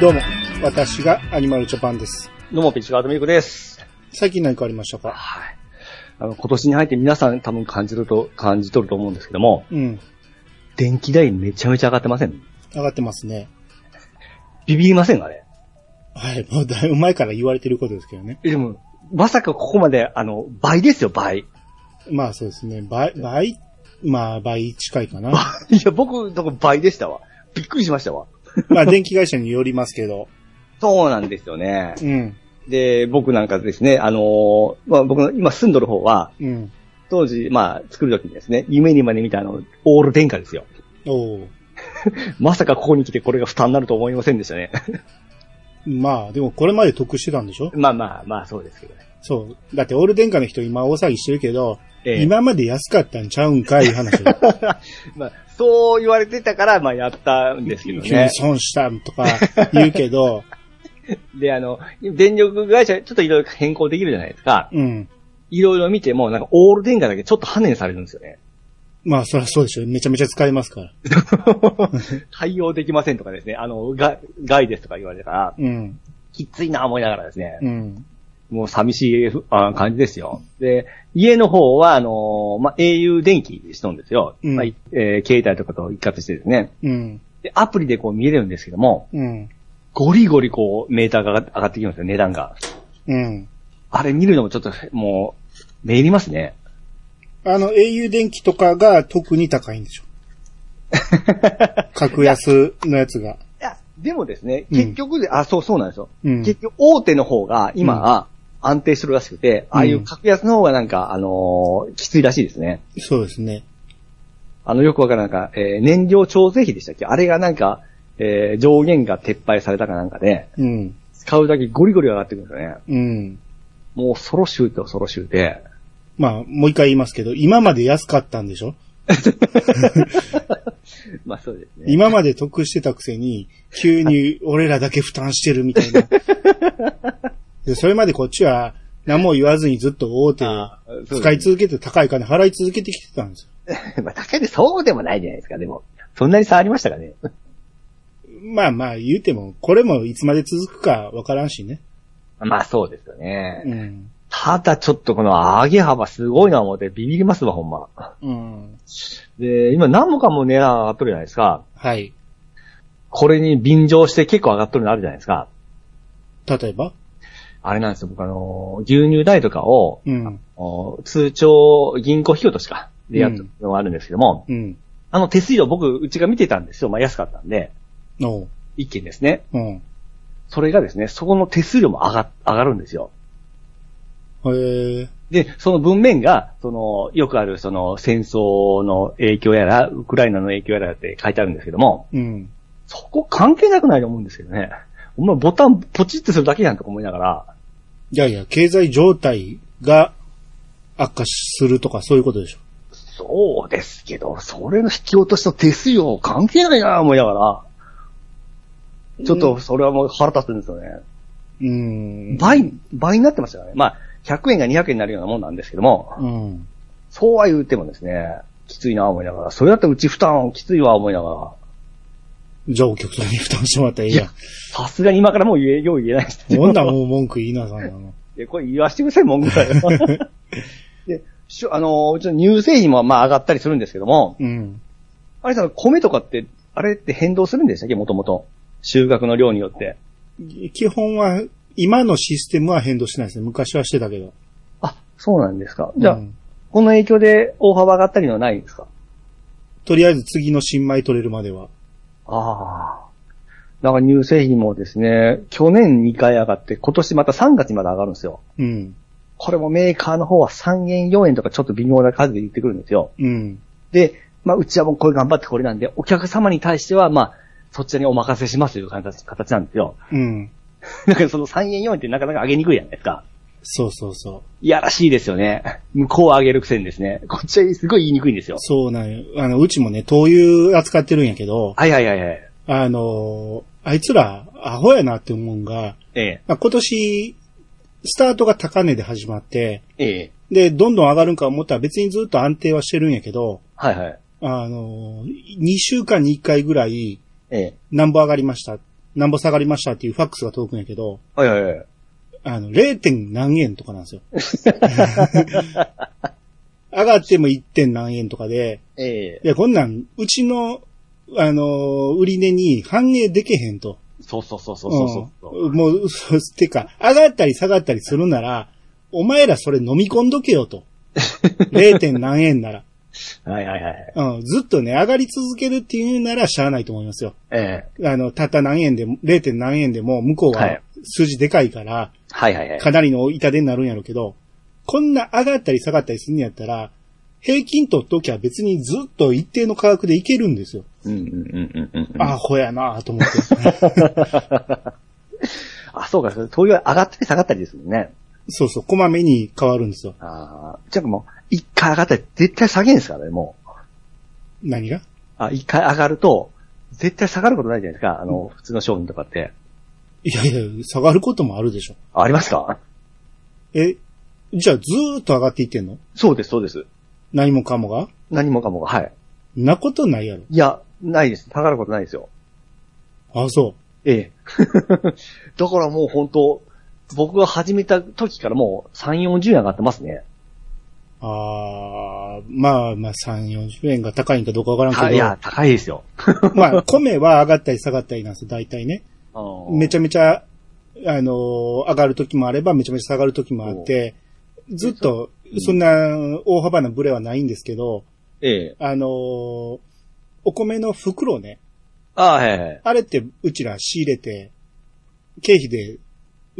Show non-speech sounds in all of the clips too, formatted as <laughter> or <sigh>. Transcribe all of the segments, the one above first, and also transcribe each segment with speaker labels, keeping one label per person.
Speaker 1: どうも、私がアニマルジャパンです。
Speaker 2: どうも、ピッチカートミルクです。
Speaker 1: 最近何かありましたか
Speaker 2: はい。あの、今年に入って皆さん多分感じると、感じ取ると思うんですけども、
Speaker 1: うん。
Speaker 2: 電気代めちゃめちゃ上がってません
Speaker 1: 上がってますね。
Speaker 2: ビビりませんあれ。
Speaker 1: はい。もうだいぶ前から言われてることですけどね。
Speaker 2: えでも、まさかここまで、あの、倍ですよ、 <laughs> 倍。
Speaker 1: まあそうですね。倍、倍、まあ倍近いかな。
Speaker 2: <laughs> いや、僕、とこ倍でしたわ。びっくりしましたわ。
Speaker 1: まあ電気会社によりますけど。
Speaker 2: そうなんですよね。
Speaker 1: うん。
Speaker 2: で、僕なんかですね、あのーまあ、僕の今住んどる方は、
Speaker 1: うん。
Speaker 2: 当時、まあ、作る時にですね、夢にまで見たあの、オール電化ですよ。
Speaker 1: おう
Speaker 2: まさかここに来てこれが負担になると思いませんでしたね。 <laughs>
Speaker 1: まあでもこれまで得してたんでしょ
Speaker 2: まあまあまあ、そうですけどね。
Speaker 1: そう。だってオール電化の人今大騒ぎしてるけど、
Speaker 2: ええ
Speaker 1: 今まで安かったんちゃうんかいう
Speaker 2: <laughs>
Speaker 1: 話を。
Speaker 2: まあ、そう言われてたから、まあ、やったんですけど
Speaker 1: 急に
Speaker 2: ね。
Speaker 1: 損したとか言うけど、
Speaker 2: で、あの、電力会社、ちょっといろいろ変更できるじゃないですか。
Speaker 1: うん。
Speaker 2: いろいろ見ても、なんか、オール電化だけちょっと跳ねにされるんです
Speaker 1: <laughs>
Speaker 2: よね。
Speaker 1: まあそりゃそうでしょ。めちゃめちゃ使えますから。
Speaker 2: 対応できませんとかですね。あの、が害ですとか言われたから、
Speaker 1: うん。
Speaker 2: きついな思いながらですね。
Speaker 1: うん。
Speaker 2: もう寂しいあ感じですよ。で、家の方は、あのまあ、au 電気にしとんですよ。
Speaker 1: うん
Speaker 2: まあいえー携帯とかと一括してですね。
Speaker 1: うん。
Speaker 2: で、アプリでこう見れるんですけども、
Speaker 1: うん。
Speaker 2: ゴリゴリこうメーターが上が上がってきますよ、値段が。
Speaker 1: うん。
Speaker 2: あれ見るのもちょっと、もう、めいりますね。
Speaker 1: あの、au 電気とかが特に高いんでしょ。格安のやつが。
Speaker 2: <laughs> いや、でもですね、
Speaker 1: うん
Speaker 2: 結局で、あ、そう、そうなんですよ。
Speaker 1: うん
Speaker 2: 結局、大手の方が今、安定してるらしくて、ああいう格安の方がなんか、あのーきついらしいですね。
Speaker 1: そうですね。
Speaker 2: あの、よくわからんなんか、えー燃料調整費でしたっけあれがなんか、えー上限が撤廃されたかなんかで、
Speaker 1: うん。
Speaker 2: 使うだけゴリゴリ上がってくるんですよね。
Speaker 1: うん。
Speaker 2: もう、ソロシュート、ソロシューで。
Speaker 1: まあ、もう一回言いますけど、今まで安かったんでしょ
Speaker 2: <laughs> まあ、そうですね。
Speaker 1: 今まで得してたくせに、急に俺らだけ負担してるみたいな。 <laughs> でそれまでこっちは何も言わずにずっと大手を
Speaker 2: あーそう
Speaker 1: 使い続けて高い金払い続けてきてたんですよ。
Speaker 2: <laughs> まあ、だけでそうでもないじゃないですか、でも。そんなに差ありましたかね。
Speaker 1: まあまあ言うても、これもいつまで続くかわからんしね。
Speaker 2: <laughs> まあ、そうですよね。
Speaker 1: うん。
Speaker 2: ただちょっとこの上げ幅すごいな思ってビビりますわ、ほんま。
Speaker 1: うん。
Speaker 2: で、今何もかも値段上がっとるじゃないですか。
Speaker 1: はい。
Speaker 2: これに便乗して結構上がっとるのあるじゃないですか。
Speaker 1: 例えば
Speaker 2: あれなんですよ、僕あのー、牛乳代とかを、
Speaker 1: うん。
Speaker 2: お通帳銀行費用としか、でやったのがあるんですけども、
Speaker 1: うん。
Speaker 2: あの手数料僕、うちが見てたんですよ。まあ安かったんで、
Speaker 1: おう。
Speaker 2: 一件ですね。
Speaker 1: うん。
Speaker 2: それがですね、そこの手数料も上が、上がるんですよ。
Speaker 1: へえ。
Speaker 2: で、その文面が、その、よくある、その、戦争の影響やら、ウクライナの影響やらって書いてあるんですけども、
Speaker 1: うん。
Speaker 2: そこ関係なくないと思うんですけどね。お前ボタンポチってするだけやんとか思いながら、
Speaker 1: いやいや、経済状態が悪化するとかそういうことでしょ。
Speaker 2: そうですけど、それの引き落としと手数料関係ないな思いながら、ちょっとそれはもう腹立つんですよね。
Speaker 1: うん。
Speaker 2: 倍、倍になってましたからね。まあ、100円が200円になるようなもんなんですけども、
Speaker 1: うん。
Speaker 2: そうは言うてもですね、きついな思いながら、それだってうち負担きついわ思いなが
Speaker 1: じゃあお客さんに負担してもらったらいい
Speaker 2: ら、い
Speaker 1: や
Speaker 2: や
Speaker 1: ん。、
Speaker 2: さすがに今からもう言え、よう言えないですね
Speaker 1: ほんならもう文句言いなさんなの。
Speaker 2: で、これ言わしてください、文句だよ。で、しょあのー、うちの乳製品もまあ上がったりするんですけども、
Speaker 1: うん。
Speaker 2: あれさ、米とかって、あれって変動するんでしたっけ、もともと。収穫の量によって。
Speaker 1: 基本は、今のシステムは変動しないですね。昔はしてたけど。
Speaker 2: あ、そうなんですか。じゃあ、
Speaker 1: うん
Speaker 2: この影響で大幅上がったりのはないんですか
Speaker 1: とりあえず次の新米取れるまでは。
Speaker 2: ああ。だから乳製品もですね、去年2回上がって、今年また3月にまで上がるんですよ。
Speaker 1: うん。
Speaker 2: これもメーカーの方は3円4円とかちょっと微妙な数で言ってくるんですよ。
Speaker 1: うん。
Speaker 2: で、まあ、うちはもうこれ頑張ってこれなんで、お客様に対しては、まあ、そちらにお任せしますという形形なんですよ。 <laughs>
Speaker 1: うん。
Speaker 2: だからその3円4円ってなかなか上げにくいじゃないですか。
Speaker 1: そうそうそう。
Speaker 2: いやらしいですよね。 <laughs> 向こうは上げるくせにですね。こっちはすごい言いにくいんですよ。
Speaker 1: そうなんよ。あの、うちもね、灯油扱ってるんやけど、
Speaker 2: はいはいはいはい。
Speaker 1: あのーあいつら、アホやなって思うんが、
Speaker 2: ええ。
Speaker 1: まあ、今年、スタートが高値で始まって、
Speaker 2: ええ。
Speaker 1: で、どんどん上がるんか思ったら別にずっと安定はしてるんやけど、
Speaker 2: はいはい。
Speaker 1: あのー、2週間に1回ぐらい、
Speaker 2: ええ。
Speaker 1: 何ぼ上がりました。なんぼ下がりましたっていうファックスが届くんやけど、
Speaker 2: はいはいはい。
Speaker 1: あの、0. 点何円とかなんですよ。上がっても 1. 点何円とかで、
Speaker 2: ええ
Speaker 1: いや、こんなん、うちの、あのー売り値に反映できへんと。
Speaker 2: そうそうそうそうそうそう、
Speaker 1: うんもう、そう、てか、上がったり下がったりするなら、お前らそれ飲み込んどけよ
Speaker 2: <laughs>
Speaker 1: と。0. 点何円なら。
Speaker 2: はいはいはい。
Speaker 1: うん、ずっとね、上がり続けるっていうならしゃあないと思いますよ。
Speaker 2: ええ
Speaker 1: あの、たった何円でも、0. 点何円でも、向こう
Speaker 2: は
Speaker 1: はい数字でかいから、
Speaker 2: はいはいはい。
Speaker 1: かなりの痛手になるんやろうけど、こんな上がったり下がったりするんやったら、平均取っときゃ別にずっと一定の価格でいけるんですよ。
Speaker 2: うんうんうんうんうんうん。
Speaker 1: アホやなぁと思って。
Speaker 2: あ、そうか、そういう上がったり下がったりですもんね。
Speaker 1: そうそう、こまめに変わるんですよ。
Speaker 2: ああ、じゃあもう、一回上がったら絶対下げんですからね、もう。
Speaker 1: 何が
Speaker 2: あ、一回上がると、絶対下がることないじゃないですか、あの、普通の商品とかって。
Speaker 1: いやいや、下がることもあるでしょ。
Speaker 2: あありますか
Speaker 1: え、じゃあずーっと上がっていってんの
Speaker 2: そうです、そうです。
Speaker 1: 何もかもが
Speaker 2: 何もかもが、はい。
Speaker 1: んなことないやろ。
Speaker 2: いや、ないです。下がることないですよ。
Speaker 1: あ、そ <laughs>
Speaker 2: ええ。だからもう本当、僕が始めた時からもう3、40円上がってますね。
Speaker 1: う。あー、まあまあ3、40円が高いんかどうかわからん
Speaker 2: たい
Speaker 1: け
Speaker 2: や、高いですよ。
Speaker 1: ど、まあ米は上がったり下がったりなんですよ、大体ね。めち
Speaker 2: ゃ
Speaker 1: ゃめちゃ、あのー上がる時もあれば、めちゃめちゃ下がる時もあって、ずっと、そんな大幅なブレはないんですけど、
Speaker 2: ええ。
Speaker 1: あのーお米の袋ね、
Speaker 2: ああ、はいはい。
Speaker 1: あれってうちら仕入れて、経費で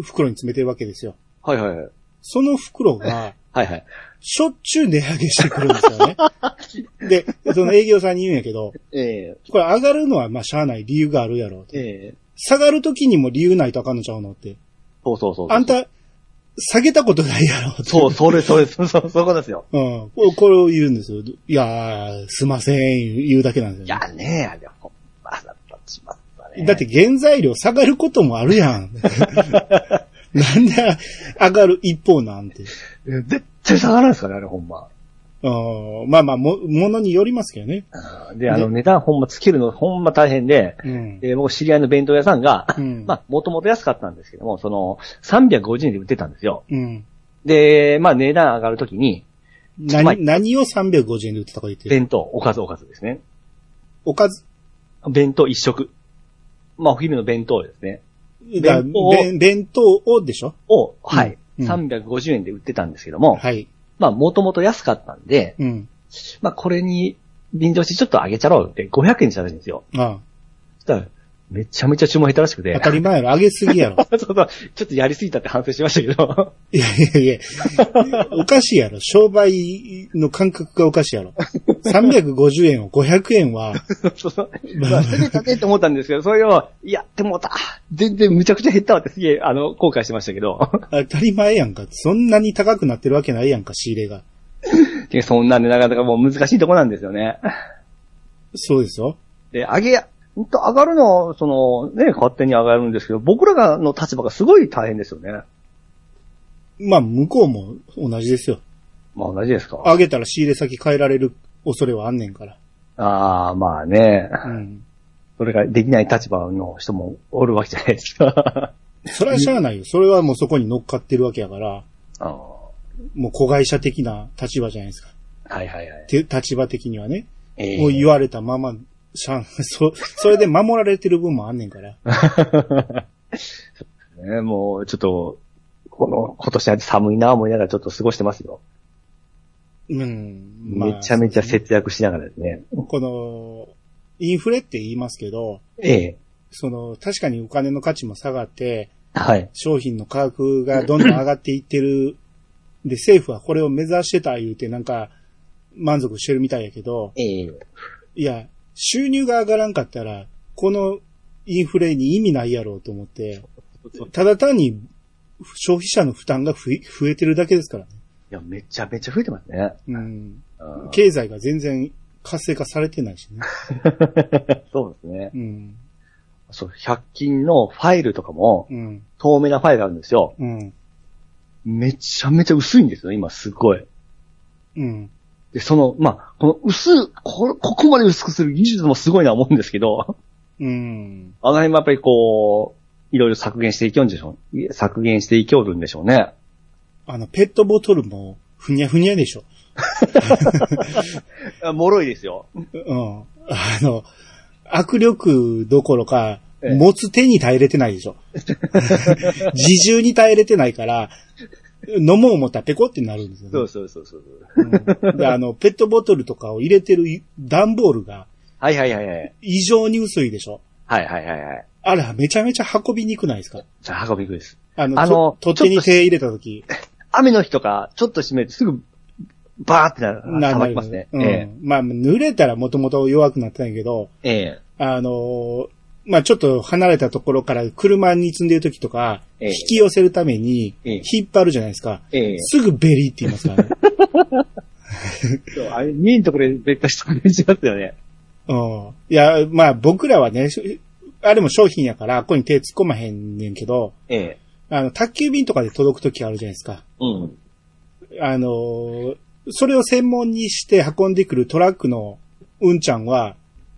Speaker 1: 袋に詰めてるわけですよ。
Speaker 2: はいはいはい。
Speaker 1: その袋
Speaker 2: <laughs>
Speaker 1: が、
Speaker 2: はいはい。
Speaker 1: しょっちゅう値上げしてくるんですよね。
Speaker 2: <laughs>
Speaker 1: で、その営業さんに言うんやけど、
Speaker 2: ええ。
Speaker 1: これ上がるのはまあしゃあない理由があるやろうと。
Speaker 2: ええ。
Speaker 1: 下がる時にも理由ないとあかんのちゃうのって。
Speaker 2: そうそうそう。
Speaker 1: あん、た、下げたことないやろ。
Speaker 2: そう、それ、それ、そう、 <laughs> そう、そういうことですよ。
Speaker 1: うん。これ、これを言うんですよ。いやー、すいません、言うだけなんですよ、
Speaker 2: い
Speaker 1: ね
Speaker 2: や。ねえ、あれ、ほんま、腹立ちますね。
Speaker 1: だって、原材料下がることもあるや
Speaker 2: <laughs>
Speaker 1: ん。なんで上がる一方なんて。
Speaker 2: 絶対下がらんですからね、あれ、ほんま。
Speaker 1: うんまあまあ、も、ものによりますけどね。
Speaker 2: で、あの、値段ほんまつけるの、ほんま大変で、
Speaker 1: うん。
Speaker 2: で、僕知り合いの弁当屋さんが、
Speaker 1: うん
Speaker 2: まあ、もともと安かったんですけども、その、350円で売ってたんですよ。
Speaker 1: うん。
Speaker 2: で、まあ、値段上がるときに、まあ
Speaker 1: 何、何を350円で売ってたか言ってる。
Speaker 2: 弁当、おかずおかずですね。
Speaker 1: おかず、
Speaker 2: 弁当一食。まあ、お昼の弁当ですね。
Speaker 1: だ
Speaker 2: 弁当を
Speaker 1: 弁弁当をでしょ
Speaker 2: を、はい、
Speaker 1: うん
Speaker 2: 350円で売ってたんですけども、
Speaker 1: はい。
Speaker 2: まあ、もともと安かったんで、
Speaker 1: うん。
Speaker 2: まあ、これに、便乗してちょっと上げちゃろうって、500円にしたらしいんですよ。
Speaker 1: あ
Speaker 2: そしたら、めちゃめちゃ注文減ったらしくて
Speaker 1: あ当。たり前やろ。上げすぎやろ。
Speaker 2: <laughs> そうそう、ちょっとやりすぎたって反省しましたけど。 <laughs>
Speaker 1: いやいやいや、おかしいやろ。商売の感覚がおかしい
Speaker 2: <laughs>
Speaker 1: やろ。350円を500円は、
Speaker 2: そうそう。まあ、すげえ立てって思ったんですけど、それを、いや、でもうた。全然むちゃくちゃ減ったわってすげえ、あの、後悔してましたけど。 <laughs>
Speaker 1: 当たり前やんか。そんなに高くなってるわけないやんか、仕入れが。
Speaker 2: でそんなんでなかなかもう難しいとこなんですよね。
Speaker 1: そうですよ。
Speaker 2: で、上げ、ほんと上がるのは、その、ね、勝手に上がるんですけど、僕らがの立場がすごい大変ですよね。
Speaker 1: まあ、向こうも同じですよ。
Speaker 2: まあ同じですか。
Speaker 1: 上げたら仕入れ先変えられる恐れはあんねんから。
Speaker 2: ああ、まあね。
Speaker 1: うん。
Speaker 2: それができない立場の人もおるわけじゃないで
Speaker 1: <laughs>
Speaker 2: すか。
Speaker 1: それはしゃあないよ。それはもうそこに乗っかってるわけやから、
Speaker 2: あの
Speaker 1: もう子会社的な立場じゃないですか。
Speaker 2: はいはいはい。
Speaker 1: て立場的にはね。
Speaker 2: ええ
Speaker 1: もう
Speaker 2: <laughs>
Speaker 1: 言われたまま、しゃあ、 <laughs> そ、それで守られてる分もあんねんから。
Speaker 2: ね、もう、ちょっと、この、今年は寒いな思いながらちょっと過ごしてますよ。
Speaker 1: うん。まあ
Speaker 2: めちゃめちゃ節約しながらですね。
Speaker 1: この、インフレって言いますけど、
Speaker 2: ええ。
Speaker 1: その、確かにお金の価値も下がって、
Speaker 2: はい。
Speaker 1: 商品の価格がどんどん上がっていってる。で、政府はこれを目指してた言うてなんか、満足してるみたいやけど、
Speaker 2: ええ。
Speaker 1: いや、収入が上がらんかったら、このインフレに意味ないやろうと思って、ただ単に消費者の負担が増え増えてるだけですからね。
Speaker 2: いや、めちゃめちゃ増えてますね。
Speaker 1: うん。
Speaker 2: うん
Speaker 1: 経済が全然活性化されてないしね。
Speaker 2: <laughs> そうですね。
Speaker 1: うん。
Speaker 2: そう、100均のファイルとかも、
Speaker 1: うん。
Speaker 2: 透明なファイルあるんですよ。
Speaker 1: うん。
Speaker 2: めちゃめちゃ薄いんですよ、今、すごい。
Speaker 1: うん。
Speaker 2: で、その、まあ、この薄いこ、ここまで薄くする技術もすごいな思うんですけど、 <laughs>
Speaker 1: うん。
Speaker 2: あの辺もやっぱりこう、いろいろ削減していきょんでしょう。削減していきょるんでしょうね。
Speaker 1: あの、ペットボトルも、ふにゃふにゃでしょ。
Speaker 2: 脆いですよ。
Speaker 1: うん。あの、握力どころか、
Speaker 2: ええ
Speaker 1: 持つ手に耐えれてないでしょ。自重に耐えれてないから、飲もう思ったらペコってなるんですよね。
Speaker 2: そうそうそうそう。
Speaker 1: うんで、あの、ペットボトルとかを入れてる段ボールが
Speaker 2: はいはいはいはい。
Speaker 1: 異常に薄いでしょ。
Speaker 2: はいはいはいはい。
Speaker 1: あら、めちゃめちゃ運びにくないですか
Speaker 2: じゃあ、運びくいです。
Speaker 1: あの、
Speaker 2: あの
Speaker 1: と取っ手に手入れた時
Speaker 2: 雨の日とか、ちょっと閉めるとすぐ、バーってなる。な
Speaker 1: な
Speaker 2: ま
Speaker 1: り
Speaker 2: りますね。
Speaker 1: うん
Speaker 2: え
Speaker 1: まあ、濡れたらもともと弱くなってないけど、
Speaker 2: え。え
Speaker 1: あのーまあ、ちょっと離れたところから車に積んでる時とか、
Speaker 2: ええ
Speaker 1: 引き寄せるために、
Speaker 2: ええ
Speaker 1: 引っ張るじゃないですか。
Speaker 2: え。ええ。
Speaker 1: すぐベリーって言いますから
Speaker 2: <laughs>
Speaker 1: ね。
Speaker 2: そうあれ、見えんところで絶対人にしますよね。
Speaker 1: うん。いや、まあ、僕らはね、しあれも商品やから、ここに手突っ込まへんねんけど、
Speaker 2: ええ。
Speaker 1: あの、宅急便とかで届く時あるじゃないですか。
Speaker 2: うん。
Speaker 1: あのーそれを専門にして運んでくるトラックのうんちゃんは、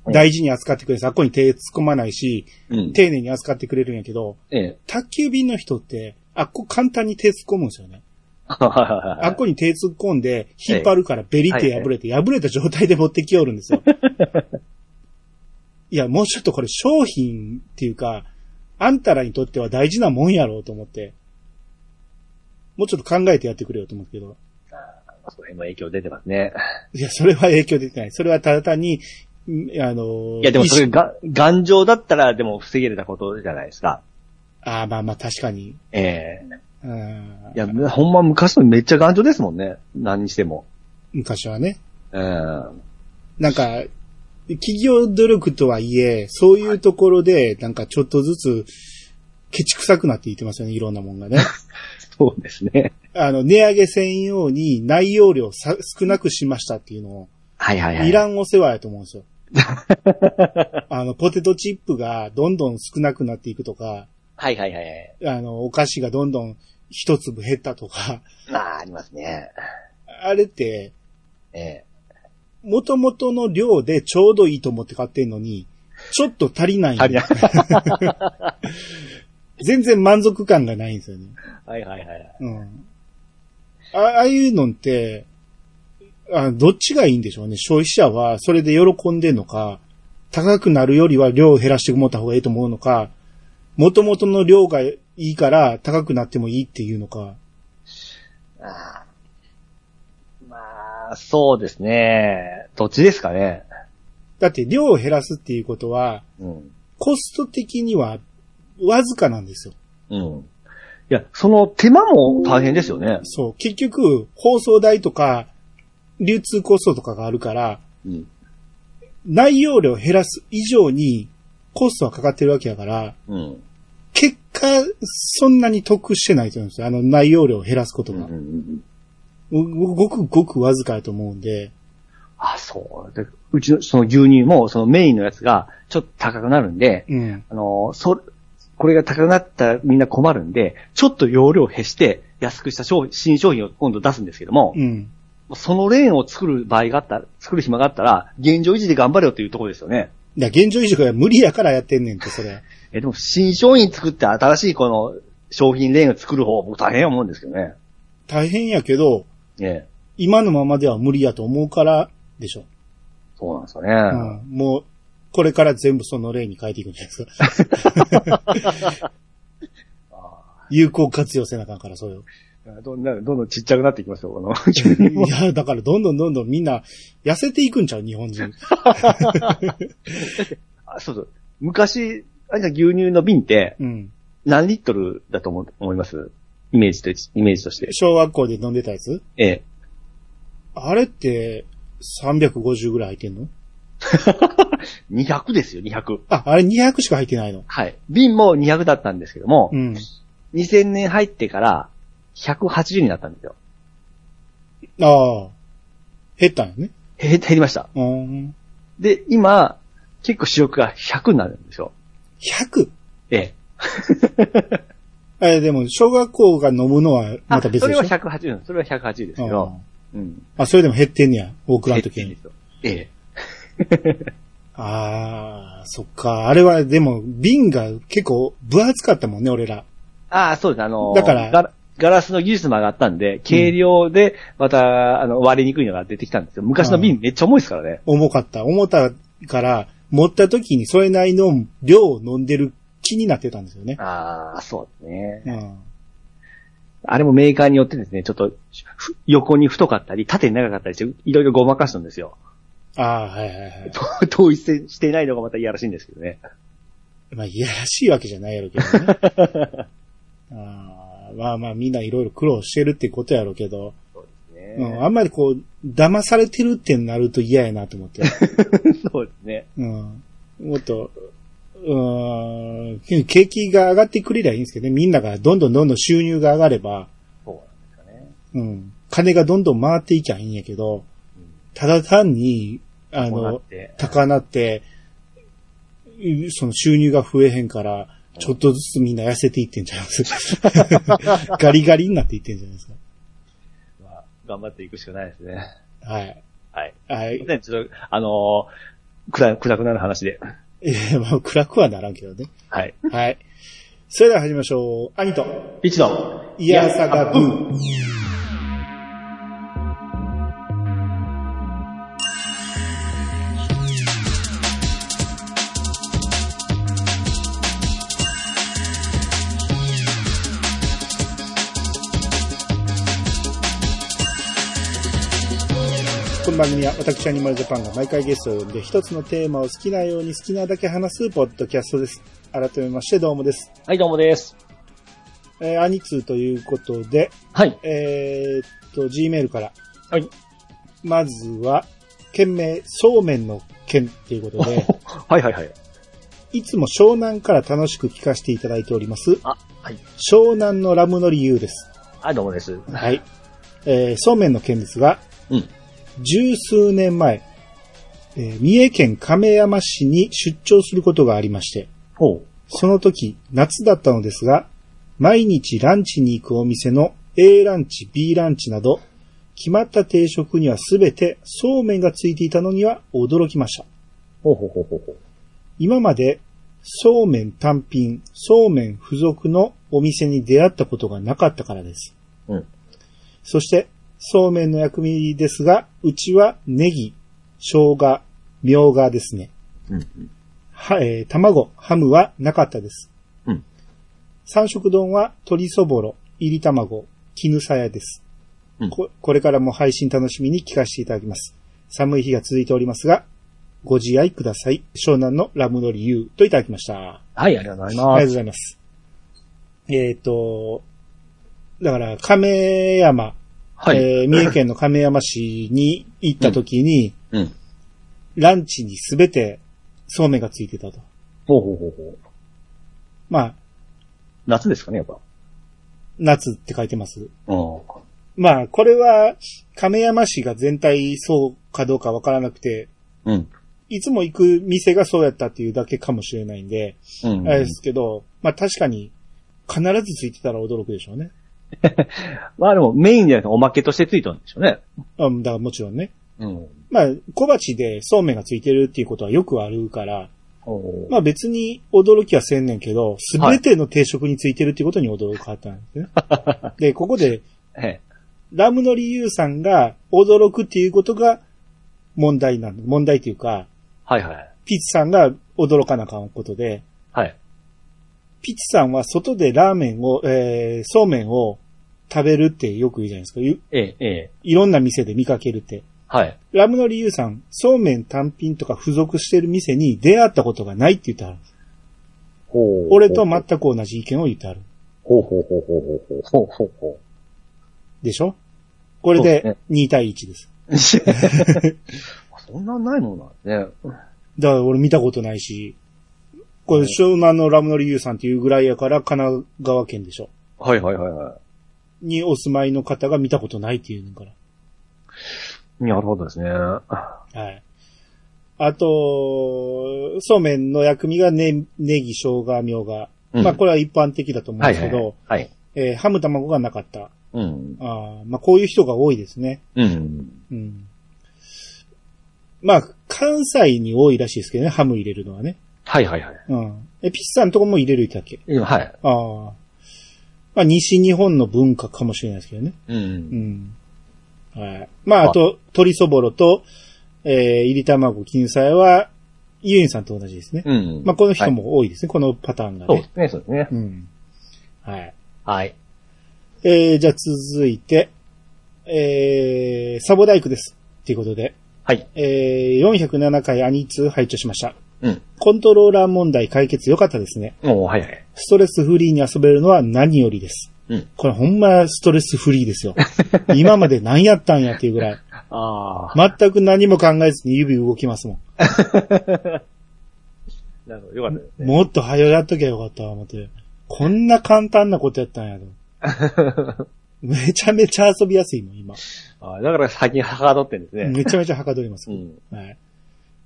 Speaker 1: 大事に扱ってくれる。そこに手突っ込まないし、
Speaker 2: うん。
Speaker 1: 丁寧に扱ってくれるんやけど、
Speaker 2: ええ。 <laughs>
Speaker 1: 宅急便の人って、あっこ簡単に手突っ込むんですよね。
Speaker 2: はいはいはい
Speaker 1: あっこに手突っ込んで、引っ張るからベリって破れて、破れた状態で持ってきよるん
Speaker 2: <laughs>
Speaker 1: ですよ。いや、もうちょっとこれ商品っていうか、あんたらにとっては大事なもんやろうと思って、もうちょっと考えてやってくれよと思うけど、
Speaker 2: その辺も影響出てますね。
Speaker 1: いや、それは影響出てない。それはただ単に、んあの、
Speaker 2: いや、でもそ
Speaker 1: 意
Speaker 2: れ
Speaker 1: 識
Speaker 2: が、頑丈だったら、でも防げれたことじゃないですか。
Speaker 1: ああ、まあまあ確かに。
Speaker 2: ええ。
Speaker 1: うん
Speaker 2: いや、ほんま昔のめっちゃ頑丈ですもんね。何にしても。
Speaker 1: 昔はね。
Speaker 2: うん。
Speaker 1: なんか、企業努力とはいえ、そういうところで、なんかちょっとずつ、ケチ臭くなっていってますよね、いろんなもんが
Speaker 2: <laughs>
Speaker 1: ね。
Speaker 2: そうですね。
Speaker 1: あの、値上げ専用に内容量さ少なくしましたっていうのを、
Speaker 2: はいはいはい。
Speaker 1: いらんお世話やと思うんです
Speaker 2: <laughs>
Speaker 1: よ。あの、ポテトチップがどんどん少なくなっていくとか、
Speaker 2: はいはいはいはい。
Speaker 1: あの、お菓子がどんどん一粒減ったとか、
Speaker 2: まあ、ありますね。
Speaker 1: あれって、
Speaker 2: ええ。
Speaker 1: 元々の量でちょうどいいと思って買ってんのに、ちょっと足りないんで
Speaker 2: 足りない
Speaker 1: 全然満足感がないんですよね。
Speaker 2: はいはいはい。
Speaker 1: うん。あああいうのって、あどっちがいいんでしょうね。消費者はそれで喜んでんのか、高くなるよりは量を減らしてもらった方がいいと思うのか、元々の量がいいから高くなってもいいっていうのか。
Speaker 2: あーまあ、そうですね。どっちですかね。
Speaker 1: だって量を減らすっていうことは、
Speaker 2: うん。
Speaker 1: コスト的にはわずかなんですよ。
Speaker 2: うん。いや、その手間も大変ですよね。
Speaker 1: そう。結局、放送代とか、流通コストとかがあるから、
Speaker 2: うん。
Speaker 1: 内容量を減らす以上にコストはかかってるわけやから、
Speaker 2: うん。
Speaker 1: 結果、そんなに得してないと思うんですよ。あの、内容量を減らすこと
Speaker 2: う
Speaker 1: が。
Speaker 2: ん。
Speaker 1: ごごくごくわずかやと思うんで、
Speaker 2: あ、そう。でうちの、その牛乳も、そのメインのやつが、ちょっと高くなるんで、
Speaker 1: うん。
Speaker 2: あの、そ、これが高くなったらみんな困るんで、ちょっと容量を減して安くした商品新商品を今度出すんですけども、
Speaker 1: うん。
Speaker 2: そのレーンを作る場合があったら、作る暇があったら、現状維持で頑張れよというところですよね。
Speaker 1: だから現状維持が無理やからやってんねんって、それ。
Speaker 2: え、でも新商品作って新しいこの商品レーンを作る方、僕大変や思うんですけどね。
Speaker 1: 大変やけど、
Speaker 2: ええ、
Speaker 1: 今のままでは無理やと思うから、でしょ。
Speaker 2: そうなんですよ
Speaker 1: う
Speaker 2: ね。
Speaker 1: ん。もう、これから全部その例に変えていくんじゃないですか。 <laughs> 有効活用せなあかんから、それ <laughs> を。
Speaker 2: どんどん、どんどんちっちゃくなっていきますよ、この牛乳も
Speaker 1: いや、だからどんどんどんどんみんな痩せていくんちゃう日本人。
Speaker 2: あそうそう。昔、あれじゃ牛乳の瓶って
Speaker 1: うん。
Speaker 2: 何リットルだと思う思いますイメージと、イメージとして。
Speaker 1: 小学校で飲んでたやつ
Speaker 2: ええ。 <laughs>
Speaker 1: あれって、350ぐらい入ってんの
Speaker 2: 200ですよ、200。
Speaker 1: あ、あれ200しか入ってないの。
Speaker 2: はい。瓶も200だったんですけども
Speaker 1: う、ん。
Speaker 2: 2000年入ってから180になったんですよ。
Speaker 1: ああ。減ったんよね。
Speaker 2: へ減りました。
Speaker 1: うーん。
Speaker 2: で、今、結構主力が100になるんですよ。
Speaker 1: 100?
Speaker 2: ええ。
Speaker 1: え、でも、小学校が飲むのはまた別
Speaker 2: あそ
Speaker 1: で
Speaker 2: れ
Speaker 1: しょ
Speaker 2: は180、うんそれは180ですけ
Speaker 1: う
Speaker 2: ど
Speaker 1: ん、
Speaker 2: うん。
Speaker 1: あ、それでも減ってんねや。大倉の時
Speaker 2: 減って
Speaker 1: に
Speaker 2: んで。すよええ。
Speaker 1: あああ、そっか。あれは、でも、瓶が結構分厚かったもんね、俺ら。
Speaker 2: ああ、そうです。あのー、
Speaker 1: だから
Speaker 2: ガラ、ガラスの技術も上がったんで、軽量で、また、あの、割れにくいのが出てきたんですけど、昔の瓶めっちゃ重いですからね。
Speaker 1: 重かった。重たから、持った時にそれなりの量を飲んでる気になってたんですよね。
Speaker 2: ああ、そうで
Speaker 1: う
Speaker 2: すね。
Speaker 1: ん。
Speaker 2: あれもメーカーによってですね、ちょっと、ふ横に太かったり、縦に長かったりして、いろいろごまかしたん
Speaker 1: <laughs>
Speaker 2: ですよ。
Speaker 1: ああ、はいはいはい。
Speaker 2: 統一していないのがまたいやらしいんですけどね。
Speaker 1: まあ、いやらしいわけじゃないやろうけどね。
Speaker 2: <laughs>
Speaker 1: あーまあまあ、みんないろいろ苦労してるってことやろうけど、
Speaker 2: そうです
Speaker 1: うん、あんまりこう、騙されてるってなると嫌やなと思
Speaker 2: <laughs>
Speaker 1: って。
Speaker 2: そうですね。
Speaker 1: うん、もっと、うーん、景気が上がってくれりゃいいんですけどね、みんながどんどんどんどん収入が上がれば、
Speaker 2: そうなんですかね。
Speaker 1: うん、金がどんどん回っていきゃいいんやけど
Speaker 2: うん、
Speaker 1: ただ単に、あ
Speaker 2: こうなっ
Speaker 1: の、
Speaker 2: て。
Speaker 1: 高なって、うその収入が増えへんから、ちょっとずつみんな痩せていってんじゃないですか。 <laughs> ガリガリになっていってんじゃないです
Speaker 2: まあ、頑張っていくしかないですね。
Speaker 1: か。はい。
Speaker 2: はい。
Speaker 1: は
Speaker 2: すい
Speaker 1: い <laughs>
Speaker 2: ま。せんちょっと、あのー、暗、暗くなる話で。
Speaker 1: えーまあ、暗くはならんけどね。
Speaker 2: はい。
Speaker 1: はい。それでは始めましょう。兄と、
Speaker 2: ピチの、
Speaker 1: いやさがブー。この番組は私アニマルジャパンが毎回ゲストを呼んで一つのテーマを好きなように好きなだけ話すポッドキャストです。改めましてどうもです。
Speaker 2: はい、どうもです。
Speaker 1: えー、アニツーということで、
Speaker 2: はい。
Speaker 1: えーっと、Gmail から。
Speaker 2: はい。
Speaker 1: まずは、件名、そうめんの件っていうこと
Speaker 2: <laughs>
Speaker 1: で、
Speaker 2: はいはいはい。
Speaker 1: いつも湘南から楽しく聞かせていただいております。
Speaker 2: あ、はい。
Speaker 1: 湘南のラムの理由です。
Speaker 2: はい、どうもです。
Speaker 1: はい。えーそうめんの件ですが、
Speaker 2: うん。
Speaker 1: 十数年前、えー三重県亀山市に出張することがありまして、
Speaker 2: ほう。
Speaker 1: その時、夏だったのですが、毎日ランチに行くお店の A ランチ、B ランチなど、決まった定食にはすべてそうめんがついていたのには驚きました。
Speaker 2: ほうほうほうほうほう。
Speaker 1: 今まで、そうめん単品、そうめん付属のお店に出会ったことがなかったからです。
Speaker 2: うん
Speaker 1: そして、そうめんの薬味ですが、うちはネギ、生姜、みょうがですね。
Speaker 2: うん。
Speaker 1: は、えー卵、ハムはなかったです。
Speaker 2: うん
Speaker 1: 三色丼は鶏そぼろ、入り卵、絹さやです、
Speaker 2: うん
Speaker 1: こ。これからも配信楽しみに聞かせていただきます。寒い日が続いておりますが、ご自愛ください。湘南のラムの理由といただきました。
Speaker 2: はい、ありがとうござい
Speaker 1: あ
Speaker 2: ま
Speaker 1: りがとうご
Speaker 2: す。
Speaker 1: ざいます。えっ、と、だから、亀山、
Speaker 2: はい。 <laughs>
Speaker 1: えー三重県の亀山市に行った時に、
Speaker 2: うん。
Speaker 1: ランチにすべてそうめんがついてたと。
Speaker 2: ほうほうほうほう。
Speaker 1: まあ、
Speaker 2: 夏ですかね、やっぱ。
Speaker 1: 夏って書いてます。
Speaker 2: うん。
Speaker 1: まあ、これは、亀山市が全体そうかどうかわからなくて、
Speaker 2: うん。
Speaker 1: いつも行く店がそうやったっていうだけかもしれないんで、
Speaker 2: うん。
Speaker 1: あれですけど、まあ確かに、必ずついてたら驚くでしょうね。
Speaker 2: まあでも、メインじゃなくておまけとしてついたんでしょうね。
Speaker 1: うん、だからもちろんね。
Speaker 2: うん。
Speaker 1: まあ、小鉢でそうめんがついてるっていうことはよくあるから、
Speaker 2: ほう
Speaker 1: まあ別に驚きはせんねんけど、すべての定食についてるっていうことに驚かったんですね。で、ここで、
Speaker 2: ええ
Speaker 1: ラムの理由さんが驚くっていうことが問題なん問題というか、
Speaker 2: はいはい。
Speaker 1: ピッチさんが驚かなあかんことで、
Speaker 2: はい。
Speaker 1: ピッチさんは外でラーメンを、えー、そうめんを食べるってよく言うじゃないですか。い
Speaker 2: ええ、ええ。
Speaker 1: いろんな店で見かけるって。
Speaker 2: はい。
Speaker 1: ラムの理由さん、そうめん単品とか付属してる店に出会ったことがないって言ってはる。
Speaker 2: ほう
Speaker 1: 俺と全く同じ意見を言ってはる。
Speaker 2: ほうほうほうほうほうほうほうほ
Speaker 1: でしょこれ
Speaker 2: そうで
Speaker 1: です2対1です。
Speaker 2: <laughs> う。そんなんないもんなんですね。
Speaker 1: だから俺見たことないし、これ湘南のラムの理由さんっていうぐらいやから神奈川県でしょ。
Speaker 2: はいはいはいは
Speaker 1: にお住まいの方が見たことないっていうのから。
Speaker 2: い。なるほどですね。
Speaker 1: はい。あと、そうめんの薬味がね、ネギ、生姜、みょうが。
Speaker 2: うん
Speaker 1: まあこれは一般的だと思うんですけど、
Speaker 2: はい。
Speaker 1: えーハム卵がなかった。
Speaker 2: うん。
Speaker 1: あーまあこういう人が多いですね。
Speaker 2: うん。
Speaker 1: うん。まあ、神関西に多いらしいですけどね、ハム入れるのはね。
Speaker 2: はいはいはい。
Speaker 1: うん。え、ピッサのとこも入れるだけ。
Speaker 2: うんはい。
Speaker 1: ああ。まあ、西日本の文化かもしれないですけどね。
Speaker 2: うんう。
Speaker 1: うんん。はい。まあ、あと、鶏そぼろと、えー、入り卵、金菜は、ユンさんと同じですね。
Speaker 2: うん。
Speaker 1: まあ、この人も多いですね、このパターンが
Speaker 2: そうで
Speaker 1: ね。
Speaker 2: すね、そうですね。
Speaker 1: うん。はい。
Speaker 2: はい。
Speaker 1: えー、じゃあ続いて、えー、サボダイクです。ということで、
Speaker 2: はい。
Speaker 1: えー、407回アニツ拝聴しました。
Speaker 2: うん。
Speaker 1: コントローラー問題解決良かったですね。
Speaker 2: もう、はいはい。
Speaker 1: ストレスフリーに遊べるのは何よりです。
Speaker 2: うん。
Speaker 1: これほんまストレスフリーですよ。 <laughs> 今まで何やったんやっていうぐらい。
Speaker 2: ああ。
Speaker 1: 全く何も考えずに指動きますも
Speaker 2: なるほど、よかったです
Speaker 1: ん。
Speaker 2: ね。
Speaker 1: もっと早やっときゃよかったわ、思って。こんな簡単なことやったんやと。
Speaker 2: <laughs>
Speaker 1: めちゃめちゃ遊びやすいもん、今。
Speaker 2: ああだから最近はかどってんですね。
Speaker 1: めちゃめちゃはかどります
Speaker 2: う。ん。
Speaker 1: はい。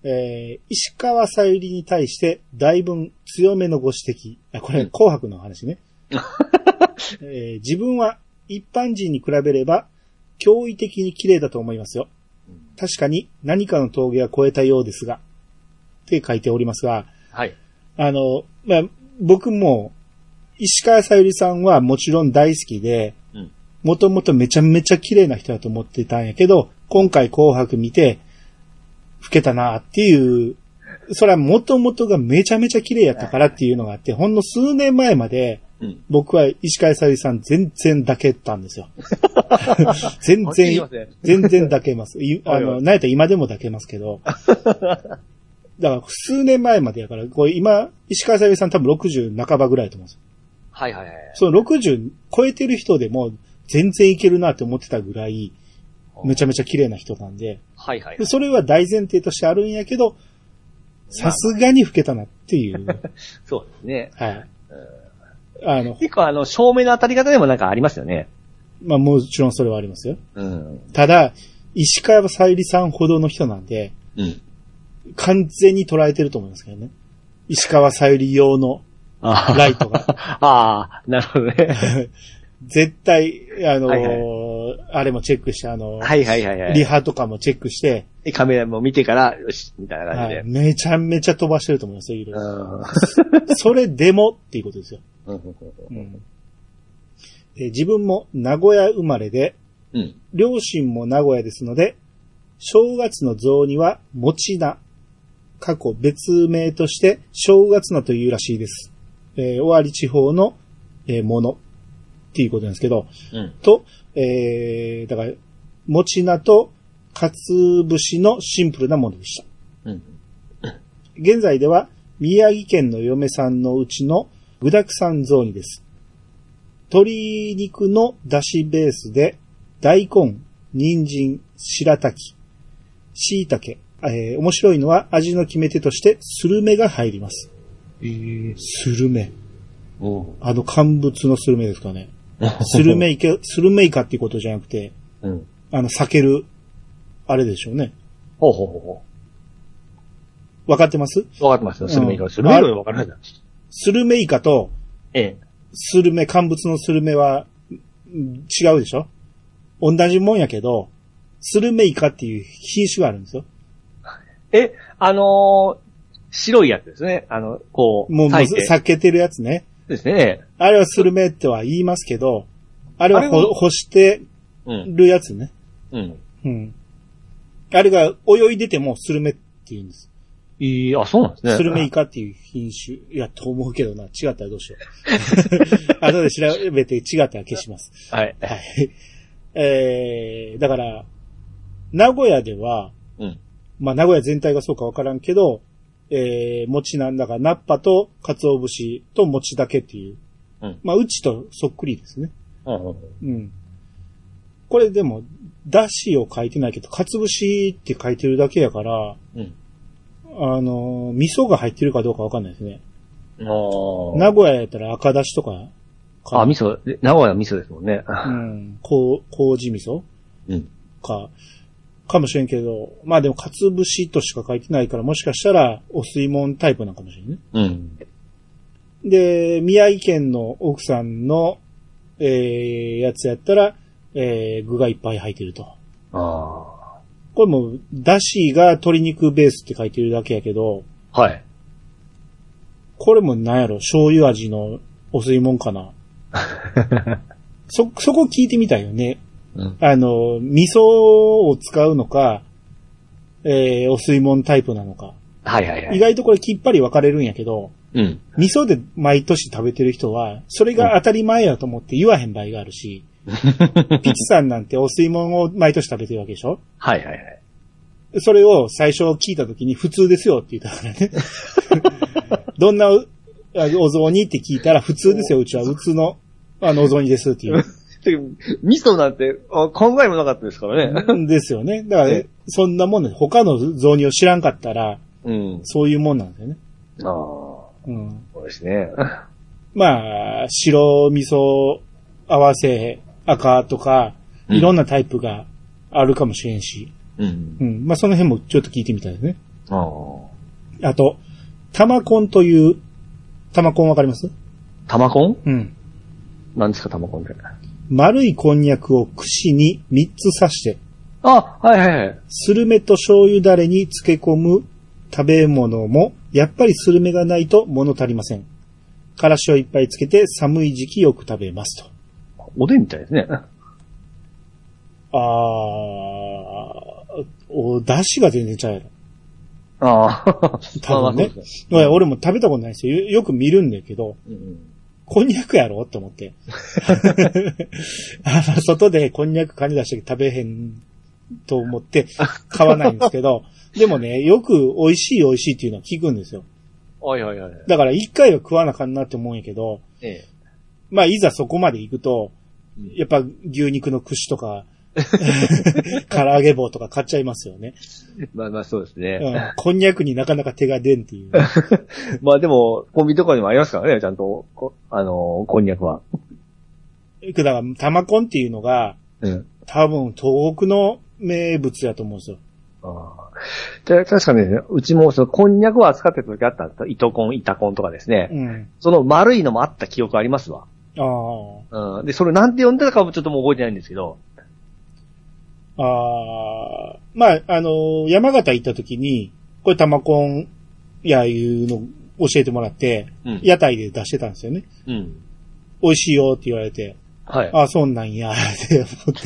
Speaker 1: えー、石川さゆりに対して、だいぶ強めのご指摘。あ、これ、
Speaker 2: うん
Speaker 1: 紅白の話
Speaker 2: <laughs>
Speaker 1: ね。えー自分は一般人に比べれば、驚異的に綺麗だと思いますよ。確かに何かの峠は越えたようですが、って書いておりますが、
Speaker 2: はい。
Speaker 1: あの、まあ、僕も、石川さゆりさんはもちろん大好きで、
Speaker 2: うん。
Speaker 1: もともとめちゃめちゃ綺麗な人だと思ってたんやけど、今回紅白見て、老けたなっていう、それはもともとがめちゃめちゃ綺麗やったからっていうのがあって、ほんの数年前まで、
Speaker 2: うん。
Speaker 1: 僕は石川さゆりさん全然抱けたんです
Speaker 2: <laughs>
Speaker 1: よ。全
Speaker 2: はっきり言い
Speaker 1: 然
Speaker 2: ますね、
Speaker 1: 全然抱けます。いあ
Speaker 2: <laughs> はいは
Speaker 1: の、
Speaker 2: い
Speaker 1: なんやったら今でも抱けますけ
Speaker 2: <laughs>
Speaker 1: ど。だから数年前までやから、これ今、石川さゆりさん多分60半ばぐらいだと思うんですよ。
Speaker 2: はいはいはい。
Speaker 1: その60超えてる人でも全然いけるなって思ってたぐらい、めちゃめちゃ綺麗な人なんで、
Speaker 2: はいはい
Speaker 1: で。それは大前提としてあるんやけど、さすがに老けたなっていう。
Speaker 2: そうですね。
Speaker 1: はい。あの、
Speaker 2: 結構あの、照明の当たり方でもなんかありますよね。
Speaker 1: まあもちろんそれはありますよ。
Speaker 2: うん。
Speaker 1: ただ、石川さゆりさんほどの人なんで、
Speaker 2: うん。
Speaker 1: 完全に捉えてると思いますけどね。石川さゆり用の
Speaker 2: ああ。
Speaker 1: ライトが。
Speaker 2: <laughs> ああ、なるほどね。
Speaker 1: 絶対、あのー
Speaker 2: はい
Speaker 1: あれもチェックして、あのー
Speaker 2: <laughs> はいはいはいは
Speaker 1: リ
Speaker 2: い
Speaker 1: ハとかもチェックして、
Speaker 2: で。カメラも見てから、よし、みたいな感じ
Speaker 1: はい
Speaker 2: で。
Speaker 1: めちゃめちゃ飛ばしてると思いますよ、いろいろ
Speaker 2: うん
Speaker 1: それでもっていうことですよ。
Speaker 2: う。
Speaker 1: うんんで自分も名古屋生まれで、
Speaker 2: うん。
Speaker 1: 両親も名古屋ですので、正月の雑煮は餅菜。過去別名として正月菜というらしいです。えー、尾張地方の、えーもの。っていうことなんですけど、
Speaker 2: うん。
Speaker 1: と、えー、だから、餅菜と、かつ節のシンプルなものでした。
Speaker 2: うん。
Speaker 1: 現在では、宮城県の嫁さんのうちの具沢山雑煮です。鶏肉の出汁ベースで、大根、人参、白滝、椎茸、えー、面白いのは味の決め手として、スルメが入ります。
Speaker 2: ええ。
Speaker 1: スルメ。
Speaker 2: <laughs> うん。
Speaker 1: あの、乾物のスルメですかね。スル。メイカ、スルメイカっていうことじゃなくて、
Speaker 2: うん。
Speaker 1: あの、避ける、あれでしょうね。
Speaker 2: ほうほうほうほ
Speaker 1: わかってます
Speaker 2: う。わかってますよ。スルメイカ。
Speaker 1: うん
Speaker 2: スルメイカよりわからないじゃん。
Speaker 1: スルメイカと、
Speaker 2: ええ。
Speaker 1: スルメ、乾物のスルメは、ん違うでしょ同じもんやけど、スルメイカっていう品種があるんですよ。
Speaker 2: え、あのー、白いやつですね。あの、こう、
Speaker 1: もう、もう
Speaker 2: 炊いて
Speaker 1: 避けてるやつね。
Speaker 2: ですね。
Speaker 1: あれはスルメっては言いますけど、あれは
Speaker 2: あれ
Speaker 1: ほ
Speaker 2: は
Speaker 1: 干して
Speaker 2: うん。
Speaker 1: るやつね。
Speaker 2: うん。
Speaker 1: うん。あれが泳いでてもスルメって言うんです。
Speaker 2: いい、あ、そうなんですね。
Speaker 1: スルメイカっていう品種、いや、と思うけどな。違ったらどうしよ
Speaker 2: <laughs>
Speaker 1: う。後で調べて違ったら消します。
Speaker 2: はい。
Speaker 1: はい。えー、だから、名古屋では、
Speaker 2: うん。
Speaker 1: まあ、名古屋全体がそうかわからんけど、えー、餅なんだが、ナッパと鰹節と餅だけっていう。
Speaker 2: うん
Speaker 1: まあ、うちとそっくりですね。
Speaker 2: うんうん。
Speaker 1: うん。これでも、だしを書いてないけど、鰹節って書いてるだけやから、
Speaker 2: うん。
Speaker 1: あのー味噌が入ってるかどうかわかんないですね。
Speaker 2: あー
Speaker 1: 名古屋やったら赤だしとかか。
Speaker 2: あ、味噌、で名古屋味噌ですもんね。
Speaker 1: うん。こう、麹味噌
Speaker 2: うん。
Speaker 1: か、かもしれんけど、まあでも、かつぶしとしか書いてないから、もしかしたら、お吸い物タイプなんかもしれんね。
Speaker 2: うん。
Speaker 1: で、宮城県の奥さんの、えー、やつやったら、えー、具がいっぱい入ってると。
Speaker 2: ああ。
Speaker 1: これもう、だしが鶏肉ベースって書いてるだけやけど、
Speaker 2: はい。
Speaker 1: これもなんやろ、醤油味のお吸い物か
Speaker 2: <laughs>
Speaker 1: な。そ、そこ聞いてみたいよね。
Speaker 2: うん
Speaker 1: あの、味噌を使うのか、えー、お吸い物タイプなのか。
Speaker 2: はいはいは
Speaker 1: 意
Speaker 2: い。
Speaker 1: 外とこれきっぱり分かれるんやけど、
Speaker 2: うん。
Speaker 1: 味噌で毎年食べてる人は、それが当たり前やと思って言わへん場合がある
Speaker 2: <laughs>
Speaker 1: し、ピチさんなんてお吸い物を毎年食べてるわけでしょ
Speaker 2: はいはいはい。
Speaker 1: それを最初聞いた時に普通ですよって言ったからね。どんなおあお雑煮って聞いたら普通ですよ、うちは普通のあのお雑煮ですっていう。
Speaker 2: てか味噌なんてあ考えもなかったですからね。
Speaker 1: ですよね。だから
Speaker 2: え、
Speaker 1: そんなもんね、他の雑煮を知らんかったら、
Speaker 2: うん。
Speaker 1: そういうもんなんですよね。
Speaker 2: ああ、そ
Speaker 1: うん、
Speaker 2: うですね。
Speaker 1: まあ、白味噌合わせ赤とか、
Speaker 2: うん
Speaker 1: いろんなタイプがあるかもしれんし。
Speaker 2: うん。
Speaker 1: うん。まあ、その辺もちょっと聞いてみたいですね。
Speaker 2: ああ。
Speaker 1: あと、玉コンという、玉コンわかります
Speaker 2: 玉コン
Speaker 1: うん。
Speaker 2: 何ですか玉コンって。
Speaker 1: 丸いこんにゃくを串に3つ刺して、
Speaker 2: あ、はいはいはい。
Speaker 1: スルメと醤油ダレに漬け込む食べ物も、やっぱりスルメがないと物足りません。からしをいっぱいつけて寒い時期よく食べますと。
Speaker 2: おでんみたいですね。
Speaker 1: あー、お、出汁が全然ちゃうやろ。
Speaker 2: ああ。 <laughs>
Speaker 1: 多分ね
Speaker 2: まあまあそうです
Speaker 1: いや俺も食べたことないですよ。よよく見るんだけど、
Speaker 2: うん
Speaker 1: こんにゃくやろって思って。 <laughs> あの、外でこんにゃく感じ出して食べへんと思って買わないんですけ
Speaker 2: <laughs>
Speaker 1: ど、でもね、よく美味しい美味しいっていうのは聞くんですよ。
Speaker 2: はいはいはい。
Speaker 1: だから一回は食わなあかんなって思うんやけど、
Speaker 2: ええ。
Speaker 1: まあいざそこまで行くと
Speaker 2: うん、
Speaker 1: やっぱ牛肉の串と
Speaker 2: <laughs>
Speaker 1: か、 <laughs> 唐揚げ棒とか買っちゃいますよね。
Speaker 2: まあまあそうです
Speaker 1: う
Speaker 2: ね。
Speaker 1: ん、こんにゃくになかなか手が出んっていう。
Speaker 2: <laughs> まあでも、コンビニとかにもありますからね、ちゃんと、こあのーこんにゃくは。
Speaker 1: だから、玉コンっていうのが、
Speaker 2: うん。
Speaker 1: 多分東北の名物やと思うんですよ。
Speaker 2: ああ。で確かね、うちもそのこんにゃくは扱ってた時あったんですよ。糸こん、板こんとかですね。
Speaker 1: うん。
Speaker 2: その丸いのもあった記憶ありますわ。
Speaker 1: ああ。
Speaker 2: うん。で、それなんて呼んでたかもちょっともう覚えてないんですけど。
Speaker 1: ああ、まあ、あのー山形行った時に、これ玉コンやいうの教えてもらって、
Speaker 2: うん
Speaker 1: 屋台で出してたんですよね。
Speaker 2: うん。
Speaker 1: 美味しいよって言われて、
Speaker 2: はい。
Speaker 1: ああ、そんなんや、って思っ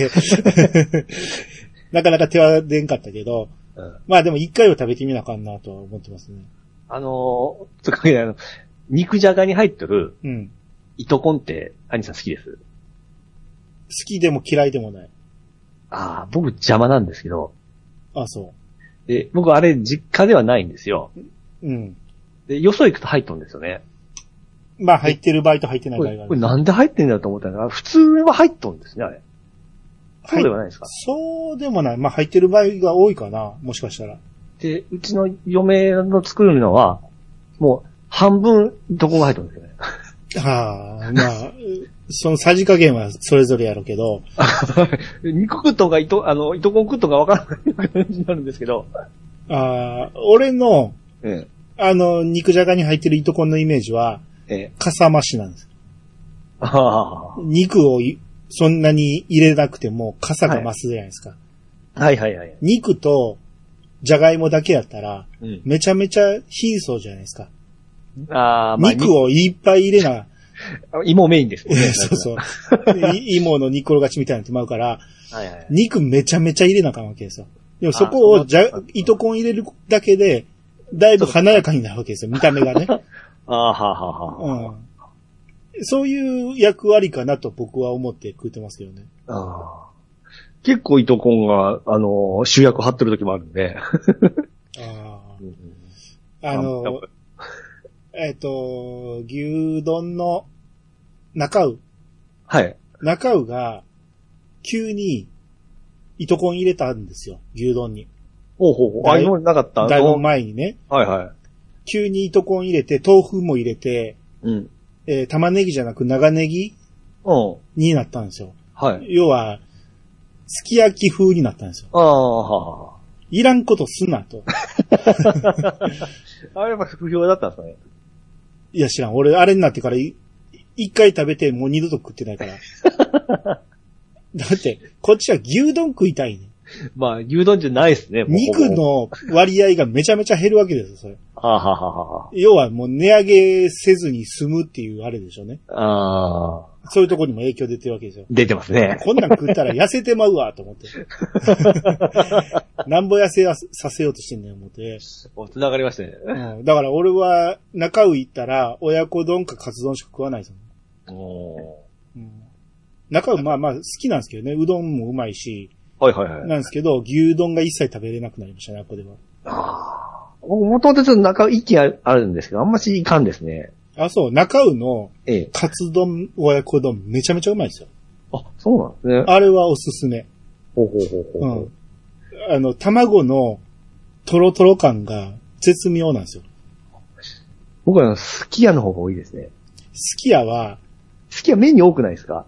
Speaker 1: て。 <laughs> なかなか手は出んかったけど、
Speaker 2: うん
Speaker 1: まあでも一回は食べてみなあかんなとは思ってますね。
Speaker 2: あのー、つかあの、肉じゃがに入ってる
Speaker 1: うん。
Speaker 2: 糸こんって、兄さん好きです。
Speaker 1: 好きでも嫌いでもない。
Speaker 2: ああ、僕邪魔なんですけど。
Speaker 1: ああ、そ
Speaker 2: で、僕あれ実家ではないんですよ。
Speaker 1: う。うん。
Speaker 2: で、よそ行くと入っとるんですよね。
Speaker 1: まあ入ってる場合と入ってない
Speaker 2: こ
Speaker 1: 場合
Speaker 2: れ
Speaker 1: があ
Speaker 2: これ
Speaker 1: る。
Speaker 2: なんで入ってんだと思ったら、普通は入っとるんですね、あれ。そうではないですか。
Speaker 1: そうでもない。まあ入ってる場合が多いかな。もしかしたら。
Speaker 2: で、うちの嫁の作るのは、もう半分どこが入っとるんですよね。
Speaker 1: はあ、まあ、そのさじ加減はそれぞれやろうけど、
Speaker 2: 肉食っとんか、糸、あの、糸こん食っとんかわからない感じになるんですけど。
Speaker 1: ああ俺の、
Speaker 2: え
Speaker 1: あの、肉じゃがに入ってる糸こんのイメージは、
Speaker 2: え。ええ。
Speaker 1: かさ増しなんです。
Speaker 2: あ
Speaker 1: 肉をいそんなに入れなくても、かさが増すじゃないですか。
Speaker 2: あ。はいはいはい。
Speaker 1: 肉と、じゃがいもだけやったら、
Speaker 2: うん。
Speaker 1: めちゃめちゃ貧相じゃないですか。
Speaker 2: ああ、まあ、
Speaker 1: 肉をいっぱい入れな、
Speaker 2: 芋メインですもんね。
Speaker 1: そうそう。い芋の煮っ転がちみたいになってまうから、
Speaker 2: はいはいはい。
Speaker 1: 肉めちゃめちゃ入れなあかんわけですよ。でもそこをじゃ
Speaker 2: あ、
Speaker 1: 糸こん入れるだけで、だいぶ華やかになるわけですよ、見た目がね。
Speaker 2: ああ、はあはあ
Speaker 1: うん。
Speaker 2: は
Speaker 1: そういう役割かなと僕は思って食ってますけどね。
Speaker 2: あああ。結構糸こんが、あの、主役張ってる時もあるんで。
Speaker 1: あ
Speaker 2: うん
Speaker 1: あの、えっ、と、牛丼の中う、
Speaker 2: はい。
Speaker 1: 中うが、急に、糸こん入れたんですよ、牛丼に。
Speaker 2: ほうほうほう。あ、
Speaker 1: だい
Speaker 2: 今までなかった。あの
Speaker 1: だいぶ前にね。
Speaker 2: はいは
Speaker 1: 急に糸こん入れて、豆腐も入れて、
Speaker 2: い。うん。
Speaker 1: えー玉ねぎじゃなく長ネギ
Speaker 2: うん。
Speaker 1: になったんですよ。
Speaker 2: はい。
Speaker 1: 要は、すき焼き風になったんですよ。
Speaker 2: ああ、は
Speaker 1: いらんことすなと。 <laughs>
Speaker 2: あ。あれは不評だったんですかね。
Speaker 1: いや知らん。俺、あれになってからい、一回食べて、
Speaker 2: <laughs>
Speaker 1: もう二度と食ってないから。だって、こっちは牛丼食いたいねん。
Speaker 2: まあ、牛丼じゃないですね。もう
Speaker 1: 肉。の割合がめちゃめちゃ減るわけですよ、それ。
Speaker 2: あははは
Speaker 1: 要はもう値上げせずに済むっていうあれでしょうね。
Speaker 2: は。ああ、
Speaker 1: そういうところにも影響出てるわけですよ。
Speaker 2: 出てますね。
Speaker 1: こんなん食ったら痩せてまうわ、と思って。なんぼ痩せさせようとしてんねん、思って。
Speaker 2: お、繋がりましたね。
Speaker 1: うんだから俺は、中尾行ったら、親子丼かカツ丼しか食わないですよ、
Speaker 2: お
Speaker 1: うん中尾まあまあ好きなんですけどね、うどんもうまいし、
Speaker 2: ーはいはいはい。
Speaker 1: なんですけど、牛丼が一切食べれなくなりましたね、あっこでは。
Speaker 2: ああ。僕、もともとちょっと中、一気あるんですけど、あんましいかんですね。
Speaker 1: あ、そう、中尾の
Speaker 2: ええ。
Speaker 1: カツ丼、親子丼めちゃめちゃうまいですよ。
Speaker 2: あ、そうなんですね。
Speaker 1: あれはおすすめ。
Speaker 2: ほうほうほうほう
Speaker 1: う
Speaker 2: ほう。
Speaker 1: ん。あの、卵のトロトロ感が絶妙なんですよ。
Speaker 2: 僕はあの、すき家の方が多いですね。
Speaker 1: すき家は、
Speaker 2: すき家メニュー多くないですか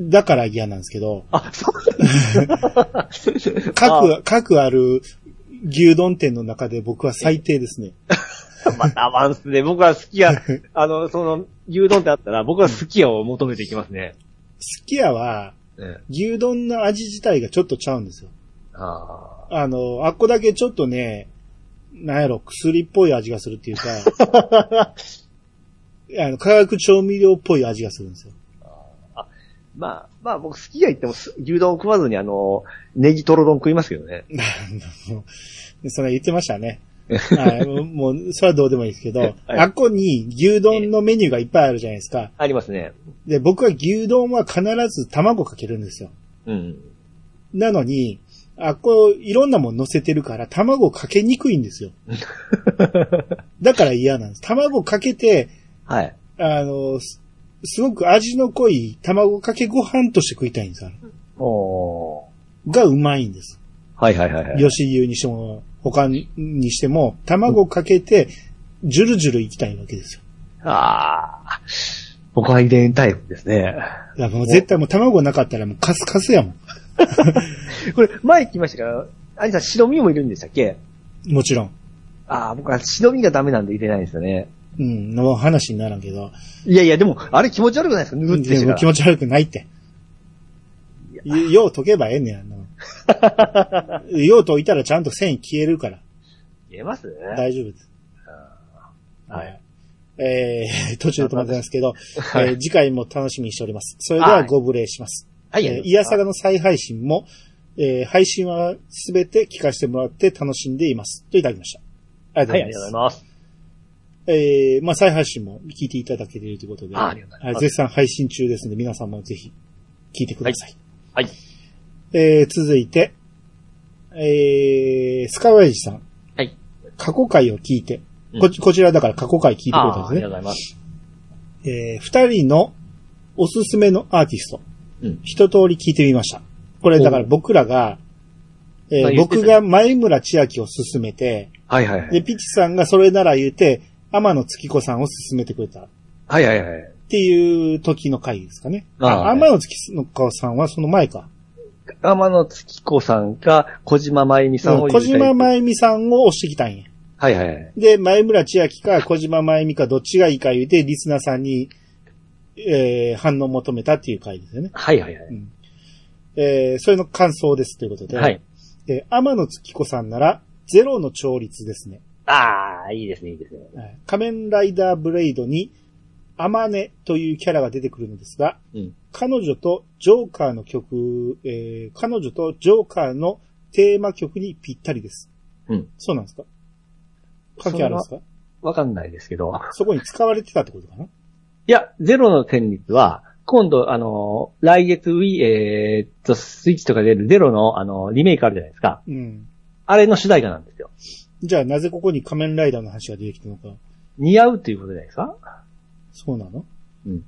Speaker 1: だから嫌なんですけど、
Speaker 2: あ、そうですねあ
Speaker 1: 各、各ある牛丼店の中で僕は最低ですね。
Speaker 2: またまんすね。僕はす <laughs> き家、あの、その、牛丼ってあったら、僕はすき家を求めていきますね。
Speaker 1: すき家は、
Speaker 2: ええ
Speaker 1: 牛丼の味自体がちょっとちゃうんですよ。
Speaker 2: あ
Speaker 1: あの、あっこだけちょっとね、なんやろ、薬っぽい味がするっていうか、 <laughs> あの、化学調味料っぽい味がするんですよ。
Speaker 2: ーまあ、まあ僕、すき家行ってもす牛丼を食わずに、あの、ネギトロ丼食いますけどね。
Speaker 1: それ言ってましたね。はいもう、それはどうでもいいですけど、あっこに牛丼のメニューがいっぱいあるじゃないですか。
Speaker 2: ありますね。
Speaker 1: で、僕は牛丼は必ず卵かけるんですよ。
Speaker 2: うん。
Speaker 1: なのに、あっこいろんなもん乗せてるから卵かけにくいんですよ。だから嫌なんです。卵かけて、
Speaker 2: はい。
Speaker 1: あの、すすごく味の濃い卵かけご飯として食いたいんです。あれ
Speaker 2: おー。
Speaker 1: がうまいんです。
Speaker 2: はいはいはいはい。
Speaker 1: 吉牛にしても、他にしても、卵かけて、ジュルジュルいきたいわけですよ。
Speaker 2: ああ。僕は遺伝タイプですね。
Speaker 1: だからもう絶対もう卵なかったらもうカスカスやもん。
Speaker 2: これ、前行きましたから、アニさん白身もいるんでしたっけ
Speaker 1: もちろん。
Speaker 2: ああ、僕は白身がダメなんで入れないんですよね。
Speaker 1: うん、の話にならんけど。
Speaker 2: いやいや、でも、あれ気持ち悪くないですかぬるってして
Speaker 1: で
Speaker 2: か
Speaker 1: も
Speaker 2: ら
Speaker 1: 気持ち悪くないって。いよう溶けばええねん、あ
Speaker 2: <laughs>
Speaker 1: の。よう溶いたらちゃんと繊維消えるから。
Speaker 2: 言えます
Speaker 1: 大丈夫です。
Speaker 2: はい。
Speaker 1: えー、途中で止まってたんですけど、
Speaker 2: <laughs> はい
Speaker 1: えー次回も楽しみにしております。それでは
Speaker 2: はい
Speaker 1: ご無礼します。
Speaker 2: はい。
Speaker 1: えーいやさがの再配信も、えー配信はすべて聞かせてもらって楽しんでいます。といただきました。ありが
Speaker 2: は
Speaker 1: とうご
Speaker 2: い、ありがと
Speaker 1: ざ
Speaker 2: うござ
Speaker 1: い
Speaker 2: い
Speaker 1: ます。
Speaker 2: ます。
Speaker 1: えー、まあ再配信も聞いていただけているということで、
Speaker 2: あありがとうございます
Speaker 1: はい絶賛配信中ですので、皆さんもぜひ聞いてください。
Speaker 2: はい。
Speaker 1: えー、続いて、えー、スカワイジさん。
Speaker 2: はい。
Speaker 1: 過去回を聞いて、
Speaker 2: うん
Speaker 1: こち、こちらだから過去回聞いてくれ
Speaker 2: あ
Speaker 1: た
Speaker 2: あ
Speaker 1: ん
Speaker 2: あり
Speaker 1: ですね。
Speaker 2: がとうございます。
Speaker 1: えー、二人のおすすめのアーティスト。
Speaker 2: うん
Speaker 1: 一通り聞いてみました。これだから僕らが、え
Speaker 2: まあ
Speaker 1: ー
Speaker 2: 言ってた
Speaker 1: 僕が前村千秋を勧めて、
Speaker 2: はいはいは
Speaker 1: で、
Speaker 2: い。
Speaker 1: ピチさんがそれなら言うて、天野月子さんを勧めてくれた。
Speaker 2: はいはいはい。
Speaker 1: っていう時の回ですかね。
Speaker 2: あ
Speaker 1: あ、
Speaker 2: はい
Speaker 1: 天野月子さんはその前か。
Speaker 2: 天野月子さんか、小島真由美さんを
Speaker 1: 小島
Speaker 2: 由
Speaker 1: 真由美さんを押してきたんや。
Speaker 2: はいはいはい。
Speaker 1: で、前村千秋か小島真由美かどっちがいいか言うて、リスナーさんに、えー、反応を求めたっていう回ですよね。
Speaker 2: はいはいはい。
Speaker 1: えー、それの感想ですということで。
Speaker 2: はい。
Speaker 1: えー天野月子さんなら、ゼロの調律ですね。
Speaker 2: ああ、いいですね、いいですね。
Speaker 1: はい仮面ライダーブレイドに、アマネというキャラが出てくるのですが、
Speaker 2: うん。
Speaker 1: 彼女とジョーカーの曲、えー彼女とジョーカーのテーマ曲にぴったりです。
Speaker 2: うん。
Speaker 1: そうなんですか関係あるんですか
Speaker 2: わかんないですけど。
Speaker 1: そこに使われてたってことかない
Speaker 2: や、ゼロの旋律は、今度、あの、来月ウィ、えーっと、スイッチとかで出るゼロの、あの、リメイクあるじゃないですか。
Speaker 1: うん。
Speaker 2: あれの主題歌なんですよ。
Speaker 1: じゃあなぜここに仮面ライダーの話が出てきたのか。
Speaker 2: 似合うっていうことじゃないです <laughs> か
Speaker 1: そうなの
Speaker 2: うん。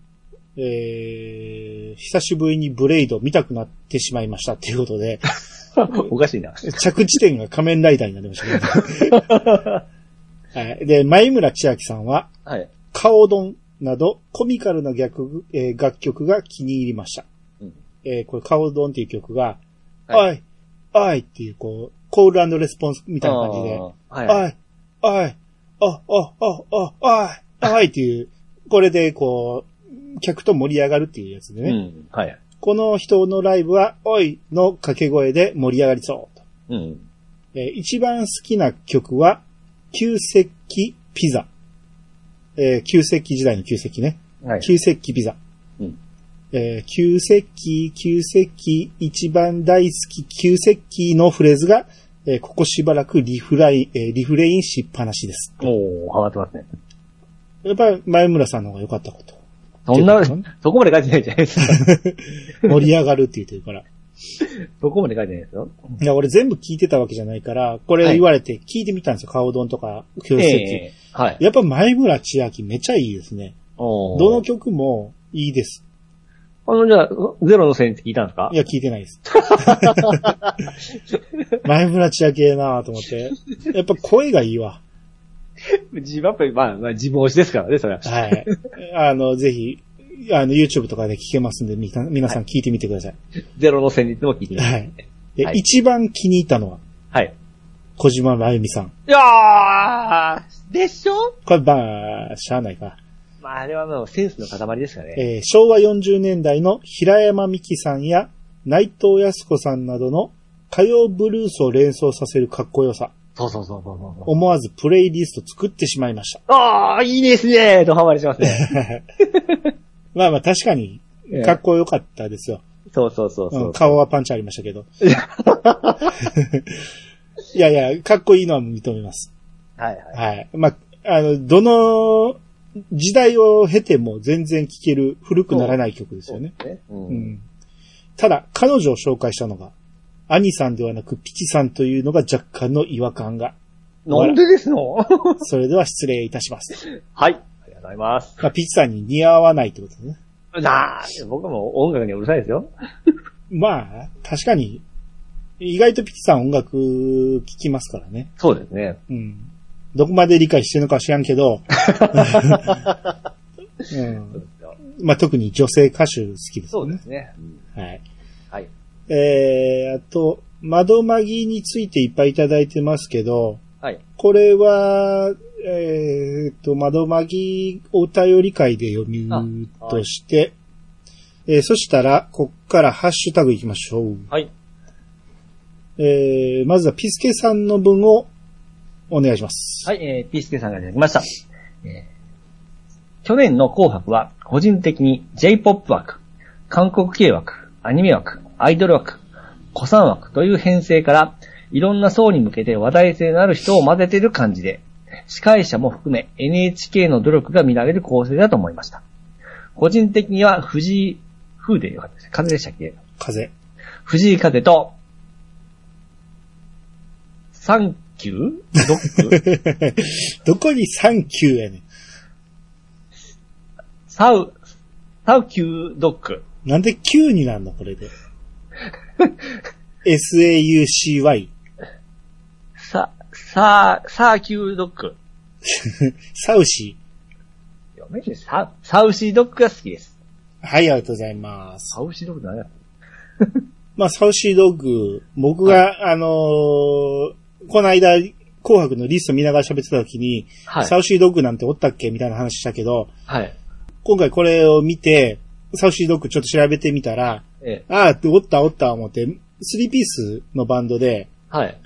Speaker 1: えー、久しぶりにブレイド見たくなってしまいましたっていうことで、
Speaker 2: おかしいな。
Speaker 1: 着地点が仮面ライダーになりま
Speaker 2: <laughs>
Speaker 1: したね。はいで、前村千秋さんは、
Speaker 2: はい。
Speaker 1: 顔丼などコミカルな逆、えー楽曲が気に入りました。
Speaker 2: うん
Speaker 1: えーこれ顔丼っていう曲が、
Speaker 2: は
Speaker 1: おい、おいっていうこう、コールレスポンスみたいな感じで、
Speaker 2: はい。
Speaker 1: おい、おい、お、お、お、お、おい、おいっていう、これでこう、客と盛り上がるっていうやつで
Speaker 2: う
Speaker 1: ね。
Speaker 2: ん。はい。
Speaker 1: この人のライブは、おいの掛け声で盛り上がりそうと。
Speaker 2: うん。
Speaker 1: えー一番好きな曲は、旧石器ピザ。えー旧石器時代の旧石器ね。
Speaker 2: はい。
Speaker 1: 旧石器ピザ。
Speaker 2: うん
Speaker 1: えー旧石器、旧石器、一番大好き、旧石器のフレーズが、えーここしばらくリフライン、えーリフレインしっぱなしです。
Speaker 2: おー、ハマってますね。
Speaker 1: やっぱり前村さんの方が良かったこと。
Speaker 2: そんな
Speaker 1: ちょっと、
Speaker 2: そこまで書いてないじゃない <laughs> ですか。
Speaker 1: 盛り上がるって言ってるから。
Speaker 2: そこまで書いてないですよ。
Speaker 1: いや、俺全部聞いてたわけじゃないから、これ言われて聞いてみたんですよ。顔丼とか、旧石器。
Speaker 2: ええはい。
Speaker 1: やっぱ前村千秋めちゃいいですね。
Speaker 2: おー
Speaker 1: どの曲もいいです。
Speaker 2: あの、じゃあ、ゼロのセンス聞いたんですか
Speaker 1: いや、聞いてない
Speaker 2: <laughs>
Speaker 1: です。前村千秋ええなぁと思って。やっぱ声がいいわ。
Speaker 2: 自分やっぱり、まあ、まあ、自分推しですからね、それは。
Speaker 1: はい。あの、ぜひ、あの、YouTube とかで聞けますんで、みな皆さん聞いてみてください。
Speaker 2: ゼロのセンスも聞いてます。
Speaker 1: はい。で、
Speaker 2: はい
Speaker 1: 一番気に入ったのは、
Speaker 2: はい。
Speaker 1: 小島真由美さん。
Speaker 2: いやーでしょ
Speaker 1: これ、まあ、しゃあないか。
Speaker 2: まあ、あれはもうセンスの塊ですからね。
Speaker 1: えー昭和40年代の平山美希さんや内藤康子さんなどの歌謡ブルースを連想させるかっこよさ、
Speaker 2: そうそうそうそうそう。
Speaker 1: 思わずプレイリスト作ってしまいました。
Speaker 2: ああ、いいですねーとハマりしますね。
Speaker 1: まあまあ確かに、かっこよかったですよ。。
Speaker 2: <laughs> そうそうそうそううん
Speaker 1: 顔はパンチありましたけ
Speaker 2: <laughs>
Speaker 1: ど。いやいや、かっこいいのは認めます。
Speaker 2: はいは
Speaker 1: は
Speaker 2: い。
Speaker 1: い。まあ、あの、どの時代を経ても全然聴ける古くならない曲ですよね。
Speaker 2: ね。う。
Speaker 1: うんんただ、彼女を紹介したのが、アニさんではなくピチさんというのが若干の違和感が。
Speaker 2: なんでですのは
Speaker 1: それでは失礼いたし
Speaker 2: <laughs>
Speaker 1: ます。
Speaker 2: い。ありがとうございます。
Speaker 1: まあ、ピチさんに似合わないってことね。
Speaker 2: なあ、僕も音楽にうるさいですよ。
Speaker 1: まあ、確かに、意外とピチさん音楽聴きますからね。
Speaker 2: そうですね。
Speaker 1: うん。どこまで理解してるのかは知らんけど、うん、まあ特に女性歌手好きです
Speaker 2: そ
Speaker 1: よ
Speaker 2: うで
Speaker 1: ね。
Speaker 2: すね。うん
Speaker 1: はい。
Speaker 2: はい。
Speaker 1: えー、あと、窓まぎについていっぱいいただいてますけど、
Speaker 2: はい。
Speaker 1: これは、えーっと、窓まぎお便り会で読みとして、えーそしたら、こっからハッシュタグいきましょう。
Speaker 2: はい。
Speaker 1: えー、まずはピスケさんの文をお願いします。
Speaker 2: はい、えー、ピースケさんがいただきました。えー去年の紅白は、個人的に J-POP 枠、韓国系枠、アニメ枠、アイドル枠、古参枠という編成から、いろんな層に向けて話題性のある人を混ぜている感じで、司会者も含め NHK の努力が見られる構成だと思いました。個人的には藤井風でよかったです。風でしたっけ
Speaker 1: 風。
Speaker 2: 藤井風と、サンキュードッグ
Speaker 1: どこにサンキューやねん。
Speaker 2: サウ、サウキュードッグ。
Speaker 1: なんで Q になるのこれ
Speaker 2: <laughs>
Speaker 1: で。SAUCY。
Speaker 2: サ、サ、サーキュードッグ。
Speaker 1: サウシ
Speaker 2: いやめてサ、サウシードッグが好きです。
Speaker 1: ー。はい、ありがとうございます。
Speaker 2: サウシードッグ何や
Speaker 1: まあ、サウシードッグ、僕が、あのーこの間、紅白のリスト見ながら喋ってた時に、
Speaker 2: はい
Speaker 1: サ。ウシードッグなんておったっけみたいな話したけど、
Speaker 2: はい。
Speaker 1: 今回これを見て、サウシードッグちょっと調べてみたら、
Speaker 2: ええ、
Speaker 1: ああ、おったおった思って、スリーピースのバンドで、
Speaker 2: はい。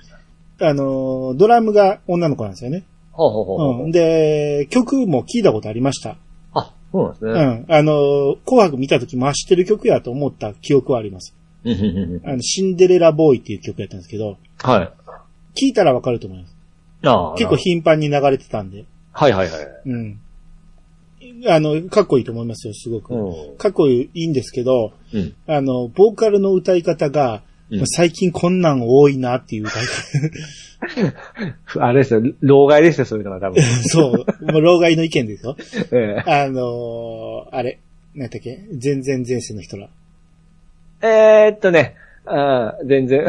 Speaker 1: あのードラムが女の子なんですよね。
Speaker 2: ほうほうほうほう。
Speaker 1: うん。で、曲も聞いたことありました。
Speaker 2: あ、そうなんです
Speaker 1: う
Speaker 2: ね。
Speaker 1: ん。あのー紅白見た時も走ってる曲やと思った記憶はあります。
Speaker 2: うんうんうんうん。
Speaker 1: あの、シンデレラボーイっていう曲やったんですけど、
Speaker 2: <laughs> はい。
Speaker 1: 聞いたらわかると思います。
Speaker 2: ああ。
Speaker 1: 結構頻繁に流れてたんで。
Speaker 2: はいはいはい。
Speaker 1: うん。あの、かっこいいと思いますよ、すごく。
Speaker 2: うん。
Speaker 1: かっこいいんですけど、
Speaker 2: うん。
Speaker 1: あの、ボーカルの歌い方が、
Speaker 2: うん
Speaker 1: 最近こんなん多いなっていう歌い
Speaker 2: あれですよ、老害ですよ、そういうのが多 <laughs> 分。
Speaker 1: 方。 <laughs> そう。もう、老害の意見ですよ。
Speaker 2: え
Speaker 1: あのーあれ、なんだっけ全然前世の人ら。
Speaker 2: ええーっとね、あー全然。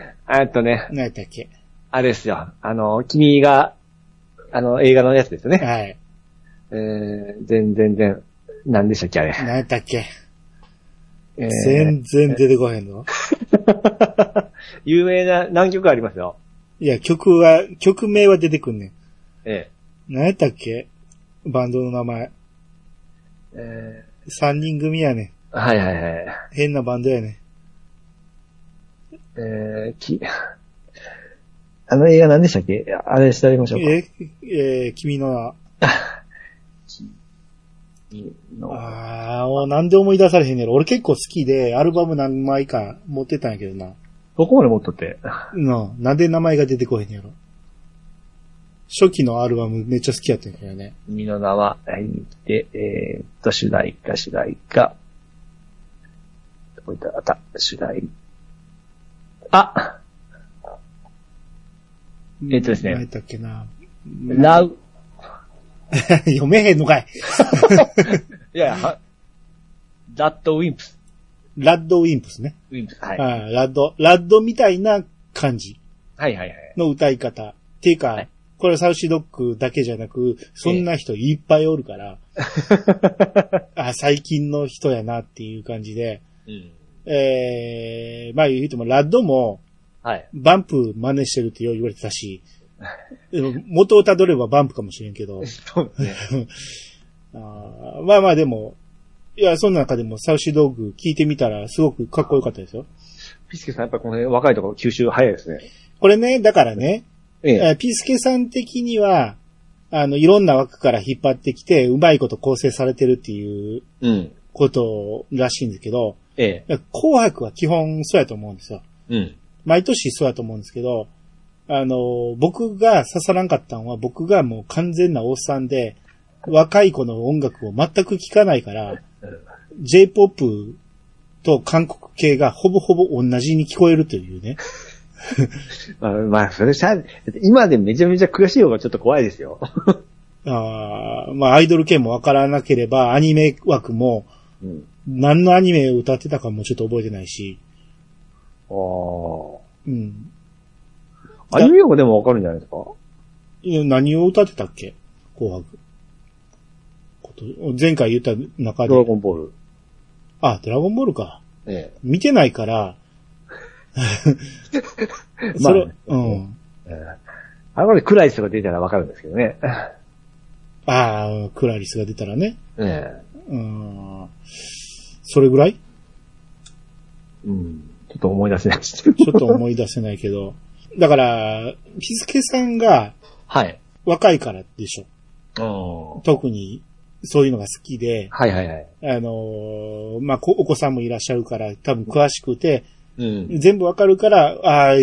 Speaker 2: <laughs> えっとね、
Speaker 1: なんだっけ
Speaker 2: あれですよ。あの、君が、あの、映画のやつですよね。
Speaker 1: はい。
Speaker 2: えー、全然全、何でしたっけあれ。
Speaker 1: なんだっけ
Speaker 2: えー
Speaker 1: 全然出てこへんの
Speaker 2: 有名な何曲ありますよ。
Speaker 1: いや、曲は、曲名は出てくんね
Speaker 2: え
Speaker 1: ん。なんやったっけバンドの名前。
Speaker 2: ーえ
Speaker 1: 三人組やね
Speaker 2: はいはいはい。
Speaker 1: 変なバンドやね。
Speaker 2: えー、き、 <laughs> あの映画何でしたっけあれしてありましょうか。
Speaker 1: え、えー君の名、
Speaker 2: の
Speaker 1: ああ、なんで思い出されへんねやろ。俺結構好きで、アルバム何枚か持ってたんやけどな。
Speaker 2: どこまで持っとって。
Speaker 1: ななんで名前が出てこへんねやろ。初期のアルバムめっちゃ好きやったんやけどね。
Speaker 2: 君の名は、はい、で、えーっと、主題歌、主題歌。どこ行ったあった、主題。あえっとですね
Speaker 1: 何やったっけな。 <laughs>
Speaker 2: ラウ。
Speaker 1: 読めへんのかい。
Speaker 2: いや、は、ダットウィンプス。
Speaker 1: ラッドウィンプスね。
Speaker 2: ウィンプス。はい。はい
Speaker 1: はい、ラッド、ラッドみたいな感じ
Speaker 2: はいはい。
Speaker 1: の歌い方。っていうか、
Speaker 2: はい
Speaker 1: これはサウシードッグだけじゃなく、そんな人いっぱいおるから、 <laughs> あ、最近の人やなっていう感じで、
Speaker 2: うん。
Speaker 1: えー、まあ言うても、ラッドも、
Speaker 2: はい。
Speaker 1: バンプ真似してるってよう言われてたし、でも元をたどればバンプかもしれんけど、
Speaker 2: そう <laughs> ですね。
Speaker 1: あーまあまあでも、いや、その中でもサウシードッグ聞いてみたらすごくかっこよかったですよ。
Speaker 2: ピスケさん、やっぱこの辺若いところ吸収早いですね。
Speaker 1: これね、だからね、
Speaker 2: ええ。
Speaker 1: えーピースケさん的には、あの、いろんな枠から引っ張ってきて、うまいこと構成されてるっていう
Speaker 2: うん。
Speaker 1: ことらしいんですけど、
Speaker 2: ええ。
Speaker 1: 紅白は基本そうやと思うんですよ。
Speaker 2: うん。
Speaker 1: 毎年そうやと思うんですけど、あの、僕が刺さらんかったのは、僕がもう完全なおっさんで、若い子の音楽を全く聴かないから、J-POP と韓国系がほぼほぼ同じに聞こえるというね。
Speaker 2: まあ、まあ、それしゃあ、だって今でめちゃめちゃ悔しい方がちょっと怖いですよ。
Speaker 1: あーまあ、アイドル系もわからなければ、アニメ枠も、
Speaker 2: うん。
Speaker 1: 何のアニメを歌ってたかもちょっと覚えてないし、
Speaker 2: あ
Speaker 1: うん。
Speaker 2: あ。アニメ用語でもわかるんじゃないですか
Speaker 1: いや何を歌ってたっけ紅白。こと前回言った中
Speaker 2: ドラ
Speaker 1: で。
Speaker 2: ゴンボール。
Speaker 1: あ、ドラゴンボールか。
Speaker 2: え
Speaker 1: 見てないから、
Speaker 2: え。
Speaker 1: それ、う
Speaker 2: ま
Speaker 1: ん。
Speaker 2: あ、ええあれまで暗い人が出たらわかるんですけどね。
Speaker 1: ああ、クラリスが出たらね。
Speaker 2: え
Speaker 1: うん。それぐらい
Speaker 2: え。うん。ちょっと思い出せない <laughs> です。
Speaker 1: ちょっと思い出せないけど。だから、日付さんが
Speaker 2: はい。
Speaker 1: 若いからでしょ。
Speaker 2: うん。は
Speaker 1: 特に、そういうのが好きで、
Speaker 2: いはいはい。
Speaker 1: あのーまあ、こお子さんもいらっしゃるから、多分詳しくて、
Speaker 2: うん。
Speaker 1: 全部わかるから、ああ、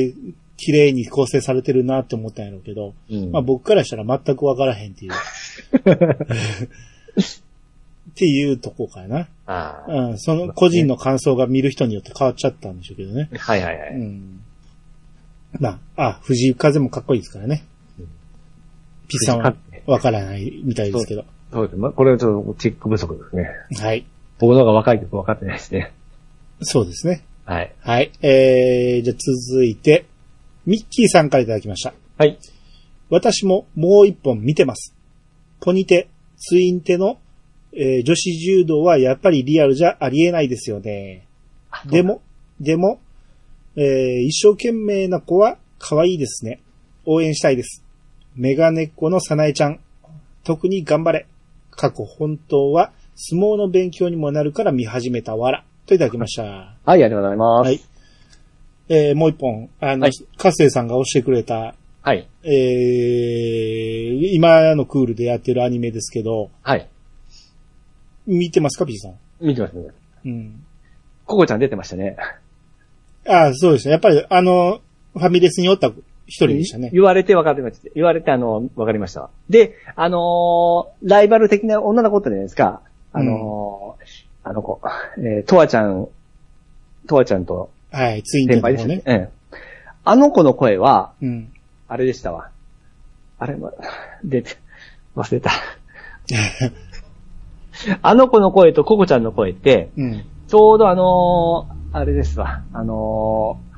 Speaker 1: 綺麗に構成されてるなって思ったんやろうけど、
Speaker 2: うん。
Speaker 1: まあ僕からしたら全くわからへんっていう。っていうとこかな。
Speaker 2: ああ
Speaker 1: うん、その個人の感想が見る人によって変わっちゃったんでしょうけどね。
Speaker 2: はいはいは
Speaker 1: う
Speaker 2: い。
Speaker 1: ん。まあ、あ、藤井風もかっこいいですからね
Speaker 2: うん。
Speaker 1: ピッさんはわからないみたいですけど。
Speaker 2: そうです。まあ、これはちょっとチェック不足ですね。
Speaker 1: はい。
Speaker 2: 僕の方が若い曲分かってないですね。
Speaker 1: そうですね。
Speaker 2: はい。
Speaker 1: はい。えー、じゃあ続いて、ミッキーさんからいただきました。
Speaker 2: はい。
Speaker 1: 私ももう一本見てます。ポニテ、ツインテの、えー女子柔道はやっぱりリアルじゃありえないですよね。でも、でも、えー一生懸命な子は可愛いですね。応援したいです。メガネっ子のさなえちゃん。特に頑張れ。過去本当は相撲の勉強にもなるから見始めたわら。といただきました。
Speaker 2: はい、ありがとうございます。
Speaker 1: はい。えーもう一本、あの、
Speaker 2: はい
Speaker 1: カッセイさんが押してくれた
Speaker 2: はい。
Speaker 1: えー、今のクールでやってるアニメですけど、
Speaker 2: はい。
Speaker 1: 見てますか、P さん。
Speaker 2: 見てます、見てます。
Speaker 1: うん。
Speaker 2: ココちゃん出てましたね。
Speaker 1: ああ、そうでした。やっぱり、あの、ファミレスにおった一人でしたね。
Speaker 2: 言われて分かってました。言われて、あの、分かりました。で、あのーライバル的な女の子ってじゃないですか。あのーあの子、えー、とわちゃん、とわちゃんと
Speaker 1: はい、ツインテ
Speaker 2: 先
Speaker 1: ンポ
Speaker 2: 輩です
Speaker 1: ね
Speaker 2: ね。。ええあの子の声は、
Speaker 1: <laughs> うん。
Speaker 2: あれでしたわ。あれ、ま、出て、忘れた。あの子の声とココちゃんの声って、
Speaker 1: うん。
Speaker 2: ちょうどあのーあれですわ、あのー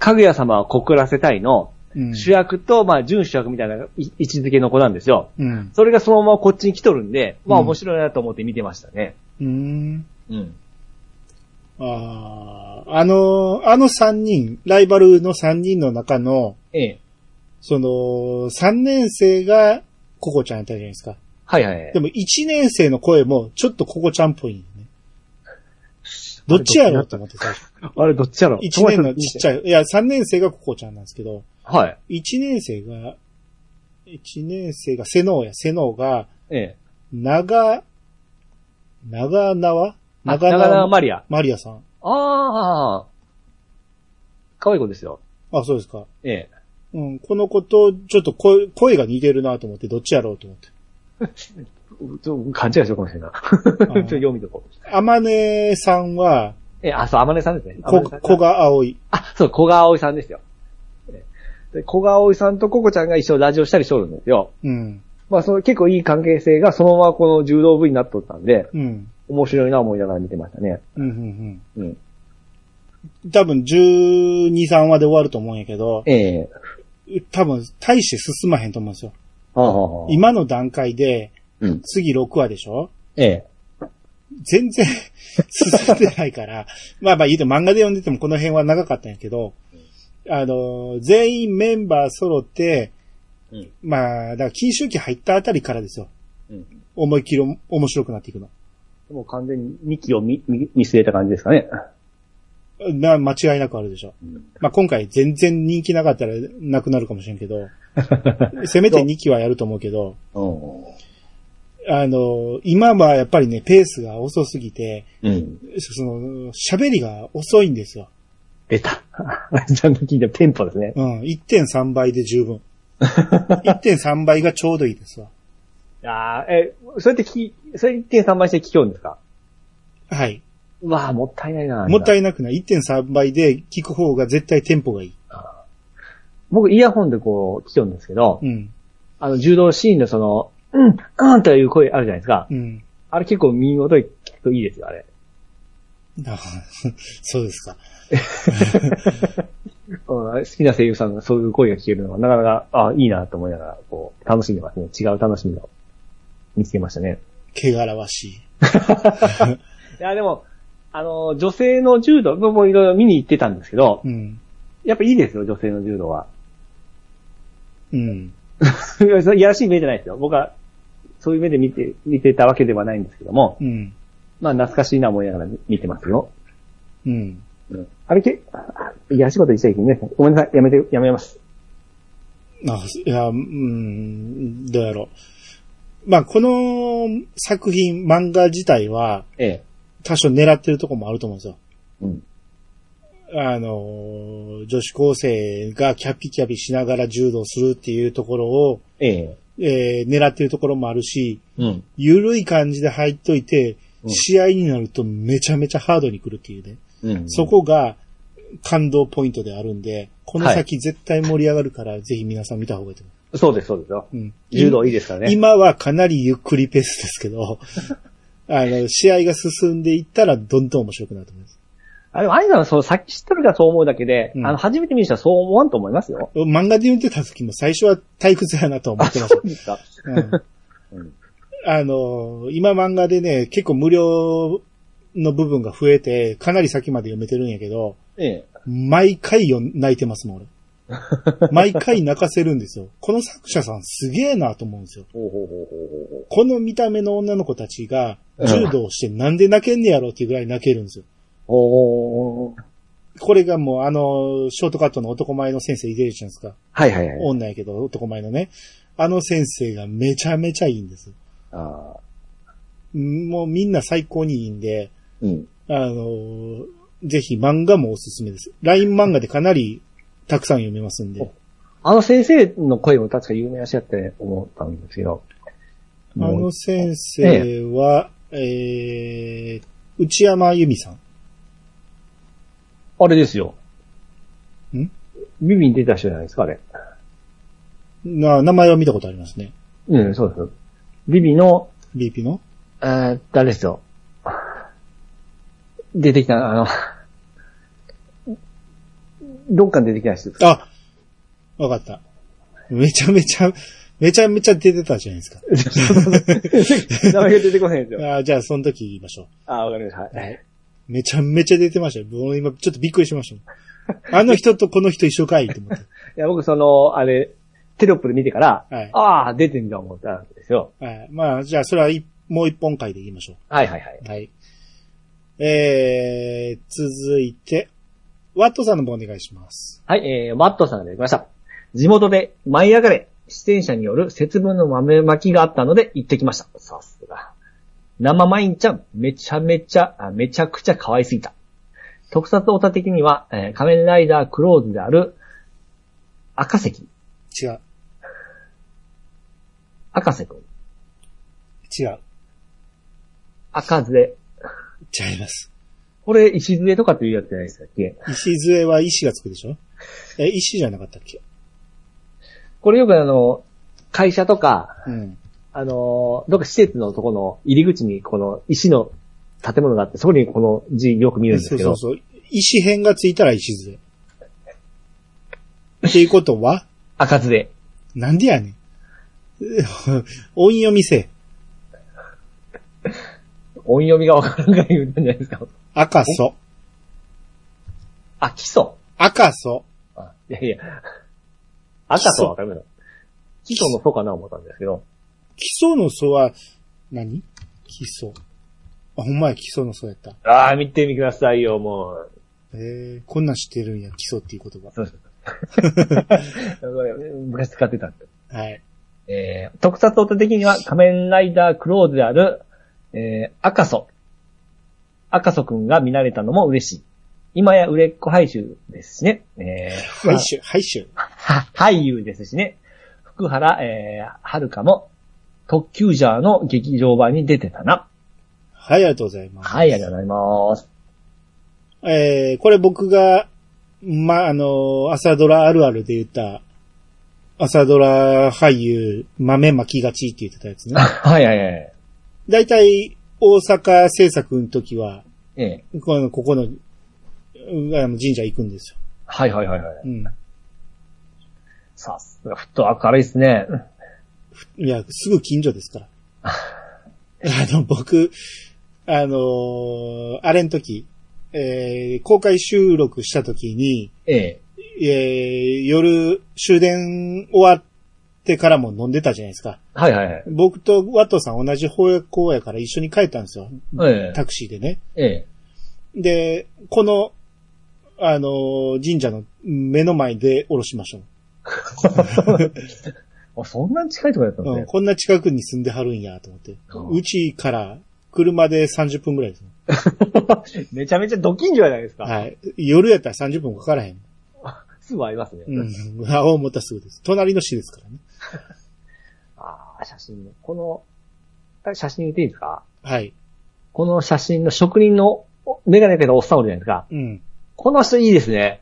Speaker 2: かぐや様を告らせたいの、
Speaker 1: うん。
Speaker 2: 主役と、まあ、準主役みたいない位置づけの子なんですよ。
Speaker 1: うん。
Speaker 2: それがそのままこっちに来とるんで、まあ
Speaker 1: うん
Speaker 2: 面白いなと思って見てましたね。
Speaker 1: うーん。
Speaker 2: うん。
Speaker 1: ああ、あの、あの三人、ライバルの三人の中の、
Speaker 2: ええ。
Speaker 1: その、三年生がココちゃんやったじゃないですか。
Speaker 2: はいはいはい
Speaker 1: で。も一年生の声も、ちょっとココちゃんっぽい、ね。どっちやろうと思って最初。
Speaker 3: あれ、どっちやろ
Speaker 1: 1年のちっち
Speaker 3: ゃい。
Speaker 1: ゃい、いや、3年生がココちゃんなんですけど、
Speaker 3: はい。
Speaker 1: 1年生が、1年生がセノーや、セノーが、
Speaker 2: ええ。
Speaker 1: 長、長縄
Speaker 2: あ
Speaker 1: 長
Speaker 2: 長
Speaker 1: 縄
Speaker 2: 縄マリア。
Speaker 1: マリアさん。
Speaker 2: ああ。可愛い子ですよ。
Speaker 1: あ、そうですか。
Speaker 2: ええ。
Speaker 1: うん、この子と、ちょっと声、声が似てるなと思って、どっちやろうと思
Speaker 2: <laughs>
Speaker 1: って。
Speaker 2: うちょ勘違いしようかもしれんな。 <laughs> ちょっと読みとこう。
Speaker 1: あまねさんは、
Speaker 2: え、あ、そう、あまねさんですね。
Speaker 1: こ、
Speaker 2: 小
Speaker 1: 小が葵。
Speaker 2: あ、そう、小川葵さんですよ。えで小川葵さんとココちゃんが一緒にラジオしたりしとるんですよ。
Speaker 1: うん。
Speaker 2: まあ、その結構いい関係性がそのままこの柔道部になっとったんで、
Speaker 1: うん。
Speaker 2: 面白いな思いながら見てましたね。
Speaker 1: うん、うん、
Speaker 2: うん。
Speaker 1: うん。多分、12、3話で終わると思うんやけど、
Speaker 2: ええ
Speaker 1: 多分、大して進まへんと思うんですよ。
Speaker 2: ああああ
Speaker 1: 今の段階で、
Speaker 2: うん。
Speaker 1: 次6話でしょ
Speaker 2: ええ。
Speaker 1: 全然 <laughs> 進んでないから、まあまあ言うて漫画で読んでてもこの辺は長かったんやけど、あの、全員メンバー揃って、
Speaker 2: うん
Speaker 1: まあ、だから禁周期入ったあたりからですよ。
Speaker 2: うん。
Speaker 1: 思いっきりおも面白くなっていくの。
Speaker 2: もう完全に2期を見見見据えた感じですか <laughs> ね。
Speaker 1: な、間違いなくあるでしょ。
Speaker 2: うん
Speaker 1: まあ今回全然人気なかったらなくなるかもしれんけど、せめて2期はやると思うけど、
Speaker 2: うん。
Speaker 1: あの、今はやっぱりね、ペースが遅すぎて、
Speaker 2: うん。
Speaker 1: その、喋りが遅いんですよ。
Speaker 2: 出た。 <laughs> ちゃんと聞いたテンポですね。
Speaker 1: うん、1.3倍で十分。1.3倍がちょうどいいですわ。
Speaker 2: ああ、え、それってき、それ1.3倍して聞きようんですか
Speaker 1: はい。
Speaker 2: うわあ、もったいないな。
Speaker 1: もった
Speaker 2: い。
Speaker 1: いなくない。1.3倍で聞く方が絶対テンポがいい。
Speaker 2: 僕、イヤホンでこう、聞きようんですけど、
Speaker 1: うん。
Speaker 2: あの、柔道シーンのその、うん、うんという声あるじゃないですか。
Speaker 1: うん。
Speaker 2: あれ結構耳元で聞くといいですよ、あれ。
Speaker 1: あ <laughs> そうですか。
Speaker 2: うん、好きな声優さんがそういう声が聞けるのは、なかなか、あいいなと思いながら、こう、楽しんでますね。違う楽しみを見つけましたね。
Speaker 1: 汚らわしい。
Speaker 2: いや、でも、あの、女性の柔道、僕もいろいろ見に行ってたんですけど、
Speaker 1: うん。
Speaker 2: やっぱいいですよ、女性の柔道は。 <laughs>
Speaker 1: うん。
Speaker 2: いやいやらしい目じゃないですよ。僕は、そういう目で見て、見てたわけではないんですけども、
Speaker 1: うん。
Speaker 2: まあ、懐かしいな思いながら見てますよ。
Speaker 1: うん。
Speaker 2: うん。あれけ、あいやらしいこと言っちゃいけないね。ごめんなさい、やめて、やめます。
Speaker 1: あ、いや、うん、どうやろう。まあ、この作品、漫画自体は、
Speaker 2: ええ。
Speaker 1: 多少狙ってるとこもあると思うんですよ。
Speaker 2: うん。
Speaker 1: あの、女子高生がキャピキャピしながら柔道するっていうところを、
Speaker 2: ええ。
Speaker 1: えー狙ってるところもあるし、
Speaker 2: うん。
Speaker 1: ゆるい感じで入っといて、
Speaker 2: うん
Speaker 1: 試合になるとめちゃめちゃハードに来るっていうね。
Speaker 2: うん
Speaker 1: そこが感動ポイントであるんで、この先絶対盛り上がるから、ぜひ皆さん見た方がいいと思
Speaker 2: そうです、そうですよ。
Speaker 1: う。うん。
Speaker 2: 柔道いいですからね。
Speaker 1: 今はかなりゆっくりペースですけど、 <laughs> あの、試合が進んでいったらどんどん面白くなると思います。
Speaker 2: あれ、アイさんはその先知ってるからそう思うだけで、
Speaker 1: うん
Speaker 2: あの、初めて見る人はそう思わんと思いますよ。
Speaker 1: 漫画で読んでた時も最初は退屈やなとは
Speaker 2: <laughs>
Speaker 1: 思ってました。
Speaker 2: ですか
Speaker 1: うん
Speaker 2: うん
Speaker 1: あの、今漫画でね、結構無料の部分が増えて、かなり先まで読めてるんやけど、
Speaker 2: ええ。
Speaker 1: 毎回よ泣いてますもん、俺。毎回泣かせるんですよ。この作者さんすげえなと思うんですよ。
Speaker 2: ほうほうほうほうほう
Speaker 1: この見た目の女の子たちが柔道してなんで泣けんねやろっていうぐらい泣けるんですよ。
Speaker 2: ほう。おー。
Speaker 1: これがもうあの、ショートカットの男前の先生いてるじゃないですか。
Speaker 2: はいはいはい。
Speaker 1: 女やけど男前のね。あの先生がめちゃめちゃいいんです。
Speaker 2: あ
Speaker 1: もうみんな最高にいいんで、
Speaker 2: ーうん。
Speaker 1: あの、ぜひ漫画もおすすめです。LINE 漫画でかなりたくさん読めますんで。
Speaker 2: あの先生の声も確か有名らしいって思ったんですけど。
Speaker 1: あの先生は、えー、内山由美さん。
Speaker 2: あれですよ。
Speaker 1: ん
Speaker 2: 耳に出た人じゃないですか、あれ。
Speaker 1: な、名前は見たことありますね。
Speaker 2: うん、そうです。ビビの、
Speaker 1: BP の。
Speaker 2: えー、誰ですよ。出てきた、あの、どっかに出てき <laughs> た人です。
Speaker 1: あ、わかった。めちゃめちゃ、めちゃめちゃ出てたじゃないですか。
Speaker 2: 名前が出てこないんですよ。
Speaker 1: あーじゃあ、その時言いましょ
Speaker 2: ああ、わかりました。はい。
Speaker 1: う。めちゃめちゃ出てましたよ。もう今、ちょっとびっくりしましたもん。あの人とこの人一緒かいと思って。
Speaker 2: いや、僕その、あれ、テロップで見てから、
Speaker 1: はい
Speaker 2: ああ、出てんだ思ったんですよ。
Speaker 1: はい。まあ、じゃあ、それは一もう一本回で言いましょ
Speaker 2: はいはいはい。
Speaker 1: う。はい。えー、続いて、ワットさんの方お願いします。
Speaker 2: はい、えー、ワットさんが出てきました。地元で舞い上がれ、出演者による節分の豆まきがあったので行ってきました。さすが。生マインちゃん、めちゃめちゃ、あめちゃくちゃ可愛すぎた。特撮オタ的には、えー仮面ライダークローズである、赤関、
Speaker 1: 違う、
Speaker 2: 赤瀬くん、
Speaker 1: 違う、
Speaker 2: 赤杖。
Speaker 1: 違います。
Speaker 2: これ、石杖とかっていうやつじゃないですかっけ
Speaker 1: 石杖は石がつくでしょえ、石じゃなかったっけ
Speaker 2: これよくあの、会社とか、
Speaker 1: うん。
Speaker 2: あのー、どっか施設のとこの入り口にこの石の建物があって、そこにこの字よく見るんです
Speaker 1: そう
Speaker 2: け
Speaker 1: そ
Speaker 2: ど
Speaker 1: う、そう。石片がついたら石杖。っていうことは
Speaker 2: 赤字で。
Speaker 1: なんでやねん。 <laughs> 音読みせえ。
Speaker 2: 音読みがわからんから言うたんじゃないですか。
Speaker 1: 赤そ。
Speaker 2: あ、基礎。
Speaker 1: 赤そ。
Speaker 2: あいやいや。赤とはわかるけど。基礎の祖かな思ったんですけど。
Speaker 1: 基礎の素は何、基礎。あ、ほんまや、基礎の素やった。
Speaker 2: ああ、見てみてくださいよ、もう。
Speaker 1: えー、こんなん知ってるんや、基礎っていう言葉。
Speaker 2: そうそうそう。昔使ってたって。
Speaker 1: はい。
Speaker 2: えー、特撮オタ的には仮面ライダークローズである、えー、赤楚。赤楚くんが見られたのも嬉しい。今や売れっ子俳優ですしね。えー、
Speaker 1: ハイシュ、ハイシュ。
Speaker 2: は俳優ですしね。福原、えー、はるかも、特急ジャーの劇場版に出てたな。
Speaker 1: はい、ありがとうございます。
Speaker 2: はい、ありがとうございます。
Speaker 1: えー、これ僕が、ま、あのー、朝ドラあるあるで言った、朝ドラ俳優、豆巻きがちって言ってたやつね。
Speaker 2: はい、はい、はい。
Speaker 1: だいたい、大阪制作の時は、
Speaker 2: ええ。
Speaker 1: この、ここの、うんあの神社行くんですよ。
Speaker 2: はい、はい、はい、はい。
Speaker 1: うん。
Speaker 2: さすが、ふっと明るいですね。
Speaker 1: いや、すぐ近所です
Speaker 2: <laughs>
Speaker 1: から。あの、僕、あのーあれの時、えー公開収録した時に、
Speaker 2: ええ。
Speaker 1: えー夜終電終わってからも飲んでたじゃないですか。
Speaker 2: はい、はい、はい。
Speaker 1: 僕とワットさん同じ方向やから一緒に帰ったんですよ。
Speaker 2: え
Speaker 1: タクシーでね。
Speaker 2: え。ええ。
Speaker 1: で、この、あのー神社の目の前で降ろしましょう。
Speaker 2: あ、そんなに近いとこだったんです
Speaker 1: うん、
Speaker 2: ね。
Speaker 1: こんな近くに住んではるんやと思って。
Speaker 2: うん
Speaker 1: うちから車で30分ぐらいですね。
Speaker 2: <laughs> めちゃめちゃド近所じゃないですか。
Speaker 1: はい。夜やったら30分かからへん。
Speaker 2: すぐ会いますね。
Speaker 1: うん。青もたすぐです。隣の市ですからね。
Speaker 2: ああ、写真ね。この、あ写真言っていいですか
Speaker 1: はい。
Speaker 2: この写真の職人のおメガネかけたおっさんおるじゃないですか。
Speaker 1: うん。
Speaker 2: この人いいですね。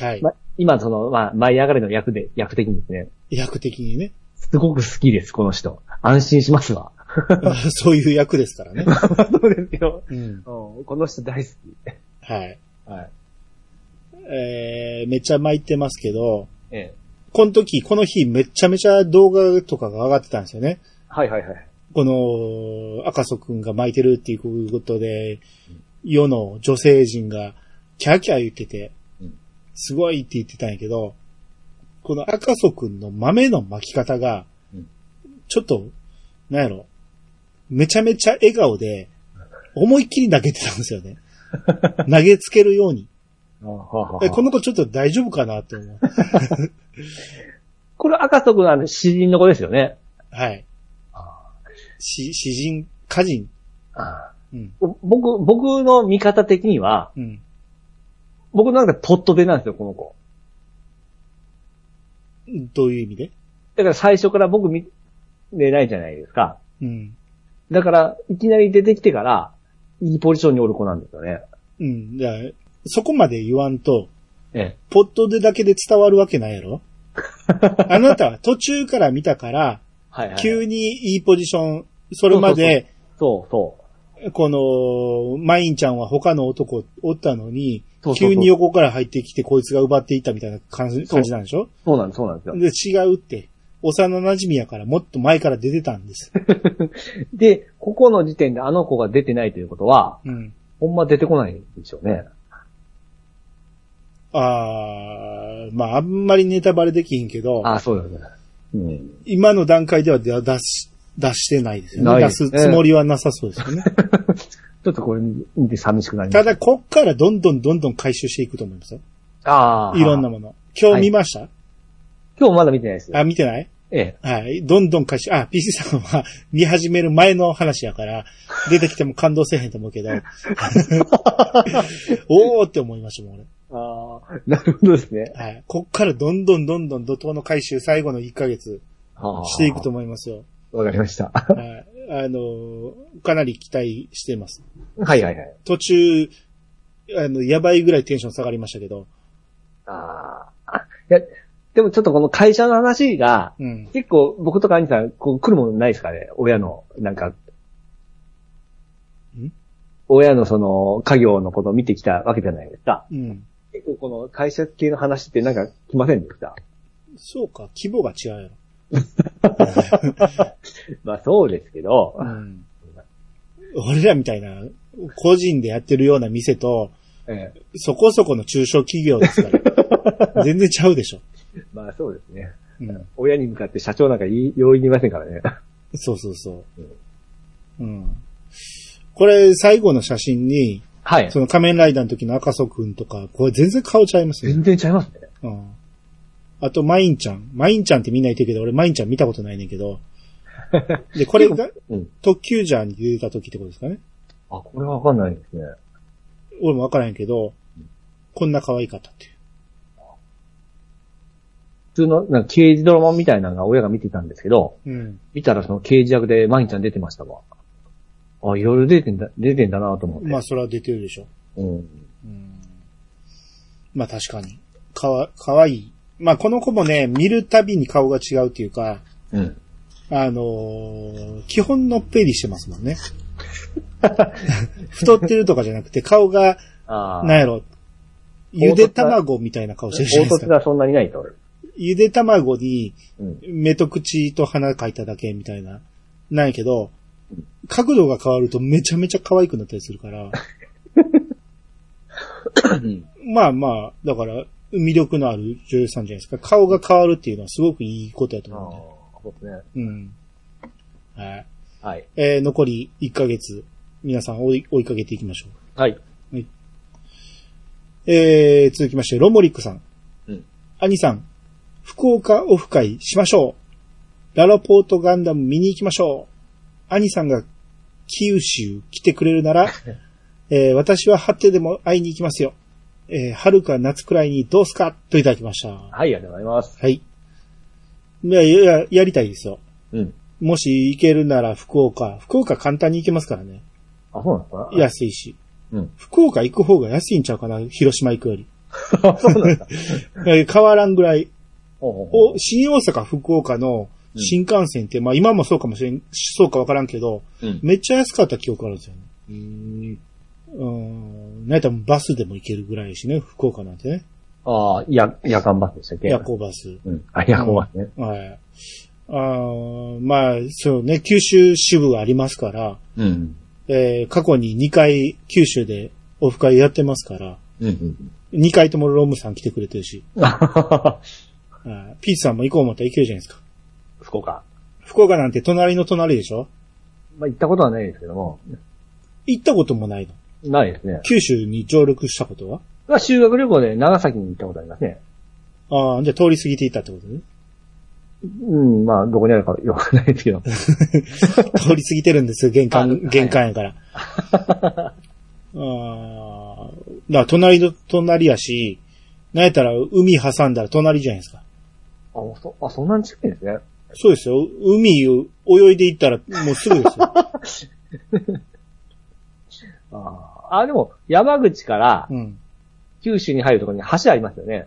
Speaker 1: はい。
Speaker 2: ま、今その、まあ、舞い上がれの役で、役的にですね。
Speaker 1: 役的にね。 <laughs>
Speaker 2: すごく好きです、この人。安心しますわ。
Speaker 1: そういう役ですからね。
Speaker 2: <laughs> そうですよ。
Speaker 1: うん。
Speaker 2: うん、この人大好
Speaker 1: はい。
Speaker 2: き。はい。
Speaker 1: えー、めっちゃ巻いてますけど、
Speaker 2: ええ。
Speaker 1: この時、この日めちゃめちゃ動画とかが上がってたんですよね。
Speaker 2: はいはいはい。
Speaker 1: この、赤楚くんが巻いてるっていうことで、世の女性陣がキャーキャー言ってて
Speaker 2: うん、
Speaker 1: すごいって言ってたんやけど、この赤楚くんの豆の巻き方が
Speaker 2: うん、
Speaker 1: ちょっと、なんやろ、めちゃめちゃ笑顔で、思いっきり投げてたんですよ
Speaker 2: <laughs>
Speaker 1: ね。投げつけるように。
Speaker 2: あはは
Speaker 1: えこの子ちょっと大丈夫かなって思う。
Speaker 2: これ赤楚くんのあの詩人の子ですよね。
Speaker 1: はい
Speaker 2: あ。
Speaker 1: し、詩人、歌人。
Speaker 2: あ
Speaker 1: うん。
Speaker 2: 僕、僕の見方的には、
Speaker 1: うん。
Speaker 2: 僕なんかとっと出なんですよ、この子。
Speaker 1: どういう意味で
Speaker 2: だから最初から僕見れないじゃないですか。
Speaker 1: うん。
Speaker 2: だから、いきなり出てきてから、いいポジションにおる子なんですよね。
Speaker 1: うん。だからそこまで言わんと、
Speaker 2: ええ。
Speaker 1: ポットでだけで伝わるわけないや
Speaker 2: <laughs>
Speaker 1: ろあなたは途中から見たから、
Speaker 2: はいはい。
Speaker 1: 急にいいポジション、それまで、
Speaker 2: そうそ
Speaker 1: この、マインちゃんは他の男おったのに
Speaker 2: そう、そうそう
Speaker 1: 急に横から入ってきてこいつが奪っていったみたいな感じ
Speaker 2: そう
Speaker 1: 感じなんでしょ
Speaker 2: う。そうなんです、そうなんですよ。
Speaker 1: で、違うって。幼馴染やからもっと前から出てたんです。
Speaker 2: で、ここの時点であの子が出てないということは、
Speaker 1: うん。
Speaker 2: ほんま出てこないんでしょうね。
Speaker 1: あー、まああんまりネタバレできひんけど、
Speaker 2: ああ、そうですね。うん。
Speaker 1: 今の段階では出出し、出してないですよ
Speaker 2: な
Speaker 1: ね。
Speaker 2: い
Speaker 1: 出
Speaker 2: です
Speaker 1: す
Speaker 2: ね
Speaker 1: つもりはなさそうですよね。
Speaker 2: ちょっとこれで寂しくなりま
Speaker 1: た
Speaker 2: す。
Speaker 1: だ、こっからどんどんどんどん回収していくと思いますよ。
Speaker 2: ああ。
Speaker 1: いろんな。もの。今日見ました、
Speaker 2: 今日まだ見てないです。
Speaker 1: あ、見てない
Speaker 2: ええ。
Speaker 1: はい。どんどん回収、あ、PC さんは見始める前の話やから、出てきても感動せえへんと思うけ
Speaker 2: <laughs>
Speaker 1: ど、おーって思いましたもん、俺。
Speaker 2: ああ、なるほどですね。
Speaker 1: はい。こっからどんどんどんどん怒涛の回収、最後の1ヶ月、
Speaker 2: はあ
Speaker 1: していくと。思いますよ。
Speaker 2: わかりました。 <laughs>
Speaker 1: はい。あのー、かなり期待しています。
Speaker 2: はいはいはい。
Speaker 1: 途中、あの、やばいぐらいテンション下がりましたけど、
Speaker 2: ああ。いや、でもちょっとこの会社の話が、
Speaker 1: うん。
Speaker 2: 結構僕とか兄さん、こう来るものないですかね親の、なんか。親のその、家業のことを見てきたわけじゃないですか。
Speaker 1: うん。
Speaker 2: 結構この会社系の話ってなんか来ませんでした
Speaker 1: そうか、規模が違うやろ。
Speaker 2: <laughs>
Speaker 1: <laughs>
Speaker 2: まあそうですけど
Speaker 1: う、ん。俺らみたいな、個人でやってるような店と、
Speaker 2: え
Speaker 1: そこそこの中小企業です <laughs> から。全然ちゃうでしょ。
Speaker 2: えまあそうですね。
Speaker 1: うん。
Speaker 2: 親に向かって社長なんか言い、容易に言いませんからね。
Speaker 1: そうそうそう。うん。これ、最後の写真に、
Speaker 2: <laughs> はい。
Speaker 1: その仮面ライダーの時の赤楚くんとか、これ全然顔ちゃいますね。
Speaker 2: 全然ちゃいますね。
Speaker 1: うん。あと、マインちゃん。マインちゃんってみんないてるけど、俺マインちゃん見たことないねんけ
Speaker 2: <laughs>
Speaker 1: ど。で、これが
Speaker 2: うん、
Speaker 1: 特急ジャーに出た時ってことですかね。
Speaker 2: あ、これはわかんないですね。
Speaker 1: 俺もわからんけど、こんな可愛かったっていう。
Speaker 2: 普通の、なんか刑事ドラマみたいなのが親が見てたんですけど、
Speaker 1: うん。
Speaker 2: 見たらその刑事役でマインちゃん出てましたわ。あ、いろいろ出てんだ、出てんだなと思って。
Speaker 1: まあ、それは出てるでしょ。
Speaker 2: うん。
Speaker 1: うん。まあ、確かに。かわ、かわいい。まあ、この子もね、見るたびに顔が違うっていうか、
Speaker 2: うん。
Speaker 1: あのー基本のっぺりしてますもん
Speaker 2: <laughs>
Speaker 1: ね。太ってるとかじゃなくて、顔が、
Speaker 2: あ
Speaker 1: なんやろ、ゆで卵みたいな顔してるじゃない
Speaker 2: 凹
Speaker 1: です
Speaker 2: 凸
Speaker 1: か。
Speaker 2: がそんなにないと。
Speaker 1: ゆで卵に
Speaker 2: うん。
Speaker 1: 目と口と鼻描いただけみたいな、なんやけど、角度が変わるとめちゃめちゃ可愛くなったりする
Speaker 2: <laughs>
Speaker 1: から、まあまあ、だから、魅力のある女優さんじゃないですか。顔が変わるっていうのはすごくいいことやと
Speaker 2: ああ、
Speaker 1: 思
Speaker 2: そうですね。
Speaker 1: うんで。うん。はい。
Speaker 2: はい。
Speaker 1: えー残り1ヶ月、皆さん追い追いかけていきましょ
Speaker 2: はい。
Speaker 1: う。えー、続きまして、ロモリックさん。
Speaker 2: うん。
Speaker 1: 兄さん、福岡オフ会しましょう。ラロポートガンダム見に行きましょう。兄さんが九州来てくれるな
Speaker 2: <laughs>
Speaker 1: ら、えー私は張ってでも会いに行きますよ。えー春か夏くらいにどうすかといただきました。
Speaker 2: はい、ありがとうございます。
Speaker 1: はい。いや、いや、やりたいですよ。
Speaker 2: うん。
Speaker 1: もし行けるなら福岡。福岡簡単に行けますからね。
Speaker 2: あ、そうなんですか。 <laughs>
Speaker 1: 安いし。
Speaker 2: うん
Speaker 1: 福岡行く方が安いんちゃうかな広島行くより。
Speaker 2: そう <laughs> なんだ。
Speaker 1: えー変わらんぐらい。
Speaker 2: ほうほうほう
Speaker 1: お新大阪、福岡の新幹線って、まあ今もそうかもしれん、そうかわからんけど、
Speaker 2: うん
Speaker 1: めっちゃ安かった記憶あるんですよね。
Speaker 2: うーん。
Speaker 1: うーん。なんやったらバスでも行けるぐらいやしね、福岡なんてね。
Speaker 2: ああ、や、夜間バスでしたっけ
Speaker 1: 夜行バス。
Speaker 2: うん。あ、夜行バスね。
Speaker 1: はい。あーまあ、そうね、九州支部がありますから、
Speaker 2: うん。
Speaker 1: えー過去に2回九州でオフ会やってますから、
Speaker 2: うんうん。
Speaker 1: 2回ともロムさん来てくれてるし、
Speaker 2: あははは
Speaker 1: あーピーチさんも行こう思ったら行けるじゃないですか。
Speaker 2: 福岡。
Speaker 1: 福岡なんて隣の隣でしょ
Speaker 2: まあ、行ったことはないですけども。
Speaker 1: 行ったこともないの。
Speaker 2: ないですね。
Speaker 1: 九州に上陸したことは
Speaker 2: まあ、修学旅行で長崎に行ったことありますね。
Speaker 1: ああ、じゃあ通り過ぎていったってことね。 <laughs>
Speaker 2: うん、まあ、どこにあるかよくないですけど。
Speaker 1: 通り過ぎてるんですよ、玄
Speaker 2: あはい
Speaker 1: 関、玄関や
Speaker 2: <laughs>
Speaker 1: から。ああ、だから隣の隣やし、なんやったら海挟んだら隣じゃないですか。
Speaker 2: あ、そ、あ、そんなに近いんですね。
Speaker 1: そうですよ。海を泳いでいったらもうすぐ
Speaker 2: <laughs>
Speaker 1: ですよ。
Speaker 2: ああ、でも、山口から
Speaker 1: うん。
Speaker 2: 九州に入るところに橋ありますよね。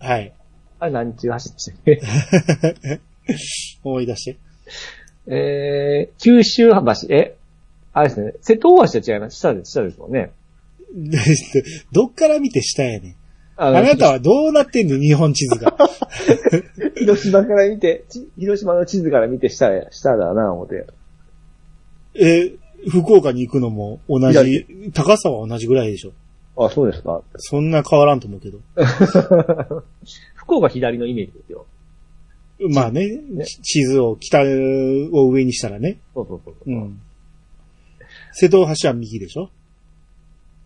Speaker 1: はい。
Speaker 2: あれ何中橋でしたっけ
Speaker 1: 思い出して。
Speaker 2: えー、九州橋、え、あれですね、瀬戸大橋と違います。下です、下ですもんね。
Speaker 1: でどっから見て下やねん。
Speaker 2: あ
Speaker 1: あ
Speaker 2: の
Speaker 1: なたはどうなってんの日本地図
Speaker 2: <laughs>
Speaker 1: が。
Speaker 2: 広島から見て、ち広島の地図から見て下や、下だな、思って。
Speaker 1: え、福岡に行くのも同じ、高さは同じぐらいでしょ。
Speaker 2: あ、そうですか。
Speaker 1: そんな変わらんと思うけど。
Speaker 2: 福岡左のイメージですよ。
Speaker 1: まあね、地図を北を上にしたらね。
Speaker 2: そうそうそうそう
Speaker 1: うん。瀬戸大橋は右でしょ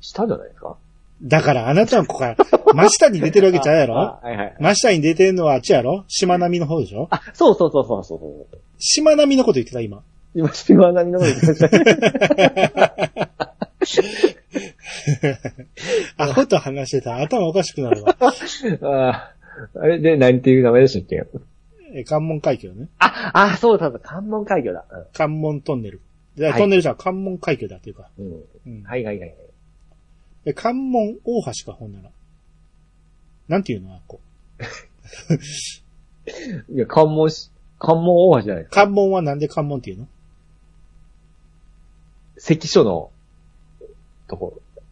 Speaker 2: 下じゃないですか
Speaker 1: だからあなたはここから、 <laughs> 真下に出てるわけちゃうやろ
Speaker 2: あはいはい。
Speaker 1: 真下に出てんのはあっちやろ島並みの方でしょ
Speaker 2: あ、そうそうそうそうそうそう。
Speaker 1: 島並みのこと言ってた、今。
Speaker 2: 今、島並みのこと言ってましたね。
Speaker 1: アホと話してたら頭おかしくな
Speaker 2: <laughs>
Speaker 1: るわ。
Speaker 2: あーあれで、何ていう名前でしたっけ
Speaker 1: え関門海峡ね。
Speaker 2: あ、あ、そうだ、そうだ関門海峡だ。
Speaker 1: 関門トンネル。じゃあ
Speaker 2: はい
Speaker 1: トンネルじゃん関門海峡だっていうか。
Speaker 2: うん。うん
Speaker 1: うん
Speaker 2: はいはいはいはい。
Speaker 1: え関門大橋か、ほんなら。なんていうのあっこ。
Speaker 2: いや、関門し、関門大橋じゃないですか。
Speaker 1: 関門はなんで関門っていうの
Speaker 2: 関所の、ところ。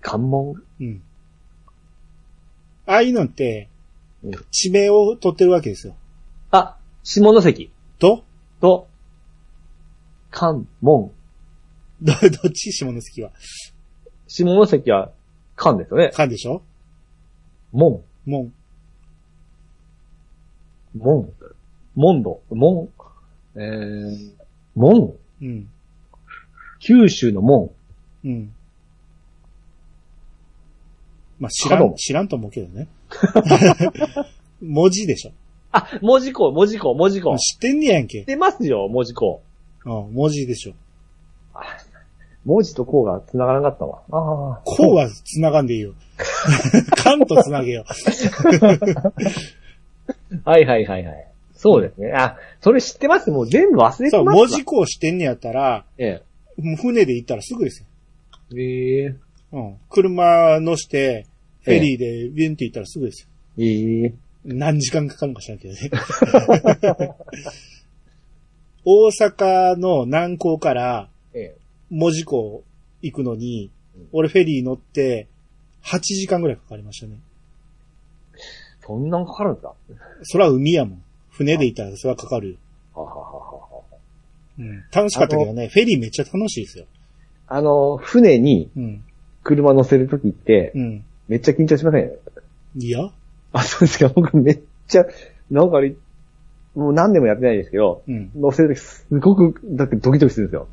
Speaker 2: 関門
Speaker 1: うん。ああいうのって
Speaker 2: うん、
Speaker 1: 地名を取ってるわけですよ。
Speaker 2: あ、下関
Speaker 1: と <laughs>
Speaker 2: と、関門。
Speaker 1: ど、どっち下関は。
Speaker 2: 下関は関ですよね。
Speaker 1: かんでしょ
Speaker 2: 門。
Speaker 1: 門。
Speaker 2: 門。門度。門。えー、門。
Speaker 1: うん。
Speaker 2: 九州の門。
Speaker 1: うん。まあ、知ら
Speaker 2: 角
Speaker 1: ん、知らんと思うけどね。 <laughs> 文字でし
Speaker 2: あ、文字港、文字港、文字港
Speaker 1: ょ。。知ってんねやんけ。
Speaker 2: 出ますよ、文字港。
Speaker 1: うん、文字でしょ。
Speaker 2: 文字とこうが繋がらなかったわ。ああ。
Speaker 1: こうは繋がんでいい
Speaker 2: <laughs>
Speaker 1: よ。関と繋げよ
Speaker 2: <laughs> はいはいはいはい。そうですね。あ、それ知ってますもう全部忘
Speaker 1: う。
Speaker 2: れて
Speaker 1: そう、
Speaker 2: ます
Speaker 1: 文字こうしてんねやったら、
Speaker 2: え
Speaker 1: もう船で行ったらすぐですよ。
Speaker 2: え。ええ。
Speaker 1: うん。車乗して、フェリーでビュンって行ったらすぐですよ。
Speaker 2: ええ。
Speaker 1: 何時間かかるのか知らんけどね。大阪の南港から
Speaker 2: ええ。
Speaker 1: 門司港行くのに
Speaker 2: うん、
Speaker 1: 俺フェリー乗って8時間ぐらいかかりましたね。
Speaker 2: そんなんかかるんですか
Speaker 1: そら海やもん。船で行ったらそらかかるよ。
Speaker 2: ははははは。
Speaker 1: うん楽しかったけどね、フェリーめっちゃ楽しいですよ。
Speaker 2: あの、船に
Speaker 1: うん。
Speaker 2: 車乗せるときって、
Speaker 1: うん。
Speaker 2: めっちゃ緊張しません
Speaker 1: いや
Speaker 2: あ、そうですか。 <laughs> 僕めっちゃ、なんかあれ、もう何年もやってないですけど、
Speaker 1: うん。
Speaker 2: 乗せるときすごく、だってドキドキするんですよ。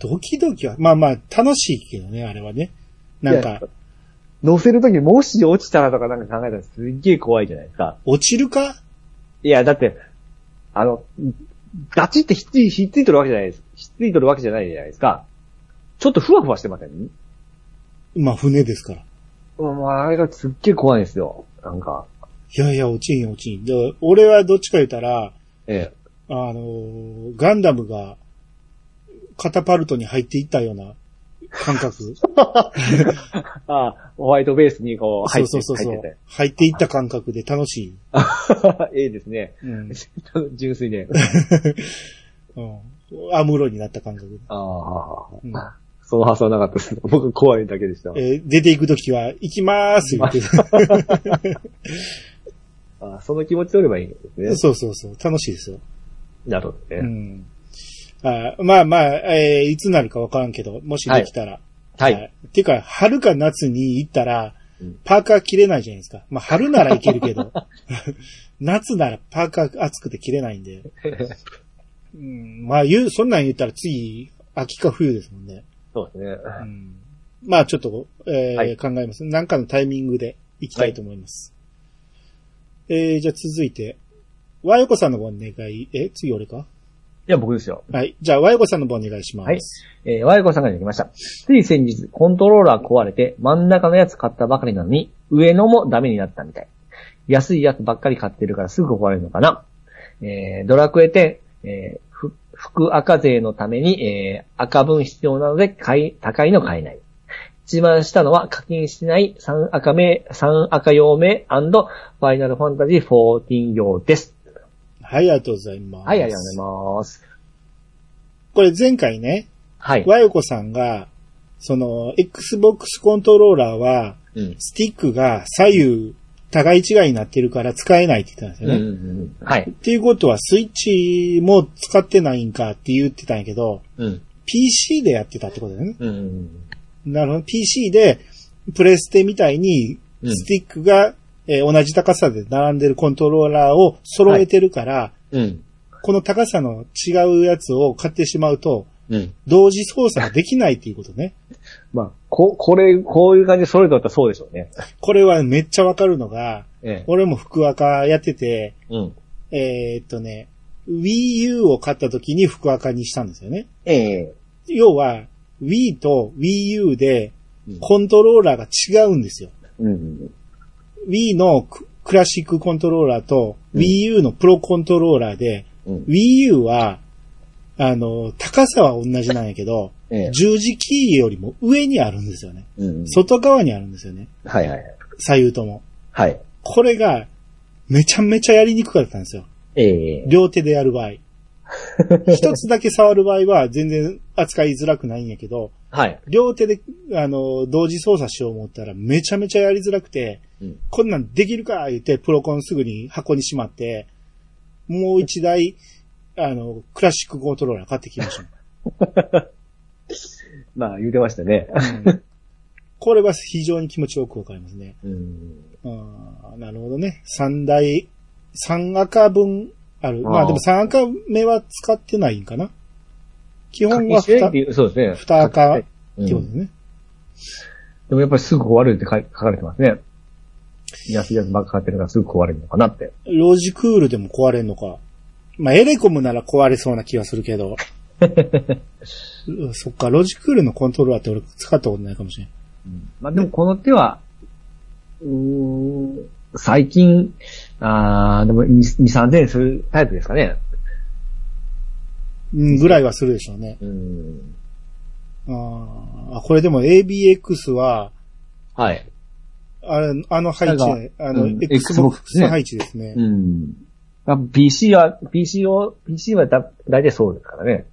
Speaker 1: ドキドキは、まあまあ、楽しいけどね、あれはね。なん
Speaker 2: いや
Speaker 1: か、、
Speaker 2: 乗せるときもし落ちたらとかなんか考えたらすっげえ怖いじゃないですか。
Speaker 1: 落ちるか
Speaker 2: いや、だって、あの、ガチってひっつい、ひっついとるわけじゃないです。ひっついとるわけじゃないじゃないですか。ちょっとふわふわしてませんうん
Speaker 1: まあ船ですから。
Speaker 2: もうあれがすっげえ怖いんですよ。なんか、
Speaker 1: いやいや、落ちん落ちん。で俺はどっちか言ったら、
Speaker 2: ええ。
Speaker 1: あのーガンダムが、カタパルトに入っていったような感
Speaker 2: <laughs>
Speaker 1: 覚。
Speaker 2: ああ、ホワイトベースにこう
Speaker 1: そ
Speaker 2: 入っ
Speaker 1: う
Speaker 2: て、
Speaker 1: そうそうそ
Speaker 2: 入っ
Speaker 1: う。入っていった感覚で楽しい。
Speaker 2: て <laughs> て。ええですね。
Speaker 1: うん。
Speaker 2: 純粋で。
Speaker 1: うん。アムロになった感覚で。
Speaker 2: ああ、
Speaker 1: うん
Speaker 2: その発想はなかったです。 <laughs> 僕怖いだけでした。
Speaker 1: えー出ていくときは、行きまーす言って。
Speaker 2: あその気持ちでおればいいんです
Speaker 1: <laughs>
Speaker 2: ね。
Speaker 1: そうそうそう。楽しいですよ。
Speaker 2: なるほどね。
Speaker 1: うん。あーまあまあ、えーいつなるかわからんけど、もしできたら。
Speaker 2: はい。。
Speaker 1: てか、春か夏に行ったら
Speaker 2: うん、
Speaker 1: パーカー着れないじゃないですか。まあ、春ならいけるけ
Speaker 2: <laughs>
Speaker 1: ど、夏ならパーカー暑くて着れないんで。うん、まあ、言う、そんなん言ったら次、秋か冬ですもんね。
Speaker 2: そうですね。
Speaker 1: うん、まあ、ちょっと、えー
Speaker 2: はい
Speaker 1: 考えます。なんかのタイミングで行きたいと思います。えー、じゃあ続いて、和横さんの方お願い、え、次俺か
Speaker 2: いや、僕ですよ。
Speaker 1: はい。じゃあ、和横さんの方お願いします。
Speaker 2: はいえー、ワイコさんができました。つい先日、コントローラー壊れて、真ん中のやつ買ったばかりなのに、上のもダメになったみたい。安いやつばっかり買ってるからすぐ壊れるのかな。えー、ドラクエ10、えー、ふ、福赤税のために、えー、赤分必要なので、買い、高いの買えない。一番下のは課金してない3赤目、3赤用目ファイナルファンタジー14用です。
Speaker 1: はい、ありがとうございます。
Speaker 2: はい、ありがとうございます。
Speaker 1: これ前回ね、
Speaker 2: はい。
Speaker 1: 和横さんが、その、Xbox コントローラーは、
Speaker 2: うん。
Speaker 1: スティックが左右、互い違いになってるから使えないって言ってたんです
Speaker 2: う
Speaker 1: よ
Speaker 2: んう
Speaker 1: ね。っ
Speaker 2: んうん。はい。
Speaker 1: ていうことは、スイッチも使ってないんかって言ってたんやけど、
Speaker 2: うん。
Speaker 1: PC でやってたってことだよね。
Speaker 2: うんうんうん。
Speaker 1: なるほど。PC で、プレステみたいに、
Speaker 2: うん
Speaker 1: スティックが、えー同じ高さで並んでるコントローラーを揃えてるから、
Speaker 2: うん。
Speaker 1: この高さの違うやつを買ってしまうと、
Speaker 2: うん。
Speaker 1: 同時操作ができないっていうことね。
Speaker 2: まあ、こ、これ、こういう感じで揃えとったらそうでしょうね。
Speaker 1: これはめっちゃわかるのが、
Speaker 2: ええ。
Speaker 1: 俺も福岡やってて、
Speaker 2: うん。
Speaker 1: えーっとね、Wii U を買った時に福岡にしたんですよね。
Speaker 2: ええ。
Speaker 1: 要は、Wii と Wii U で
Speaker 2: うん
Speaker 1: コントローラーが違うんですよ。
Speaker 2: うん。
Speaker 1: Wii のククラシックコントローラーと
Speaker 2: うん
Speaker 1: Wii U のプロコントローラーで、
Speaker 2: うん。
Speaker 1: Wii U は、あの、高さは同じなんやけど、
Speaker 2: ええ。
Speaker 1: 十字キーよりも上にあるんですよね。
Speaker 2: うん。
Speaker 1: 外側にあるんですよね。
Speaker 2: はいはいはい。
Speaker 1: 左右とも。
Speaker 2: はい。
Speaker 1: これが、めちゃめちゃやりにくかったんですよ。
Speaker 2: ええ。
Speaker 1: 両手でやる場合。
Speaker 2: <laughs>
Speaker 1: 一つだけ触る場合は全然扱いづらくないんやけど、
Speaker 2: はい。
Speaker 1: 両手で、あの、同時操作しよう思ったらめちゃめちゃやりづらくて、
Speaker 2: うん
Speaker 1: こんなんできるか言ってプロコンすぐに箱にしまって、もう一台、あの、クラシックコントローラー買ってきました。
Speaker 2: まあ、言うてましたね。 <laughs>
Speaker 1: うんこれは非常に気持ちよくわかりますね。
Speaker 2: うん。
Speaker 1: うんなるほどね。三台、三赤分ある。
Speaker 2: あー
Speaker 1: まあでも三赤目は使ってないんかな。基本は
Speaker 2: 一緒
Speaker 1: 二
Speaker 2: にそうですね。
Speaker 1: 二赤って
Speaker 2: うん
Speaker 1: ことですね。
Speaker 2: でもやっぱりすぐ壊れるって書い書かれてますね。安いやつばっか買ってるからすぐ壊れるのかなって。
Speaker 1: ロジクールでも壊れんのか。まあエレコムなら壊れそうな気がするけ
Speaker 2: <laughs>
Speaker 1: ど。うんそっか、ロジクールのコントローラーって俺使ったことないかもしれん。
Speaker 2: まあでもこの手は、うーん、最近、あーでも2、3000円するタイプですかね。
Speaker 1: うん、ぐらいはするでしょうね。
Speaker 2: うん。
Speaker 1: あーあ、これでも ABX は、
Speaker 2: はい。
Speaker 1: あれ、あの配置ね、あの、
Speaker 2: うん
Speaker 1: Xbox
Speaker 2: Xbox
Speaker 1: の
Speaker 2: ね
Speaker 1: 配置ですね。
Speaker 2: うん。まあ PC は、PC を、PC はだ、大体そうですからね。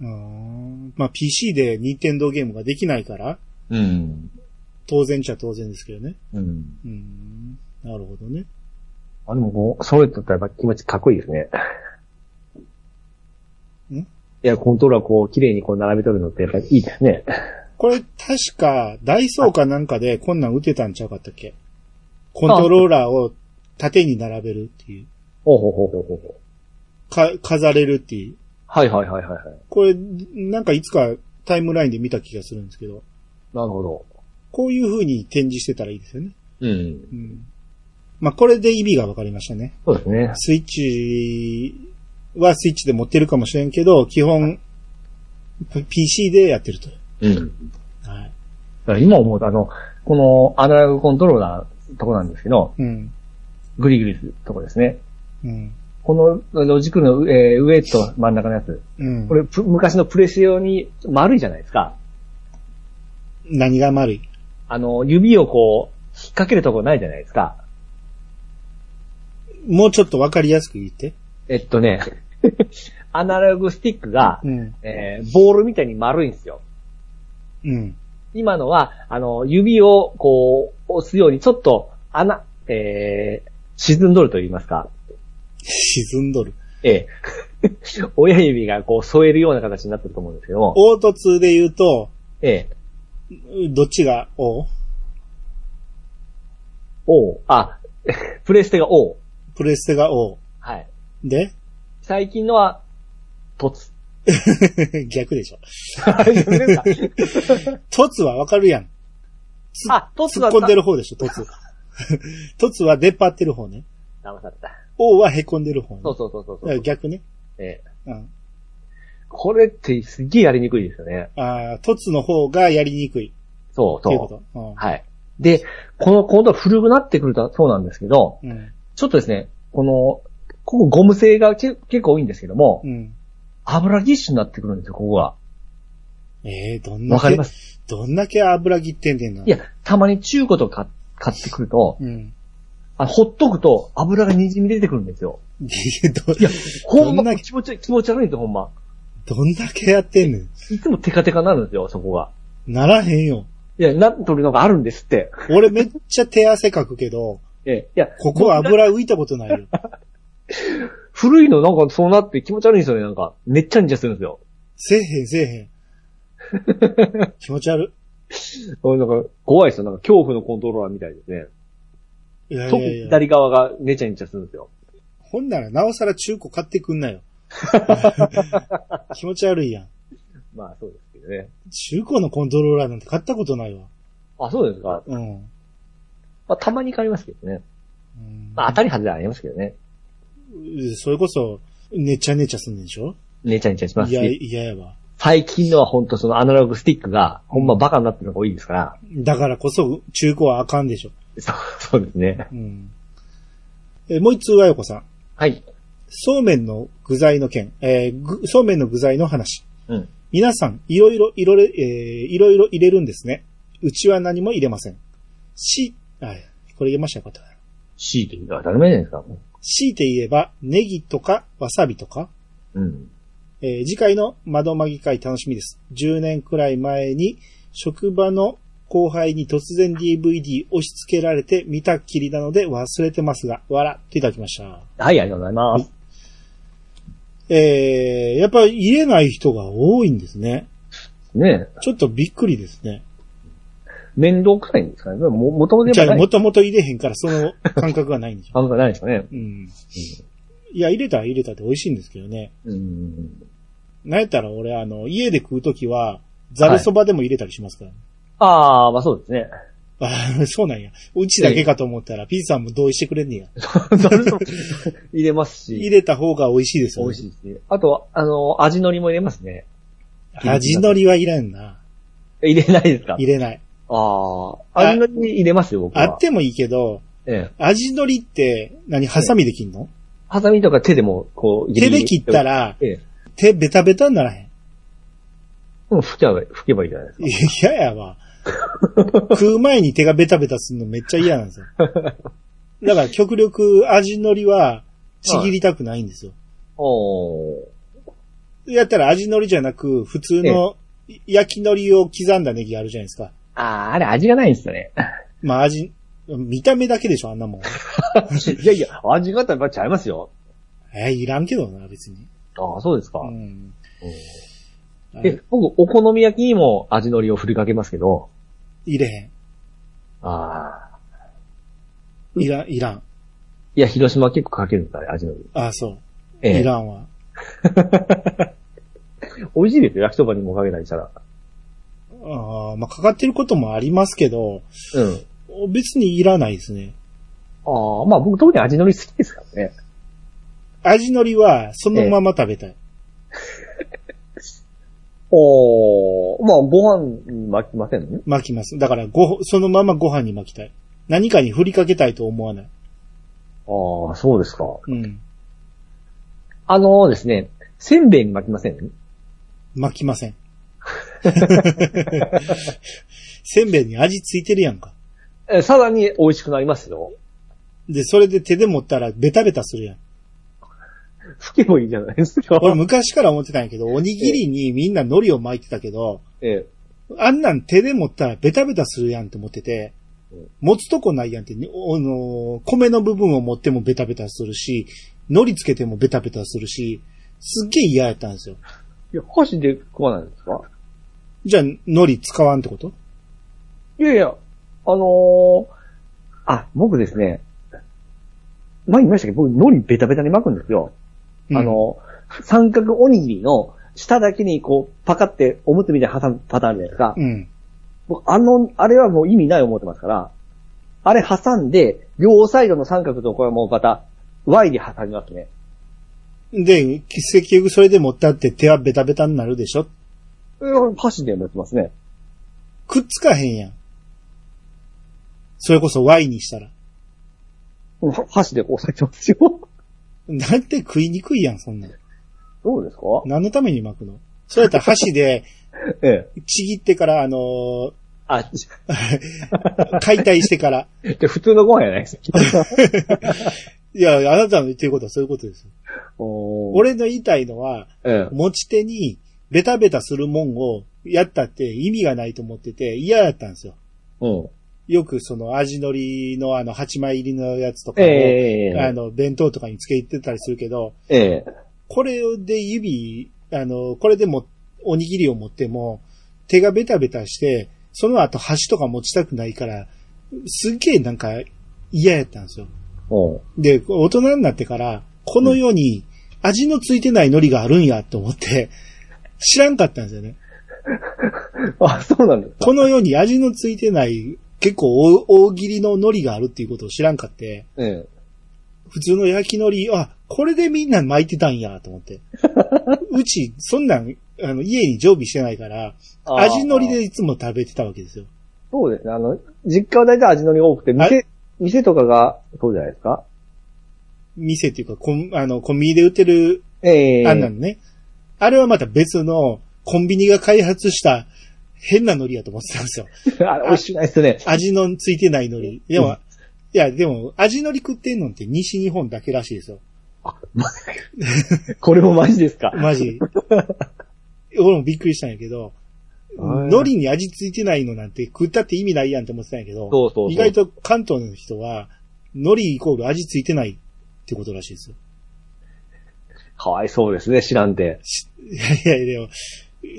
Speaker 1: うーんまあ PC で任天堂ゲームができないから、
Speaker 2: うん。
Speaker 1: 当然っちゃ当然ですけどね。
Speaker 2: うん。
Speaker 1: うーん。なるほどね。
Speaker 2: あ、でもこう、それとったらやっぱ気持ちかっこいいですね。
Speaker 1: ん
Speaker 2: いや、コントローラーこう、綺麗にこう並べとるのってやっぱいいですね。
Speaker 1: これ確かダイソーかなんかでこんなん打てたんちゃうかったっけコントローラーを縦に並べるっていう。
Speaker 2: ほうほうほうほうほうほう。
Speaker 1: か、飾れるっていう。
Speaker 2: はいはいはいはいはい。
Speaker 1: これ、なんかいつかタイムラインで見た気がするんですけど、
Speaker 2: なるほど。
Speaker 1: こういう風に展示してたらいいですよね。
Speaker 2: うん。
Speaker 1: うん。まあ、これで意味が分かりましたね。
Speaker 2: そうですね。
Speaker 1: スイッチはスイッチで持ってるかもしれんけど、基本、P- PC でやってると。
Speaker 2: うん。
Speaker 1: はい。
Speaker 2: だから今思うと、あの、このアナログコントローラーのとこなんですけど、
Speaker 1: うん。
Speaker 2: グリグリするとこですね。
Speaker 1: うん。
Speaker 2: このロジックの、えー上と真ん中のやつ。
Speaker 1: うん。
Speaker 2: これ、プ昔のプレス用に丸いじゃないですか。
Speaker 1: 何が丸い
Speaker 2: あの、指をこう、引っ掛けるとこないじゃないですか。
Speaker 1: もうちょっと分かりやすく言って。
Speaker 2: えっ
Speaker 1: <laughs>
Speaker 2: とね、アナログスティックが、
Speaker 1: うん。
Speaker 2: えーボールみたいに丸いんですよ。
Speaker 1: うん。
Speaker 2: 今のは、あの、指をこう、押すようにちょっと穴、えー、沈んどると言いますか。
Speaker 1: 沈んどる。
Speaker 2: え
Speaker 1: <laughs>
Speaker 2: え。親指がこう添えるような形になってると思うんですけども。
Speaker 1: 凹凸で言うと、
Speaker 2: ええ。
Speaker 1: どっちが O?
Speaker 2: おあ、プレステが O。
Speaker 1: プレステが O。
Speaker 2: はい。
Speaker 1: で <laughs>
Speaker 2: 最近のは、凸。
Speaker 1: 逆でしょ。
Speaker 2: あ、
Speaker 1: 凸は分かるやん。
Speaker 2: 凸
Speaker 1: 突
Speaker 2: は
Speaker 1: っ込んでる方でしょ、
Speaker 2: <laughs>
Speaker 1: 凸。凸は出っ張ってる方ね。
Speaker 2: 騙された。
Speaker 1: O は凹んでる方ね。
Speaker 2: そうそうそうそう
Speaker 1: だから逆ね。
Speaker 2: ええ。
Speaker 1: うん。
Speaker 2: これってすっげえやりにくいですよね。
Speaker 1: ああ、凸の方がやりにくい
Speaker 2: そう
Speaker 1: と
Speaker 2: そう。
Speaker 1: いうこと。うん
Speaker 2: はい。で、この、今度は古くなってくるとそうなんですけど、
Speaker 1: うん。
Speaker 2: ちょっとですね、この、ここゴム製がけ結構多いんですけども、
Speaker 1: うん。
Speaker 2: 油ぎっしゅになってくるんですよ、ここは。
Speaker 1: ええどん
Speaker 2: わ
Speaker 1: だ
Speaker 2: か
Speaker 1: け
Speaker 2: りま、す
Speaker 1: どんだけ油切ってんねんな。
Speaker 2: いや、たまに中古とか買ってくると、
Speaker 1: うん。
Speaker 2: あほっとくと油が滲み出てくるんですよ。
Speaker 1: いやど、
Speaker 2: いや、ほん
Speaker 1: どんな
Speaker 2: ま、気持ち、気持ち悪いんですよ、ほんま。
Speaker 1: どんだけやってんねん。
Speaker 2: いつもテカテカになるんですよ、そこが。
Speaker 1: ならへんよ。
Speaker 2: いや、なっとるのがあるんですって。
Speaker 1: 俺めっちゃ手汗かくけど、
Speaker 2: ええ、いや、
Speaker 1: ここ油浮いたことない <laughs> よ。
Speaker 2: 古いのなんかそうなって気持ち悪いんですよね、なんか。めっちゃにちゃするんですよ。
Speaker 1: せえへんせえへん。気持ち悪
Speaker 2: これなんか、怖いですよ、なんか恐怖のコントローラーみたいですね。
Speaker 1: い。いやい
Speaker 2: 特
Speaker 1: や
Speaker 2: に
Speaker 1: いや。
Speaker 2: 左側がねちゃにちゃするんですよ。
Speaker 1: <laughs> ほんならなおさら中古買ってくんなよ。気持ち悪いやん。
Speaker 2: まあそうですけどね。
Speaker 1: 中古のコントローラーなんて買ったことないわ。
Speaker 2: あ、そうですか。
Speaker 1: うん。
Speaker 2: まあたまに買いますけどね。
Speaker 1: うん
Speaker 2: まあ当たり外れありますけどね。
Speaker 1: それこそ、ねちゃねちゃすんねんでしょ
Speaker 2: ネチャネチャします
Speaker 1: いや、
Speaker 2: し。
Speaker 1: いややわ。
Speaker 2: 最近のは本当そのアナログスティックが、ほんまバカになってるのが多いですから。
Speaker 1: だからこそ、中古はあかんでしょ。
Speaker 2: そう、そうですね。
Speaker 1: うん。え、もう一通はよこさん。
Speaker 2: はい。
Speaker 1: そうめんの具材の件、えーぐそうめんの具材の話。
Speaker 2: うん。
Speaker 1: 皆さん、いろいろ、いろいろ、えーいろいろ入れるんですね。うちは何も入れません。し、あ、これ言えましたよかったな。
Speaker 2: 強いて言うのは当たり前じゃないですか。
Speaker 1: 強いて言えば、ネギとか、わさびとか、
Speaker 2: うん。
Speaker 1: えー次回の窓まぎ会楽しみです。10年くらい前に、職場の後輩に突然 DVD 押し付けられて見たっきりなので忘れてますが、笑っていただきました。
Speaker 2: はい、ありがとうございます。
Speaker 1: えー、やっぱ入れない人が多いんですね。
Speaker 2: ねえ
Speaker 1: ちょっとびっくりですね。
Speaker 2: 面倒くさいんですかね。も、もともと
Speaker 1: じ
Speaker 2: やっ
Speaker 1: ゃ
Speaker 2: ぱ
Speaker 1: あ、
Speaker 2: ない
Speaker 1: も。ともと入れへんから、その感覚がないんでしょ。
Speaker 2: あんまないですかね。
Speaker 1: うん。いや、入れたら入れたって美味しいんですけどね。
Speaker 2: うん。
Speaker 1: なんやったら俺、あの、家で食うときは、ざるそばでも入れたりしますから、ね
Speaker 2: ああ、まあそうです <laughs> ね。
Speaker 1: あ <laughs> そうなんや。うちだけかと思ったら、ピーさんも同意してくれんねや。
Speaker 2: それと入れます
Speaker 1: 入
Speaker 2: し、
Speaker 1: れた方が美味しいです
Speaker 2: 美
Speaker 1: よ、
Speaker 2: 味
Speaker 1: ね。
Speaker 2: しいですね。あとは、あの、味のりも入れますね。
Speaker 1: 味のりはいらんな。
Speaker 2: 入れないですか
Speaker 1: 入れない。
Speaker 2: ああ、味のり入れますよ、僕は。
Speaker 1: あってもいいけど、
Speaker 2: ええ。
Speaker 1: 味のりって何、ハサミで切んの、
Speaker 2: ハサミとか手でも、こう、
Speaker 1: 手で切った
Speaker 2: ら、
Speaker 1: ら、
Speaker 2: ええ。
Speaker 1: 手ベタベタにならへん。
Speaker 2: うん、吹けば、吹けばいいじゃないですか。
Speaker 1: いや嫌や
Speaker 2: <laughs>
Speaker 1: わ。食う前に手がベタベタするのめっちゃ嫌なん
Speaker 2: <laughs>
Speaker 1: ですよ。だから極力味のりはちぎりたくないんですよ。
Speaker 2: おー。
Speaker 1: やったら味のりじゃなく、普通の焼きのりを刻んだネギあるじゃないですか。
Speaker 2: ああ、あれ味がないんですよね。
Speaker 1: まあ味、見た目だけでしょ、あんなもん。
Speaker 2: <laughs> いやいや、味がやっぱちゃいますよ。
Speaker 1: え、いらんけどな、別に。
Speaker 2: ああ、そうですか。
Speaker 1: うん。あ
Speaker 2: え、僕、お好み焼きにも味のりを振りかけますけど、
Speaker 1: 入れへ
Speaker 2: ああ。
Speaker 1: ん。いらん、いらん。
Speaker 2: いや、広島は結構かけるんだね、味のり。
Speaker 1: あ、そう。
Speaker 2: ええ
Speaker 1: いらんわ。
Speaker 2: 美味しいですよ、焼きそばにもかけたりしたら。
Speaker 1: あーまあ、かかってることもありますけど、
Speaker 2: うん。
Speaker 1: 別にいらないですね。
Speaker 2: ああ、まあ僕特に味のり好きですからね。
Speaker 1: 味のりは、そのまま食べたい。
Speaker 2: おー、まあご飯に巻きません
Speaker 1: 巻きます。だから、ご、そのままご飯に巻きたい。何かに振りかけたいと思わない。
Speaker 2: ああ、そうですか。
Speaker 1: うん。
Speaker 2: あのーですね、せんべいに巻きません
Speaker 1: 巻きません。 <laughs> せんべいに味ついてるやんか。
Speaker 2: えさらに美味しくなりますよ。
Speaker 1: で、それで手で持ったらベタベタするやん。
Speaker 2: 吹けばいいじゃないです <laughs> か。
Speaker 1: 俺昔から思ってたんやけど、おにぎりにみんな海苔を巻いてたけど、
Speaker 2: ええ。
Speaker 1: あんなん手で持ったらベタベタするやんって思ってて
Speaker 2: うん、
Speaker 1: 持つとこないやんって、ね、おのー、米の部分を持ってもベタベタするし、海苔つけてもベタベタするし、すっげえ嫌やったんですよ。
Speaker 2: いや、箸で食わないんですか
Speaker 1: じゃあ、海苔使わんってこと
Speaker 2: いやいや、あのー、あ、僕ですね、前に言いましたけど、僕、海苔ベタベタに巻くんですよ。あ、の、三角おにぎりの下だけにこう、パカっておむつみたいに挟むパターンあるじゃないですか。
Speaker 1: うん。
Speaker 2: 僕、あの、あれはもう意味ない思ってますから、あれ挟んで、両サイドの三角とこれはもうまた、Y で挟みますね。
Speaker 1: で、結局それで持ったって手はベタベタになるでしょ
Speaker 2: うん箸で持ってますね。
Speaker 1: くっつかへんやん。それこそ Y にしたら。
Speaker 2: うんは箸でこう押さえてますよ。
Speaker 1: なんて食いにくいやん、そんなん。
Speaker 2: どうですか
Speaker 1: 何のために巻くのそうやったら箸で
Speaker 2: ええ。
Speaker 1: ちぎってから、あのー
Speaker 2: あ、じ
Speaker 1: 解体してから。
Speaker 2: ゃ普通のご飯やない <laughs> ですか。
Speaker 1: いや、あなたの言ってることはそういうことですよ。
Speaker 2: 俺、
Speaker 1: 俺の言いたいのは、
Speaker 2: ええ、
Speaker 1: 持ち手にベタベタするもんをやったって意味がないと思ってて嫌だったんですよ。
Speaker 2: うん。
Speaker 1: よくその味のりのあの8枚入りのやつとかを、
Speaker 2: ええ
Speaker 1: あの弁当とかにつけ入ってたりするけど、
Speaker 2: ええ。
Speaker 1: これで指、あの、これでもおにぎりを持っても手がベタベタして、その後箸とか持ちたくないから、すっげえなんか嫌やったんですよ。
Speaker 2: うん。
Speaker 1: で、大人になってから、この世に味のついてない海苔があるんやって思って、知らんかったんですよね。
Speaker 2: あ、そうなんですか
Speaker 1: こ。の世に味のついてない、結構大大切りの海苔があるっていうことを知らんかって、
Speaker 2: え
Speaker 1: 普通の焼き海苔、あ、これでみんな巻いてたんやと思
Speaker 2: <laughs>
Speaker 1: って。うち、そんなん、あの、家に常備してないから、
Speaker 2: え
Speaker 1: 味海苔。でいつも食べてたわけですよ。
Speaker 2: そうですね。あの、実家は大体味のり多くて、
Speaker 1: あれ
Speaker 2: 店、店とかが、そうじゃないですか。
Speaker 1: 店っていうか、コン、あの、コンビニで売ってる、
Speaker 2: ええ
Speaker 1: あんなのね。あれはまた別の、コンビニが開発した変な海苔やと思ってたんですよ。
Speaker 2: あ美味しくないですね。
Speaker 1: 味のついてない海苔。で
Speaker 2: うん
Speaker 1: も、いや、でも、味のり食ってんのって西日本だけらしいですよ。
Speaker 2: これもマジですか。
Speaker 1: マ
Speaker 2: <laughs>
Speaker 1: ジ。俺もびっくりしたんやけど、
Speaker 2: はい
Speaker 1: 海苔に味ついてないのなんて食ったって意味ないやんって思ってたんやけど、
Speaker 2: そうそうそう
Speaker 1: 意外と関東の人は、海苔イコール味ついてないってことらしいですよ。 <laughs>
Speaker 2: かわいそうですね、知らんて。
Speaker 1: いやいや、でも、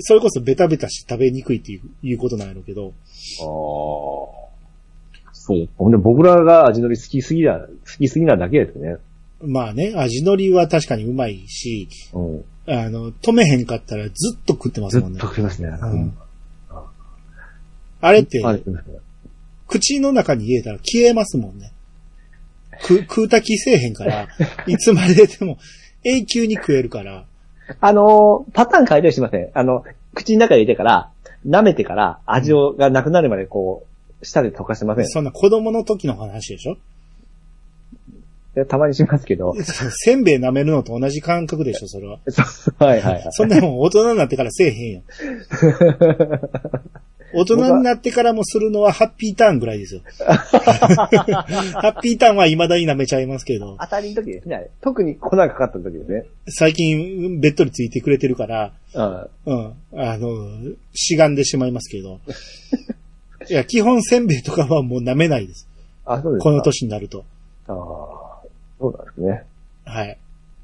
Speaker 1: それこそベタベタして食べにくいっていういうことなんやろうけど、
Speaker 2: ああ。そう。ほんで、僕らが味のり好きすぎだ、好きすぎなだけですね。
Speaker 1: まあね、味のりは確かにうまいし、
Speaker 2: うん。
Speaker 1: あの、止めへんかったらずっと食ってます
Speaker 2: ずっ
Speaker 1: もんね
Speaker 2: と。食いますね。う
Speaker 1: うん。あれって、
Speaker 2: あれ食いますね
Speaker 1: 口の中に入れたら消えますもんね。く、食うた気せえへんから、いつまででも永久に食えるから、
Speaker 2: あのー、パターン変えたりしません。あの、口の中に入れてから、舐めてから、味を、がなくなるまで、こう、舌で溶かしてません。
Speaker 1: そんな子供の時の話でしょ
Speaker 2: でたまにしますけど。
Speaker 1: せんべい舐めるのと同じ感覚でしょ、それは。
Speaker 2: そうはいはいはい。
Speaker 1: そんなもん大人になってからせえへんよ。大人になってからもするのはハッピーターンぐらいですよ。ハッピーターンは未だに舐めちゃいますけど、
Speaker 2: 当たりの時ですね。あれ特に粉がかかった時ですね。
Speaker 1: 最近べっとりついてくれてるから、
Speaker 2: うん。
Speaker 1: うん。あの、しがんでしまいますけど。いや、基本せんべいとかはもう舐めないです。
Speaker 2: あ、そうですか
Speaker 1: この。年になると。
Speaker 2: ああ、そうなんですね。
Speaker 1: はい。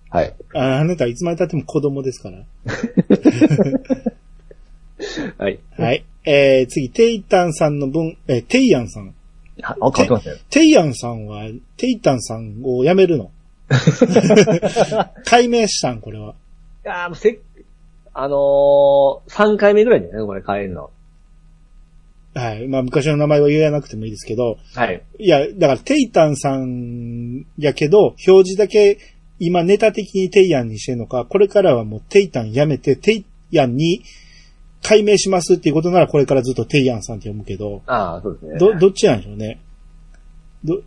Speaker 2: はい。
Speaker 1: ああなたはいつまで経っても子供ですから。
Speaker 2: はい。
Speaker 1: はい。えー、次、テイタンさんの分、えー、テイヤンさん。
Speaker 2: あ、変わってますね。
Speaker 1: テイヤンさんは、テイタンさんを辞めるの。解明したん、これは。
Speaker 2: いやーもうせっ、あのー、3回目ぐらいじゃないのこれ変えるの。
Speaker 1: はい。まあ、昔の名前は言えなくてもいいですけど、
Speaker 2: はい。
Speaker 1: いや、だから、テイタンさんやけど、表示だけ、今ネタ的にテイヤンにしてるのか、これからはもうテイタンやめて、テイヤンに解明しますっていうことなら、これからずっとテイヤンさんって読むけど、
Speaker 2: ああ、そうですね。
Speaker 1: ど、どっちなんでしょうね。ど、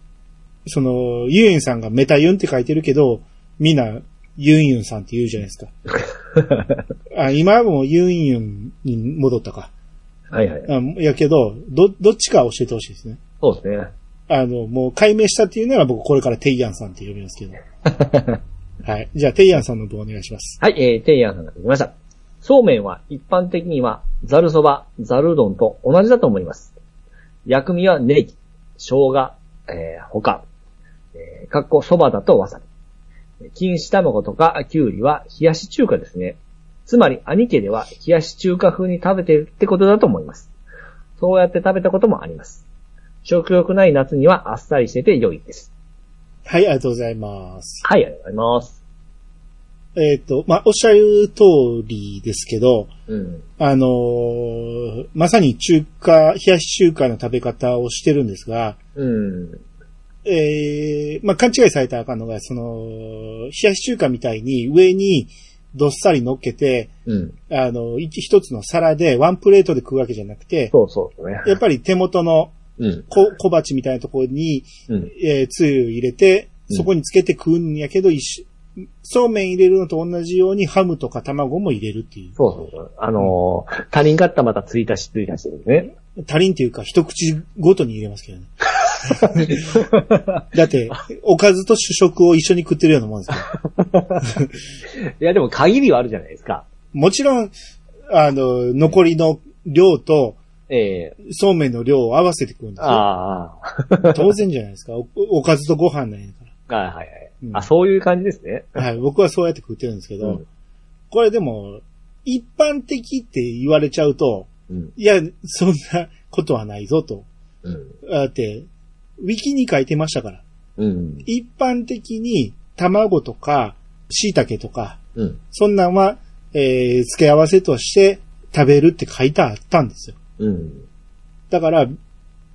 Speaker 1: その、ユンユンさんがメタユンって書いてるけど、みんな、ユンユンさんって言うじゃないですか。あ今はもうユンユンに戻ったか。
Speaker 2: はいはい。
Speaker 1: あやけど、ど、どっちか教えてほしいですね。
Speaker 2: そうですね。
Speaker 1: あの、もう解明したっていうなら僕これからテイヤンさんって呼びますけど。はい。じゃあ、テイヤンさんの分お願いします。
Speaker 2: はい、えー、テイヤンさんができました。そうめんは一般的には、ざるそば、ざるうどんと同じだと思います。薬味はネギ、生姜、えー、他、えー、かっこそばだとわさび。錦糸卵とかきゅうりは冷やし中華ですね。つまり、兄家では冷やし中華風に食べてるってことだと思います。そうやって食べたこともあります。食欲ない夏にはあっさりしてて良いです。
Speaker 1: はい、ありがとうございます。
Speaker 2: はい、ありがとうございます。
Speaker 1: えっ、と、まあ、おっしゃる通りですけど、
Speaker 2: うん。
Speaker 1: あのーまさに中華、冷やし中華の食べ方をしてるんですが、
Speaker 2: うん。
Speaker 1: えー、まあ、勘違いされたらあかんのが、その、冷やし中華みたいに上にどっさり乗っけて、
Speaker 2: うん。
Speaker 1: あの、一一つの皿でワンプレートで食うわけじゃなくて、
Speaker 2: そうそうそうね。
Speaker 1: やっぱり手元の
Speaker 2: うん。
Speaker 1: 小小鉢みたいなところに、
Speaker 2: うん。
Speaker 1: えー、つゆ入れて、
Speaker 2: うん
Speaker 1: そこにつけて食うんやけど、一緒そうめん入れるのと同じようにハムとか卵も入れるっていう。
Speaker 2: そうそうそう。あのー、他人勝ったまた追加し、追加してるんですね。
Speaker 1: 足りんっていうか、一口ごとに入れますけ
Speaker 2: <laughs>
Speaker 1: どね。だって、おかずと主食を一緒に食ってるようなもんですから。
Speaker 2: いや、でも限りはあるじゃないですか。
Speaker 1: もちろん、あの、残りの量と、
Speaker 2: ええ
Speaker 1: そうめんの量を合わせて食うんですよ。
Speaker 2: ああ、
Speaker 1: 当然じゃないですか。おおかずとご飯なんやか
Speaker 2: はいはいはい、
Speaker 1: うん
Speaker 2: あ、そういう感じですね。
Speaker 1: ら。はい、僕はそうやって食ってるんですけど、
Speaker 2: うん
Speaker 1: これでも、一般的って言われちゃうと、
Speaker 2: うん。
Speaker 1: いや、そんなことはないぞと。
Speaker 2: うん。
Speaker 1: だって、ウィキに書いてましたから。
Speaker 2: うん。
Speaker 1: 一般的に卵とか椎茸とか、
Speaker 4: うん。
Speaker 1: そんなんは、えー、付け合わせとして食べるって書いてあったんですよ。
Speaker 4: うん。
Speaker 1: だから、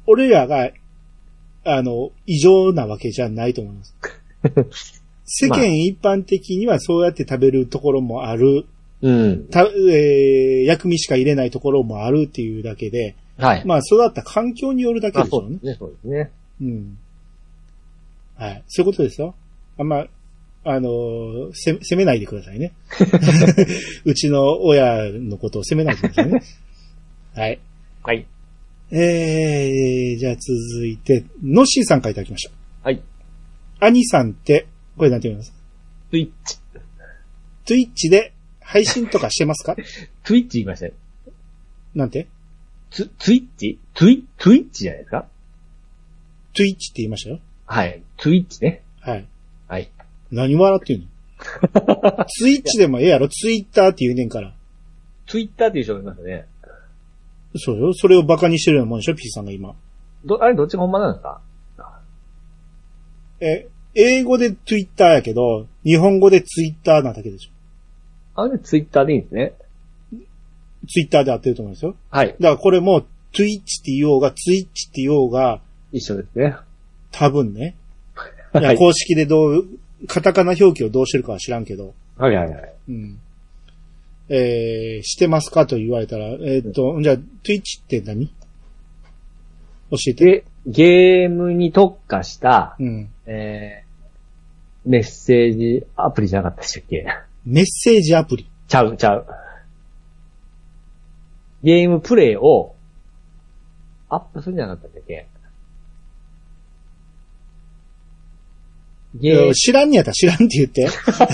Speaker 1: 俺らが、あの、異常なわけじゃないと思います。世間一般的にはそうやって食べるところもある、
Speaker 4: うん。
Speaker 1: たえー薬味しか入れないところもあるっていうだけで、
Speaker 4: はい。
Speaker 1: まあ育った環境によるだけ
Speaker 4: まあ
Speaker 1: でし
Speaker 4: そ
Speaker 1: ょ
Speaker 4: うで
Speaker 1: うね
Speaker 4: す。ね。そうですね。
Speaker 1: うん。はい。そういうことですよ。あんま、あのー、せ、責めないでくださいね。うちの親のことを責めないでくださいね。 <laughs> はい。
Speaker 4: はい。
Speaker 1: えー、じゃあ続いて、のっしーさんからいただきました。
Speaker 4: はい。
Speaker 1: 兄さんって、これなんて言います
Speaker 3: スイ
Speaker 1: ッチ。ツイッチで配信とかしてますか
Speaker 2: ツイッチ言いましたよ。
Speaker 1: なんて
Speaker 2: ツ、ツイッチツイ、ツイッチじゃないですか
Speaker 1: ツイッチって言いましたよ。
Speaker 2: はい。ツイッチね。
Speaker 1: はい。
Speaker 4: はい。
Speaker 1: 何笑ってんのツイッチでもええやろツイッターって言うねんから。
Speaker 2: ツイッターっていう人もいますね。
Speaker 1: そうよ。それをバカにしてるようなもんでしょ、P さんが今。
Speaker 2: ど、あれどっちが本場なんですか
Speaker 1: え、英語で Twitter やけど、日本語で Twitter なだけでしょ。
Speaker 2: あれツイッターでいいんですね。
Speaker 1: Twitter で合ってると思うんですよ。
Speaker 2: はい。
Speaker 1: だからこれも Twitch って言おうが、Twitch って言おうが、
Speaker 2: 一緒ですね。
Speaker 1: 多分ね。い
Speaker 2: は
Speaker 1: や、
Speaker 2: <laughs> い
Speaker 1: 公式でどう、カタカナ表記をどうしてるかは知らんけど。
Speaker 4: はいはいはい。
Speaker 1: うん。えー、してますかと言われたら、えーっと、じゃあ、Twitch って何教えて。
Speaker 2: で、ゲームに特化した、
Speaker 1: うん。
Speaker 2: えー、メッセージアプリじゃなかったでしたっけ
Speaker 1: メッセージアプリ。
Speaker 2: ちゃう、ちゃう。ゲームプレイをアップするんじゃなかったっけ
Speaker 1: い
Speaker 2: ゲー
Speaker 1: や
Speaker 2: ム、
Speaker 1: 知らんにやったら知らんって言って。 <laughs>
Speaker 2: あの、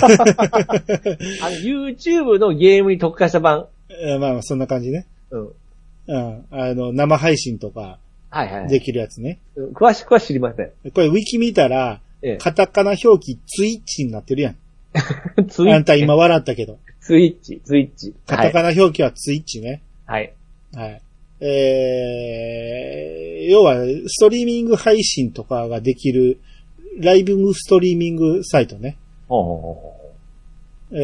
Speaker 2: YouTube のゲームに特化した版。
Speaker 1: えーまあまあ、そんな感じね。
Speaker 2: うん。
Speaker 1: うん。あの、生配信とか
Speaker 2: はいはい。
Speaker 1: できるやつね。
Speaker 2: うん詳しくは知りません。
Speaker 1: これ、ウィキ見たら、
Speaker 2: え
Speaker 1: カタカナ表記ツイッチになってるやん。
Speaker 2: え、ツイ
Speaker 1: あ
Speaker 2: ッ
Speaker 1: ん
Speaker 2: チ、
Speaker 1: た今笑ったけど。
Speaker 2: ツイッチ、ツイッチ。
Speaker 1: カ
Speaker 2: は
Speaker 1: タ
Speaker 2: い。
Speaker 1: カナ表記はツイッチね。
Speaker 2: はい。
Speaker 1: はい。えー、要は、ストリーミング配信とかができる、ライブストリーミングサイトね。
Speaker 2: ほうほうほうほう
Speaker 1: え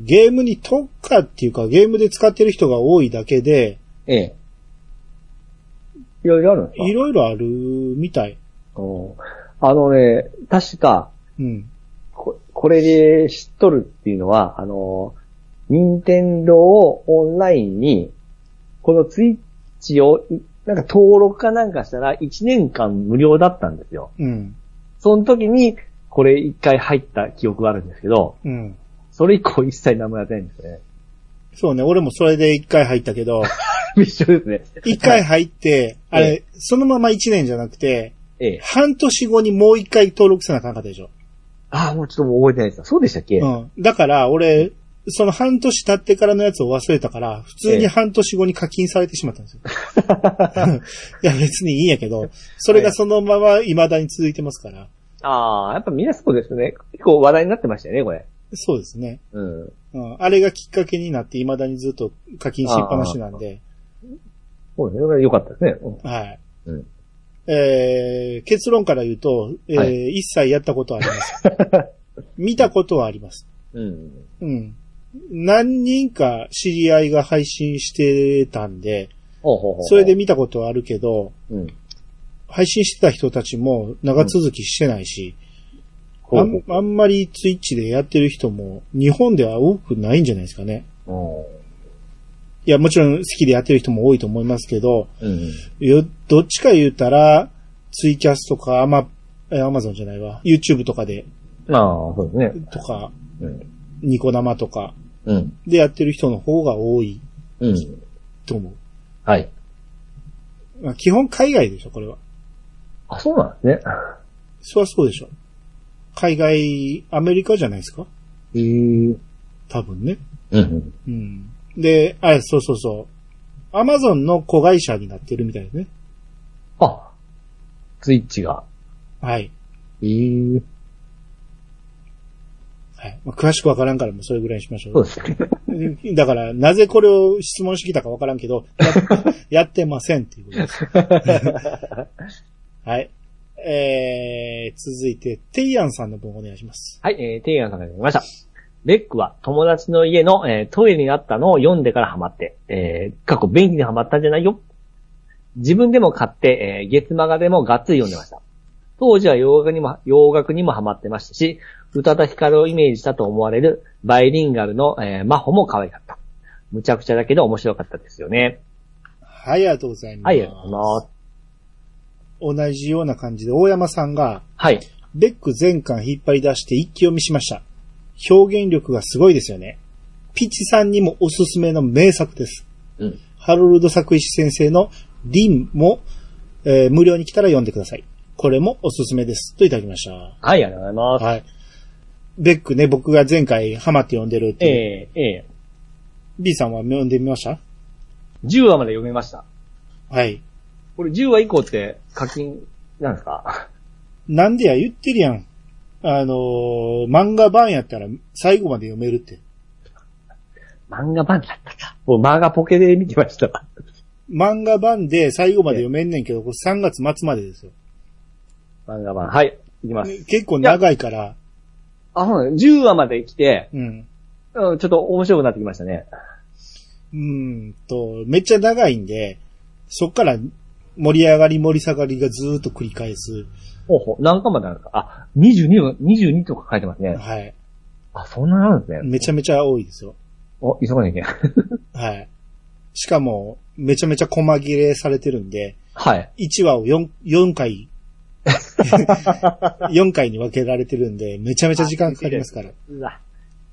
Speaker 1: ー、ゲームに特化っていうか、ゲームで使ってる人が多いだけで、
Speaker 2: ええ。いろいろあるんですか
Speaker 1: いろいろあるみたい。
Speaker 2: うんあのね、確か、
Speaker 1: うん。
Speaker 2: ここれで知っとるっていうのは、あの、任天堂をオンラインに、このツイッチを、いなんか登録かなんかしたら1年間無料だったんですよ。
Speaker 1: うん。
Speaker 2: その時に、これ一回入った記憶があるんですけど、
Speaker 1: うん。
Speaker 2: それ以降一切何もやってないんですね。 <laughs>
Speaker 1: そうね、俺もそれで一回入ったけど、
Speaker 2: 一緒ですね。
Speaker 1: 一回入って、あ
Speaker 2: え
Speaker 1: れ、そのまま一年じゃなくて、
Speaker 2: ええ。
Speaker 1: 半年後にもう一回登録せなあかんかったでしょ。
Speaker 2: ああ、もうちょっともう覚えてないですかそうでしたっけ、
Speaker 1: うん。だから、俺、その半年経ってからのやつを忘れたから、普通
Speaker 2: ええ
Speaker 1: に半年後に課金されてしまったんですよ。 <laughs> いや、別にいいんやけど、それがそのまま未だに続いてますから。
Speaker 2: ああ、やっぱみんなそうですね。結構話題になってましたよね、これ。
Speaker 1: そうですね。
Speaker 2: うん。
Speaker 1: うん。あれがきっかけになって未だにずっと課金しっぱなしなんで、
Speaker 2: そうですね。それが良かったですね。うん
Speaker 1: はい。
Speaker 2: うん
Speaker 1: えー、結論から言うと、えー
Speaker 2: は
Speaker 1: 一切やったことはあります。
Speaker 2: <laughs>
Speaker 1: 見たことはあります。
Speaker 2: うん。
Speaker 1: うん。何人か知り合いが配信してたんで、
Speaker 2: ほうほうほう。
Speaker 1: それで、見たことはあるけど、
Speaker 2: うん。
Speaker 1: 配信してた人たちも長続きしてないし、
Speaker 2: ほう
Speaker 1: あ
Speaker 2: ほ
Speaker 1: んあんまりツイッチでやってる人も日本では多くないんじゃないですかね。
Speaker 2: う
Speaker 1: いや、もちろん好きでやってる人も多いと思いますけど、
Speaker 2: うん。うん。
Speaker 1: よどっちか言うたら、ツイキャスとか、アマ、えアマゾンじゃないわ、YouTube とかで、
Speaker 2: まあ、そうですね。
Speaker 1: とか、
Speaker 2: うん。
Speaker 1: ニコ生とか
Speaker 2: うん。
Speaker 1: でやってる人の方が多い
Speaker 2: うん。
Speaker 1: と思う。
Speaker 2: はい。
Speaker 1: まあ基本海外でしょ、これは。
Speaker 2: あ、そうなんですね。
Speaker 1: そりゃそうでしょ。海外、アメリカじゃないですか
Speaker 2: えー。
Speaker 1: 多分ね。
Speaker 2: うん。
Speaker 1: うん。で、あれ、そうそうそう。アマゾンの子会社になってるみたいですね。
Speaker 2: あ、ツイッチが。
Speaker 1: はい。
Speaker 2: えー。
Speaker 1: はい。まあ、詳しくわからんからもうそれぐらいにしましょ
Speaker 2: そう
Speaker 1: う。
Speaker 2: ですね。
Speaker 1: うんだから、なぜこれを質問してきたかわからん
Speaker 2: <laughs> <laughs>
Speaker 1: けど、ややってませんっていうことです。はい。えー、続いて、テイアンさんの分お願いします。
Speaker 2: はい、えー、テイガンさんからいただきました。ベックは友達の家の、えートイレにあったのを読んでからハマって、えー、過去便利にハマったんじゃないよ。自分でも買って、えー月マガでもがっつり読んでました。当時は洋楽にも、洋楽にもハマってましたし、宇多田ヒカルをイメージしたと思われるバイリンガルの、えーマホも可愛かった。むちゃくちゃだけど面白かったですよね。
Speaker 1: はい、ありがとうございます。
Speaker 2: はい、ありがとうございます。
Speaker 1: 同じような感じで、大山さんが、
Speaker 2: はい。
Speaker 1: ベック全巻引っ張り出して一気読みしました。表現力がすごいですよね。ピチさんにもおすすめの名作です。
Speaker 2: うん
Speaker 1: ハロルド作石先生のリンも、えー無料に来たら読んでください。これもおすすめです。といただきました。
Speaker 2: はい、ありがとうございます。
Speaker 1: はい。ベックね、僕が前回ハマって読んでるっていう、
Speaker 2: えー、え
Speaker 1: B さんは読んでみました
Speaker 2: ー、10話まで読めました。
Speaker 1: はい。
Speaker 2: これ10話以降って課金なんですか
Speaker 1: なんでや言ってるやん。あのー漫画版やったら最後まで読めるって。
Speaker 2: 漫画版だったか。もう漫画ポケで見てました。 <laughs>
Speaker 1: 漫画版で最後まで読めんねんけど、これ3月末までですよ。
Speaker 2: 漫画版。はい。いきます。
Speaker 1: 結構長いから、
Speaker 2: あ、そうなの ?10 話まで来て、
Speaker 1: うん。
Speaker 2: うん、ちょっと面白くなってきましたね。
Speaker 1: うーんと、めっちゃ長いんで、そっから盛り上がり盛り下がりがずーっと繰り返す。
Speaker 2: ほうほう。何巻まであるんですかあ、22話、22とか書いてますね。
Speaker 1: はい。
Speaker 2: あ、そんなのあるんですね。
Speaker 1: めちゃめちゃ多いですよ。
Speaker 2: お、急がなきゃいけな
Speaker 1: は
Speaker 2: い。
Speaker 1: い。しかも、めちゃめちゃ細切れされてるんで、
Speaker 2: <laughs> はい。
Speaker 1: 1話を 4, 4回、4回に分けられてるんで、めちゃめちゃ時間かかりますから。
Speaker 2: うわ。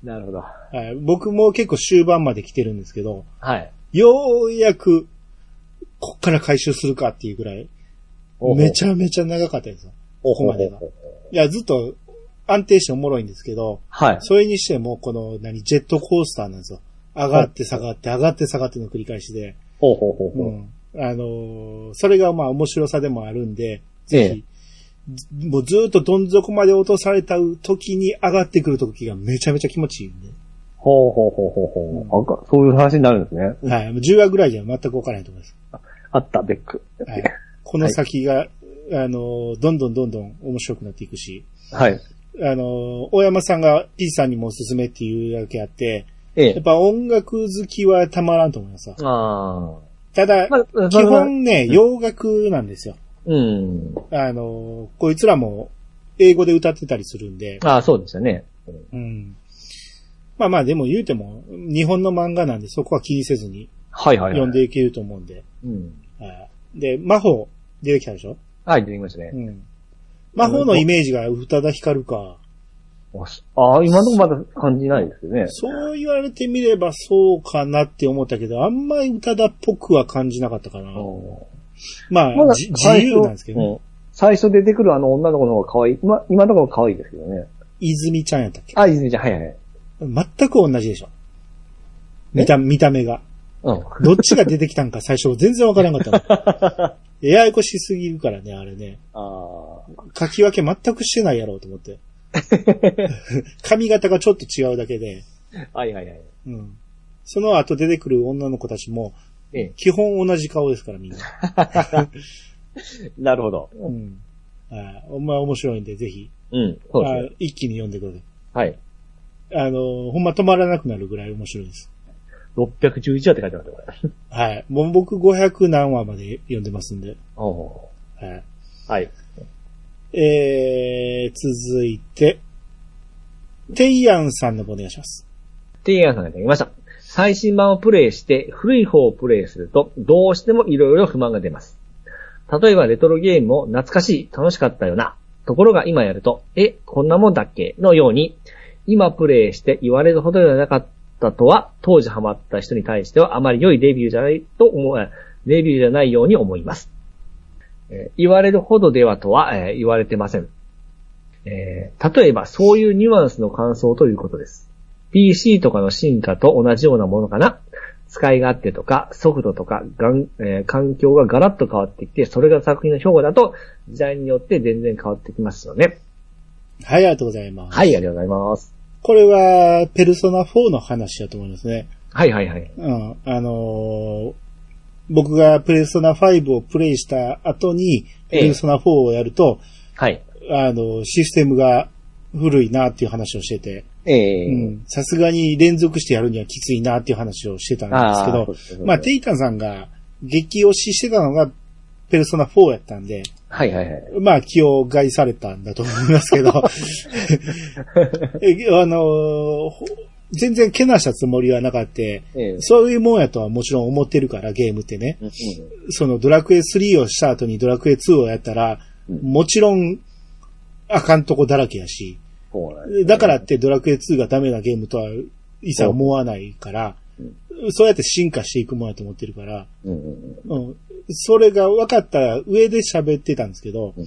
Speaker 2: なるほど。
Speaker 1: はい、僕も結構終盤まで来てるんですけど、
Speaker 2: はい。
Speaker 1: ようやく、こっから回収するかっていうぐらい、めち
Speaker 2: ゃ、
Speaker 1: ゃめちゃ長かったですよ。ここまでが
Speaker 2: ほうほう
Speaker 1: いや、ずっと安定しておもろいんですけど、
Speaker 2: はい。
Speaker 1: それにしても、この、何、ジェットコースターなんですよ。上がって下がって、上がって下がっての繰り返しで、
Speaker 2: ほうほうほう
Speaker 1: う
Speaker 2: ほう。
Speaker 1: ん。あのーそれがまあ面白さでもあるんで、ぜひ、ずもうずーっとどん底まで落とされた時に上がってくる時がめちゃめちゃ気持ちいいんで、
Speaker 2: ほうほうほうほうほう。あかそういう話になるんですね。
Speaker 1: はい。10話ぐらいじゃ全く置かないと思います。
Speaker 2: あった、ベック。
Speaker 1: はい。この先が、あのーどんどんどんどん面白くなっていくし、
Speaker 2: はい。
Speaker 1: あの、大山さんが P さんにもおすすめっていうだけあって、
Speaker 2: え
Speaker 1: やっ
Speaker 2: え。
Speaker 1: ぱ音楽好きはたまらんと思いますわ。
Speaker 2: あ
Speaker 1: ただ
Speaker 2: あ。、まあ、
Speaker 1: 基本ね、洋楽なんですよ。
Speaker 2: うん。
Speaker 1: あの、こいつらも英語で歌ってたりするんで、
Speaker 2: ああ、そうでしたね。
Speaker 1: うん。まあまあでも言うても、日本の漫画なんでそこは気にせずに
Speaker 2: はいはいはい。
Speaker 1: 読んでいけると思うんで。
Speaker 2: うん。
Speaker 1: あで、魔法出てきたでしょ
Speaker 2: はい、出てきました
Speaker 1: う
Speaker 2: ね。
Speaker 1: ん。魔法のイメージが宇多田ヒカルか。
Speaker 2: あすあー、今のところまだ感じないですよね。
Speaker 1: そう言われてみればそうかなって思ったけど、あんまり歌だっぽくは感じなかったかな。まあ、
Speaker 2: まだ
Speaker 1: じ自由なんですけど、ね
Speaker 2: うん最初出てくるあの女の子の方が可愛い。今、今のところ可愛いですけどね。
Speaker 1: 泉ちゃんやったっけ
Speaker 2: あ、いずみちゃん、はいはい。
Speaker 1: 全く同じでしょ。見た、見た目が。
Speaker 2: うん。
Speaker 1: どっちが出てきたんか最初全然わからなかった
Speaker 2: <laughs>
Speaker 1: のややこしすぎるからね、あれね。
Speaker 2: あ
Speaker 1: 書き分け全くしてないやろうと思っ
Speaker 2: <laughs>
Speaker 1: て。髪型がちょっと違うだけで、
Speaker 2: あ。はいはいはい。
Speaker 1: うん。その後出てくる女の子たちも、
Speaker 2: ええ。
Speaker 1: 基本同じ顔ですから、みんな。
Speaker 2: なるほど。
Speaker 1: うん。あーほんま面白いんで、ぜひ、
Speaker 2: うん。そうです
Speaker 1: あ
Speaker 2: ね。
Speaker 1: ー一気に読んでください。
Speaker 2: はい。
Speaker 1: あのー、ほんま止まらなくなるぐらい面白いです。
Speaker 2: 611話って書いてますよ、これ。
Speaker 1: はい。もう僕500何話まで読んでますんで。
Speaker 2: お
Speaker 1: は
Speaker 2: ーはい。
Speaker 1: い。えー、続いて、テイアンさんの方お願いします。
Speaker 2: テイアンさんがいただきました。最新版をプレイして、古い方をプレイすると、どうしてもいろいろ不満が出ます。例えばレトロゲームを懐かしい、楽しかったよな。ところが今やると、え、こんなもんだっけのように、今プレイして言われるほどではなかったとは、当時ハマった人に対してはあまり良いレビューじゃないと思う、えレビューじゃないように思います。えー言われるほどではとは、えー言われてません。えー例えば、そういうニュアンスの感想ということです。PC とかの進化と同じようなものかな使い勝手とか、速度とか、がんえー環境がガラッと変わってきて、それが作品の評価だと、時代によって全然変わってきますよね。
Speaker 1: はい、ありがとうございます。
Speaker 2: はい、ありがとうございます。
Speaker 1: これは、ペルソナ4の話だと思いますね。
Speaker 2: はい、はい、はい。
Speaker 1: うん。あのー僕がペルソナ5をプレイした後に、
Speaker 2: ええ
Speaker 1: ペルソナ4をやると、
Speaker 2: はい。
Speaker 1: あの、システムが古いなっていう話をしてて、
Speaker 2: ええ
Speaker 1: うんさすがに連続してやるにはきついなっていう話をしてたんですけ
Speaker 2: あーそう
Speaker 1: ど
Speaker 2: ですねそうです、ね
Speaker 1: まあ、テイタンさんが激推ししてたのが、ペルソナ4やったんで、
Speaker 2: はいはいはい。
Speaker 1: まあ、気を害されたんだと思いますけ
Speaker 2: <laughs>
Speaker 1: ど、えあのーほ全然けなしたつもりはなかった。
Speaker 2: ええ
Speaker 1: そういうもんやとはもちろん思ってるから、ゲームってね。
Speaker 2: うんうん
Speaker 1: そのドラクエ3をした後にドラクエ2をやったら、
Speaker 2: うん
Speaker 1: もちろん、あかんとこだらけやし。
Speaker 2: そうなん
Speaker 1: だからってドラクエ2がダメなゲームとは一切思わないから、そうやって進化していくもんやと思ってるから、
Speaker 2: うんう
Speaker 1: う
Speaker 2: ん
Speaker 1: ん、それが分かった上で喋ってたんですけど
Speaker 2: うん、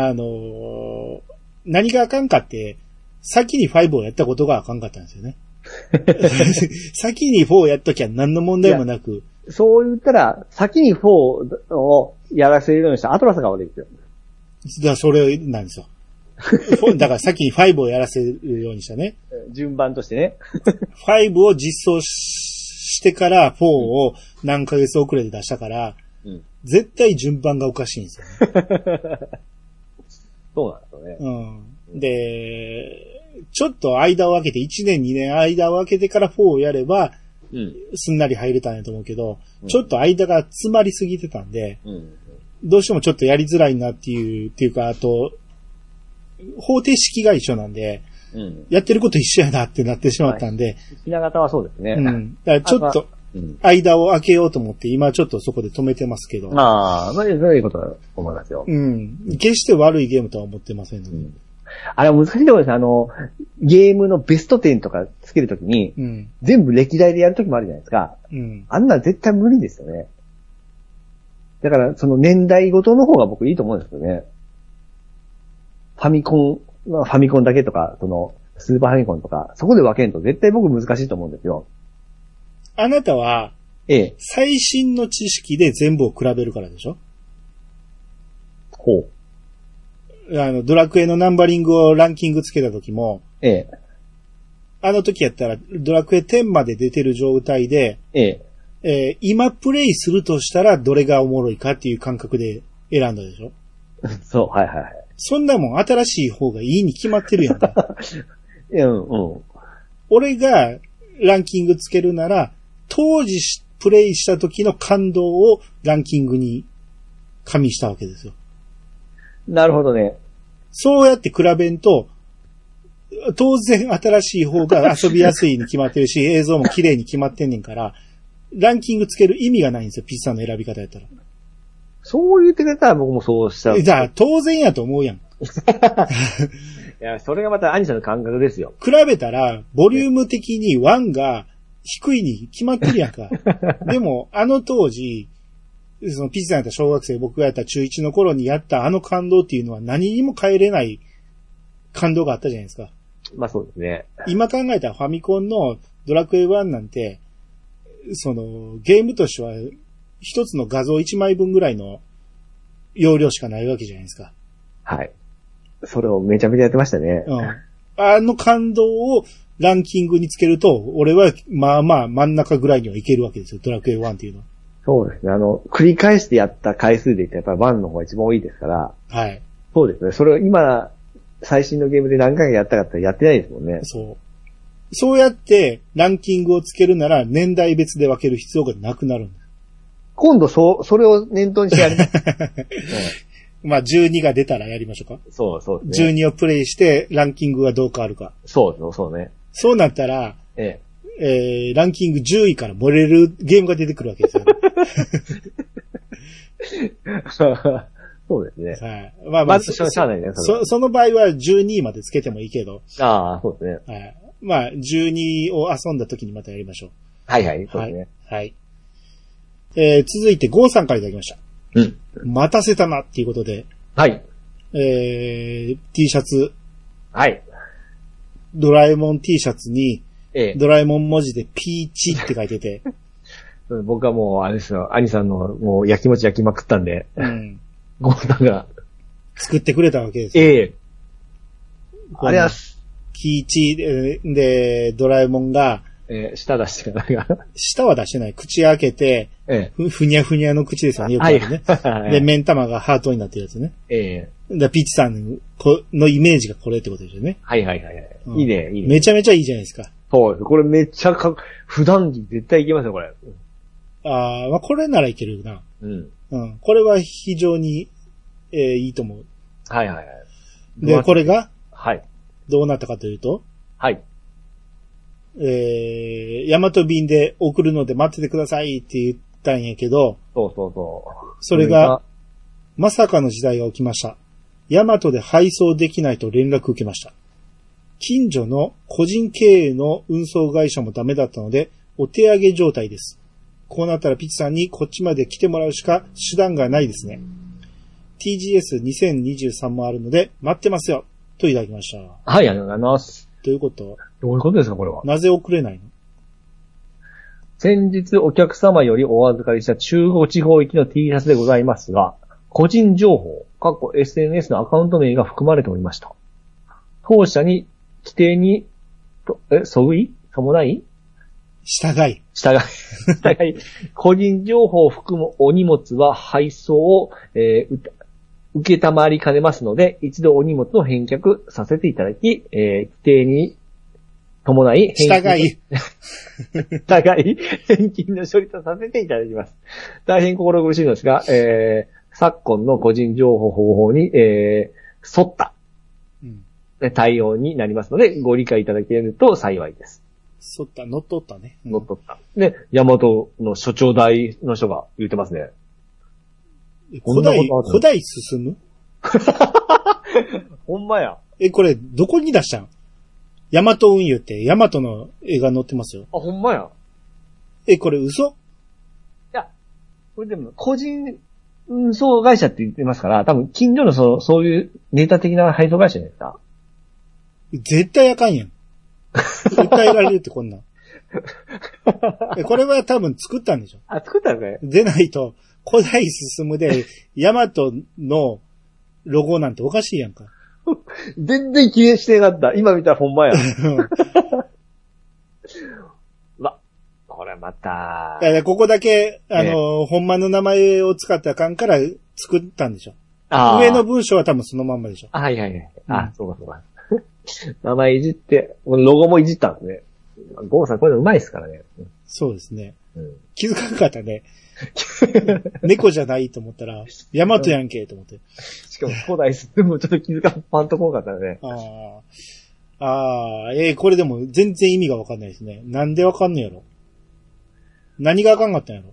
Speaker 1: あのー何があかんかって、先に5をやったことがあかんかったんです
Speaker 2: <laughs>
Speaker 1: よね。先に4をやっときゃ何の問題もなく、
Speaker 2: うんそう言ったら、先に4をやらせるようにしたアトラスが悪いですよ。
Speaker 1: だからそれなんですよ。4だから先に5をやらせるようにしたね。
Speaker 2: 順番としてね。
Speaker 1: 5を実装ししてから4を何ヶ月遅れで出したから、
Speaker 2: うん
Speaker 1: 絶対順番がおかしいんですよね。
Speaker 2: そうなんですよね。
Speaker 1: うん、で、ちょっと間を空けて、1年2年間を空けてから4をやれば、
Speaker 2: うん。
Speaker 1: すんなり入れたんやと思うけど、
Speaker 2: うん
Speaker 1: ちょっと間が詰まりすぎてたんで、
Speaker 2: うん。
Speaker 1: どうしてもちょっとやりづらいなっていう、っていうか、あと、方程式が一緒なんで、
Speaker 2: うん。
Speaker 1: やってること一緒やなってなってしまったんで、
Speaker 2: ひな形はそうですね。
Speaker 1: うん。だからちょっと、
Speaker 2: うん。
Speaker 1: 間を空けようと思って、今ちょっとそこで止めてますけど、
Speaker 2: まあ、そういうことだと思いますよ。
Speaker 1: うん。決して悪いゲームとは思ってませんので、
Speaker 2: あれは難しいところですね。あの、ゲームのベスト10とかつけるときに、
Speaker 1: うん。
Speaker 2: 全部歴代でやるときもあるじゃないですか。
Speaker 1: うん。
Speaker 2: あんなん絶対無理ですよね。だから、その年代ごとの方が僕いいと思うんですよね。ファミコン、まあファミコンだけとか、その、スーパーファミコンとか、そこで分けんと絶対僕難しいと思うんですよ。
Speaker 1: あなたは、
Speaker 2: ええ。
Speaker 1: 最新の知識で全部を比べるからでしょ
Speaker 2: ほう。
Speaker 1: あの、ドラクエのナンバリングをランキングつけた時も、
Speaker 2: ええ。
Speaker 1: あの時やったら、ドラクエ10まで出てる状態で、
Speaker 2: ええ。
Speaker 1: えー今プレイするとしたらどれがおもろいかっていう感覚で選んだでしょ
Speaker 2: そう、はいはいはい。
Speaker 1: そんなもん新しい方がいいに決まってるやんか。
Speaker 2: うん、うん。
Speaker 1: 俺がランキングつけるなら、当時しプレイした時の感動をランキングに加味したわけですよ。
Speaker 2: なるほどね。
Speaker 1: そうやって比べんと、当然新しい方が遊びやすいに決まってるし、映像も綺麗に決まってんねんから、ランキングつける意味がないんですよ、ピッサーの選び方やったら。
Speaker 2: そう言ってくれたら僕もそうしちゃう。
Speaker 1: じゃあ、当然やと思うやん。
Speaker 2: いや、それがまた兄さんの感覚ですよ。
Speaker 1: 比べたら、ボリューム的に1が低いに決まってるやんか。でも、あの当時、そのピッサーやった小学生、僕がやった中1の頃にやったあの感動っていうのは何にも変えれない感動があったじゃないですか。
Speaker 2: まあそうですね。
Speaker 1: 今考えたらファミコンのドラクエ1なんて、その、ゲームとしては、一つの画像1枚分ぐらいの容量しかないわけじゃないですか。
Speaker 2: はい。それをめちゃめちゃやってましたね。
Speaker 1: うん。あの感動をランキングにつけると、俺は、まあまあ真ん中ぐらいにはいけるわけですよ、ドラクエ1っていうのは。
Speaker 2: そうですね。あの、繰り返してやった回数で言ってやっぱり1の方が一番多いですから、
Speaker 1: はい。
Speaker 2: そうですね。それを今、最新のゲームで何回かやったかってやってないですもんね。
Speaker 1: そう。そうやってランキングをつけるなら年代別で分ける必要がなくなるんだ
Speaker 2: 今度そう、それを念頭にしてやります。
Speaker 1: まあ12が出たらやりましょうか。
Speaker 2: <laughs> そうそうですね。
Speaker 1: 12をプレイしてランキングがどう変わるか。
Speaker 2: そうそうそうね。
Speaker 1: そうなったら、
Speaker 2: え <laughs> え。
Speaker 1: えー、ランキング10位から漏れるゲームが出てくるわけですよ、ね。
Speaker 2: そうですね。
Speaker 1: はい。まあま
Speaker 2: ま
Speaker 1: あ、
Speaker 2: ず
Speaker 1: そ
Speaker 2: しゃあないね。それ
Speaker 1: そその場合は12位までつけてもいいけど、
Speaker 2: ああ、そうですね。
Speaker 1: はい。まあ、12を遊んだ時にまたやりましょ
Speaker 2: はいはい、
Speaker 1: う。
Speaker 2: そう
Speaker 1: は
Speaker 2: です
Speaker 1: い
Speaker 2: ね。。
Speaker 1: はい。えー、続いて、ゴーさんからいただきました。
Speaker 2: うん。
Speaker 1: 待たせたなっていうことで、
Speaker 2: はい。
Speaker 1: えー、T シャツ、
Speaker 2: はい。
Speaker 1: ドラえもん T シャツに、
Speaker 2: ええ。
Speaker 1: ドラえもん文字でピーチって書いてて、
Speaker 2: 僕はもう、あれですよ、兄さんのもう焼きもち焼きまくったんで、
Speaker 1: うん。
Speaker 2: ゴーさんが、
Speaker 1: 作ってくれたわけですよ
Speaker 2: ええ。あれは、
Speaker 1: ピーチ、えーで、ドラえもんが、
Speaker 2: えー、舌出してからが、
Speaker 1: 舌は出してない。口開けて、
Speaker 2: ええ
Speaker 1: ふ、ふにゃふにゃの口ですよね、
Speaker 2: え。
Speaker 1: よくあ
Speaker 2: はい。
Speaker 1: るね。
Speaker 2: は
Speaker 1: で、
Speaker 2: い。
Speaker 1: 目ん玉がハートになってるやつね。
Speaker 2: ええ。
Speaker 1: だからピーチさんこのイメージがこれってことですよね。
Speaker 2: はいはいはいはい。
Speaker 1: うん
Speaker 2: いいね、いいね。
Speaker 1: めちゃめちゃいいじゃないですか。
Speaker 2: そうです。これめっちゃかっ、普段着絶対いけますよ、これ。
Speaker 1: ああ、まあこれならいけるな。
Speaker 2: うん。
Speaker 1: うん。これは非常に、えーいいと思う。
Speaker 2: はいはいはい。どうな
Speaker 1: で、
Speaker 2: っ
Speaker 1: これが
Speaker 2: はい。
Speaker 1: どうなったかというと、
Speaker 2: はい。
Speaker 1: えー、ヤマト便で送るので待っててくださいって言ったんやけど、
Speaker 2: そうそうそう。
Speaker 1: それが、まさかの時代が起きました。ヤマトで配送できないと連絡受けました。近所の個人経営の運送会社もダメだったので、お手上げ状態です。こうなったらピチさんにこっちまで来てもらうしか手段がないですね。TGS2023 もあるので、待ってますよといただきました。
Speaker 2: はい、ありがとうございます。
Speaker 1: ということは、
Speaker 2: どういうことですか、これは。
Speaker 1: なぜ遅れないの
Speaker 2: 先日お客様よりお預かりした中国地方行きの T シャツでございますが、個人情報、かっこ SNS のアカウント名が含まれておりました。当社に規定に、とえ、そぐい伴い
Speaker 1: 従い。
Speaker 2: 従い、 <laughs> 従い、個人情報を含むお荷物は配送を、えーうた受けたまりかねますので、一度お荷物を返却させていただき、えー規定に伴い、
Speaker 1: 従
Speaker 2: 返金 <laughs>
Speaker 1: い。
Speaker 2: 高い返金の処理とさせていただきます。 <laughs> 大変心苦しいのですが、えー、昨今の個人情報方法に、えー、沿った
Speaker 1: うん。
Speaker 2: え対応になりますので、ご理解いただけると幸いです。
Speaker 1: そった、乗っ取ったね。
Speaker 2: 乗っ取った。で、ヤマトの所長代の人が言ってますね。こ
Speaker 1: 古
Speaker 2: んな
Speaker 1: 代、
Speaker 2: ことある
Speaker 1: 古代進む
Speaker 2: ほんまや。あ、
Speaker 1: え、これ、どこに出したんヤマト運輸って、ヤマトの絵が載ってますよ。
Speaker 2: ほんまや。
Speaker 1: え、これ嘘
Speaker 2: これでも、個人運送会社って言ってますから、多分近所のその、そういうネタ的な配送会社じゃないですか。
Speaker 1: 絶対あかんやん。訴えられるってこん
Speaker 2: <laughs>
Speaker 1: なん。えこれは多分作ったんでしょ。
Speaker 2: あ、作ったのね。
Speaker 1: でないと、古代進むで、ヤマトのロゴなんておかしいや
Speaker 2: <laughs>
Speaker 1: んか。
Speaker 2: 全然気にしてなかった。今見たらほんまや。
Speaker 1: うん
Speaker 2: <laughs> これまた。
Speaker 1: だからここだけ、あ
Speaker 2: ね
Speaker 1: の、ほんまの名前を使ったらあかんから作ったんでしょ。
Speaker 2: あー
Speaker 1: 上の文章は多分そのまんまでしょ。
Speaker 2: あはいはいはい。
Speaker 1: う
Speaker 2: あ
Speaker 1: ん、
Speaker 2: そうかそうか。 <laughs> 名前いじって、このロゴもいじったんですね。ゴーさんこういうのうまいですからね。
Speaker 1: そうですね。
Speaker 2: うん
Speaker 1: 気づかなかった
Speaker 2: <laughs>
Speaker 1: ね。猫じゃないと思ったら、ヤマトやんけ、と思って。
Speaker 2: しかも古代スでもちょっと気づかんパンとこんかったね。
Speaker 1: ああ。ああ、えーこれでも全然意味がわかんないですね。なんでわかんねえやろ。何があかんかったんやろ。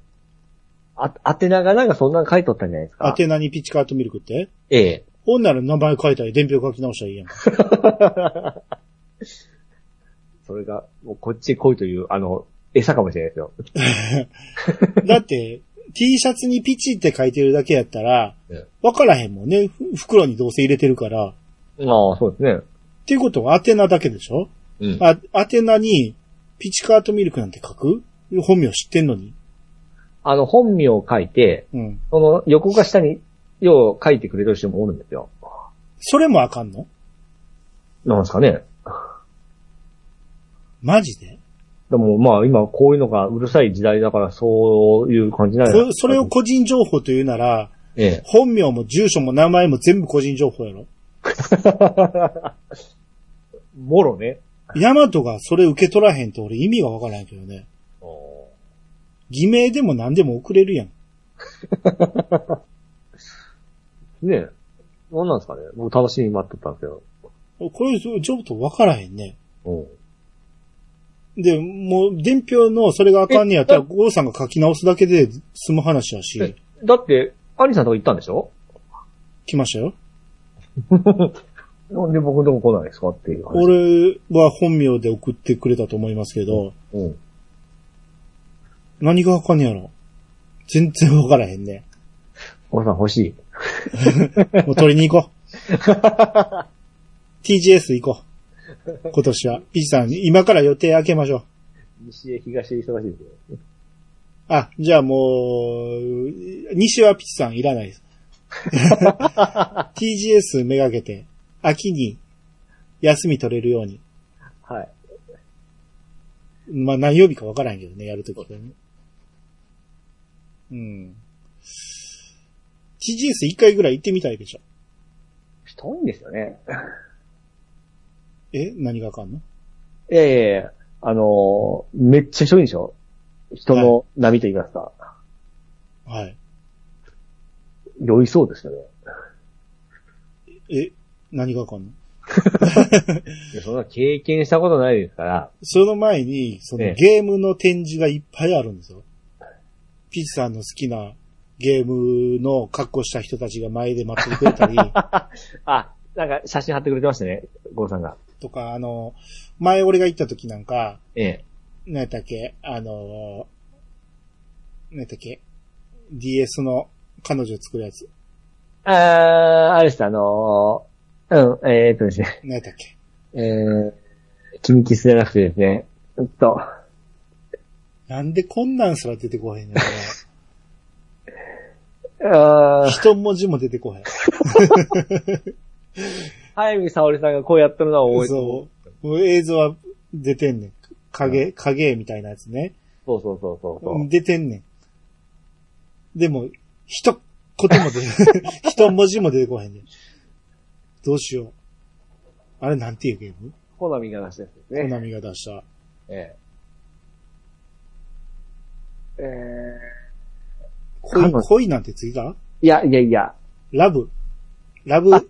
Speaker 2: あ、宛名がなんかそんなの書いとったんじゃないですか。
Speaker 1: 宛名にピチカートミルクって
Speaker 2: ええ。
Speaker 1: ほんなら名前書いたり、伝票書き直したらいいやん。
Speaker 2: <laughs> それが、もうこっちへ来いという、あの、餌かもしれないですよ。
Speaker 1: だって、T シャツにピチって書いてるだけやったら
Speaker 2: ええ、
Speaker 1: わからへんもんね。ふ袋にどうせ入れてるから。っ
Speaker 2: ああ、そうですね。
Speaker 1: ていうことは宛名だけでしょ
Speaker 2: うん。
Speaker 1: あ、宛名に、ピチカートミルクなんて書く本名知ってんのに。
Speaker 2: あの、本名を書いて、
Speaker 1: うん。
Speaker 2: その横か下に、よう書いてくれる人もおるんですよ。
Speaker 1: それもあかんの
Speaker 2: なんですかね。
Speaker 1: マジで
Speaker 2: でもまあ今こういうのがうるさい時代だからそういう感じなんや
Speaker 1: こそれを、個人情報というなら、
Speaker 2: ええ。
Speaker 1: 本名も住所も名前も全部個人情報やろ。
Speaker 2: もろね。
Speaker 1: ヤマトがそれ受け取らへんと俺意味がわからへんけどね。偽名でも何でも送れるやん。
Speaker 2: ねえ。何なんですかね僕楽しみに待っとったんですけど。
Speaker 1: こういう情報わからへんね。
Speaker 2: うん。
Speaker 1: で、もう、伝票のそれがあかんねやったら、
Speaker 2: え
Speaker 1: ゴーさんが書き直すだけで済む話やし
Speaker 2: え、だって、アリさんとこ行ったんでしょ
Speaker 1: 来ましたよ。
Speaker 2: なんで僕のとこ来ないんですかっていう話。
Speaker 1: 俺は本名で送ってくれたと思いますけど、
Speaker 2: うん。
Speaker 1: 何があかんねやろ。全然わからへんね。
Speaker 2: おさん欲しい。
Speaker 1: もう取りに行こう。TGS 行こう。今年は。ピチさん、今から予定開けましょう。
Speaker 2: 西へ東へ忙しいですよ。
Speaker 1: あ、じゃあもう、西はピチさんいらないです。TGS めがけて、秋に休み取れるように。
Speaker 2: はい。
Speaker 1: まあ何曜日かわからんけどね、やるときはね。うん。TGS 一回ぐらい行ってみたいでしょ。
Speaker 2: 遠いんですよね。
Speaker 1: え何があかんの
Speaker 2: いやいやいや、あのーめっちゃ遠いんでしょ人の波と言いますか。
Speaker 1: はい。
Speaker 2: 酔いそうですよね。
Speaker 1: え何があかんの
Speaker 2: いや、そんな経験したことないですから。
Speaker 1: その前に、その
Speaker 2: ええ
Speaker 1: ゲームの展示がいっぱいあるんですよ。ピッチさんの好きなゲームの格好した人たちが前で待ってくれ
Speaker 2: <laughs>
Speaker 1: たり、
Speaker 2: あ、なんか写真貼ってくれてましたね、ゴーさんが。
Speaker 1: とか、あの、前俺が行った時なんか、
Speaker 2: ええ。
Speaker 1: 何やったっけ、あの、何やったっけ、DS の彼女作るやつ、
Speaker 2: あー、あれです、あのーうん、えー、っとですね、
Speaker 1: 何やったっけ。
Speaker 2: えー、君キスじゃなくてですね、うっと、
Speaker 1: なんでこんなんすら出てこへんねんな。
Speaker 2: あ <laughs> ー、
Speaker 1: 一文字も出てこへん。
Speaker 2: 早見沙織さんがこうやってるのは覚えてる。
Speaker 1: そう。もう映像は出てんねん。影、影みたいなやつね。
Speaker 2: そうそうそうそうそう。
Speaker 1: 出てんねん。でも、一言も出
Speaker 2: <laughs>
Speaker 1: て、一文字も出てこへんねん。どうしよう。あれなんていうゲーム
Speaker 2: コナミが出したやつです
Speaker 1: コ
Speaker 2: ね。
Speaker 1: ナミが出した。
Speaker 2: ええ。え
Speaker 1: 恋、
Speaker 2: 彼女
Speaker 1: 恋なんて次だ
Speaker 2: ー、いや、いやいや、
Speaker 1: ラブ。ラブ、
Speaker 2: あ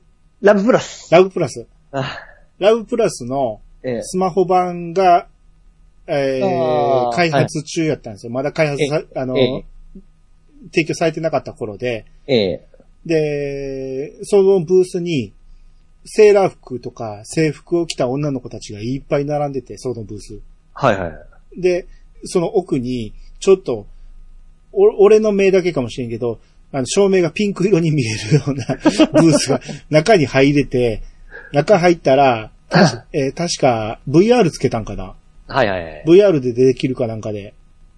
Speaker 2: ラブプラス。
Speaker 1: ラブプラス。
Speaker 2: あ
Speaker 1: ラブプラスの
Speaker 2: ええ
Speaker 1: スマホ版が、え
Speaker 2: あ
Speaker 1: ー、
Speaker 2: ー
Speaker 1: 開発中やったんですよ。まだ開発さ、あの、
Speaker 2: え
Speaker 1: 提供されてなかった頃で、
Speaker 2: ええ
Speaker 1: で、そのブースに、セーラー服とか制服を着た女の子たちがいっぱい並んでて、そのブース。
Speaker 2: はいはい。
Speaker 1: で、その奥に、ちょっと、お俺の目だけかもしれんけど、あの、照明がピンク色に見えるような <laughs> ブースが中に入れて、中入ったら、たしえー確か VR つけたんかな
Speaker 2: はいはいはい。
Speaker 1: ?VR でできるかなんかで。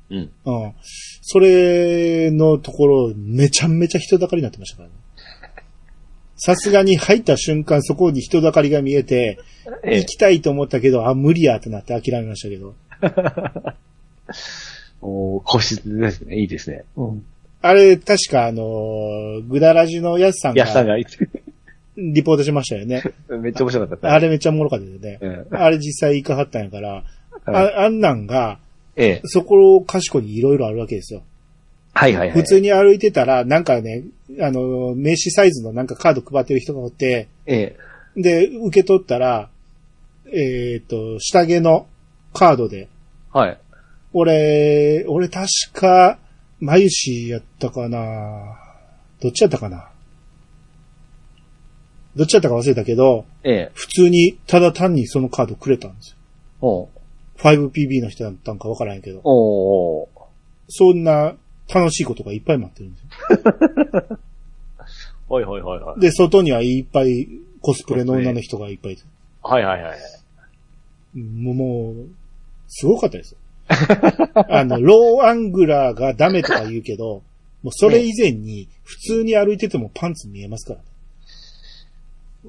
Speaker 2: うん。
Speaker 1: うん。それのところ、めちゃめちゃ人だかりになってましたからね。さすがに入った瞬間、そこに人だかりが見えて、
Speaker 2: ええ
Speaker 1: 行きたいと思ったけど、あ、無理やってなって諦めましたけど。
Speaker 2: おー個室ですね。いいですね。うん。
Speaker 1: あれ、確かあのーグダラジのやすさん
Speaker 2: やっさん
Speaker 1: が
Speaker 2: が言って <laughs>
Speaker 1: リポートしましたよね。
Speaker 2: めっちゃ面白かった。
Speaker 1: あれめっちゃおもろかったよね
Speaker 2: う。ん
Speaker 1: あれ実際行かはったんやから、
Speaker 2: はい
Speaker 1: ああんなんが、
Speaker 2: ええ。
Speaker 1: そこをかしこにいろいろあるわけですよ。
Speaker 2: はいはいはい。
Speaker 1: 普通に歩いてたら、なんかね、あのー、名刺サイズのなんかカード配ってる人がおって、
Speaker 2: ええ。
Speaker 1: で、受け取ったら、えっ、と、下着のカードで、
Speaker 2: はい。
Speaker 1: 俺、俺確か、眉氏やったかなどっちやったかなどっちやったか忘れたけど、
Speaker 2: ええ。
Speaker 1: 普通に、ただ単にそのカードくれたんですよ。
Speaker 2: おう
Speaker 1: 5PB の人だったんかわからんやけど、
Speaker 2: おうおう
Speaker 1: そんな楽しいことがいっぱい待ってるんですよ。
Speaker 2: はいはいはいはい。
Speaker 1: で、外にはいっぱいコスプレの女の人がいっぱいいて
Speaker 2: はいはいはい。
Speaker 1: もう、もう、すごかったですよ。 <laughs> あの、ローアングラーがダメとか言うけど、もうそれ以前に、普通に歩いててもパンツ見えますから、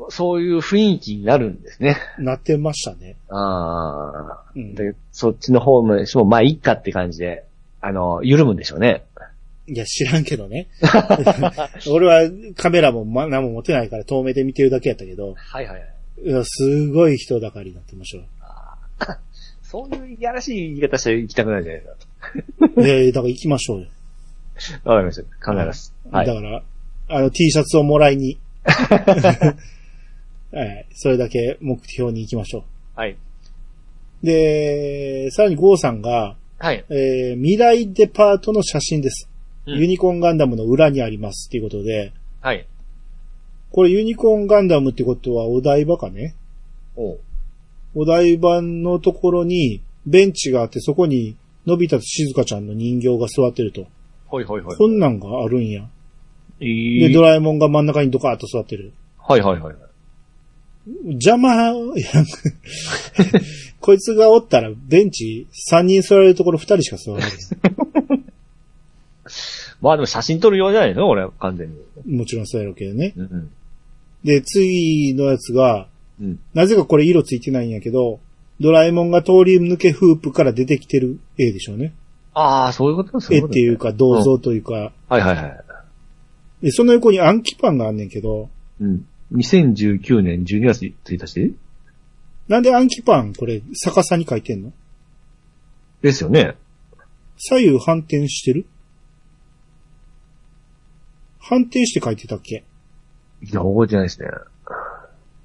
Speaker 2: そういう雰囲気になるんですね。
Speaker 1: なってましたね。
Speaker 2: ああ。
Speaker 1: うん。
Speaker 2: で、そっちの方も、しもまあ、いっかって感じで、あの、緩むんでしょうね。
Speaker 1: いや、知らんけどね。 <laughs> 俺はカメラもま何も持てないから遠目で見てるだけやったけど、
Speaker 2: はいはいはい。
Speaker 1: いやすごい人だかりになってまし
Speaker 2: そういういやらしい言い方して行きたくないじゃないです
Speaker 1: たよ。えだから行きましょうよ。
Speaker 2: か。わかりました。必ず。は
Speaker 1: だ
Speaker 2: い。
Speaker 1: から、あの T シャツをもらいに。 <laughs> はい。それだけ目標に行きましょう。
Speaker 2: はい。
Speaker 1: で、さらにゴーさんが、
Speaker 2: はい。
Speaker 1: えー未来デパートの写真です。
Speaker 2: うん
Speaker 1: ユニコーンガンダムの裏にありますっていうことで、
Speaker 2: はい。
Speaker 1: これユニコーンガンダムってことはお台場かね
Speaker 2: おう
Speaker 1: お台場のところにベンチがあってそこにのび太と静香ちゃんの人形が座ってると。
Speaker 2: ほいほいほい。
Speaker 1: こんなんがあるんや。
Speaker 2: え
Speaker 1: で、
Speaker 2: ー
Speaker 1: ドラえもんが真ん中にドカーッと座ってる。
Speaker 2: はいはいはい。
Speaker 1: 邪魔、 <laughs> いやこいつがおったらベンチ3人座れるところ2人しか座らない。
Speaker 2: まあでも写真撮るようじゃないの俺、完全に。
Speaker 1: もちろんそうやろうけどね。
Speaker 2: うん。
Speaker 1: で、次のやつが、
Speaker 2: うん
Speaker 1: なぜかこれ色ついてないんやけど、ドラえもんが通り抜けフープから出てきてる絵でしょうね。
Speaker 2: ああ、そういうことです
Speaker 1: 絵っていう
Speaker 2: か。
Speaker 1: か銅像というか、
Speaker 2: はいはいはい。
Speaker 1: で、その横に暗記パンがあんねんけど、
Speaker 2: うん。2019年12月1日
Speaker 1: なんで暗記パンこれ逆さに書いてんの
Speaker 2: ですよね。
Speaker 1: 左右反転してる反転して書いてたっけ
Speaker 2: いや、覚えてないですね。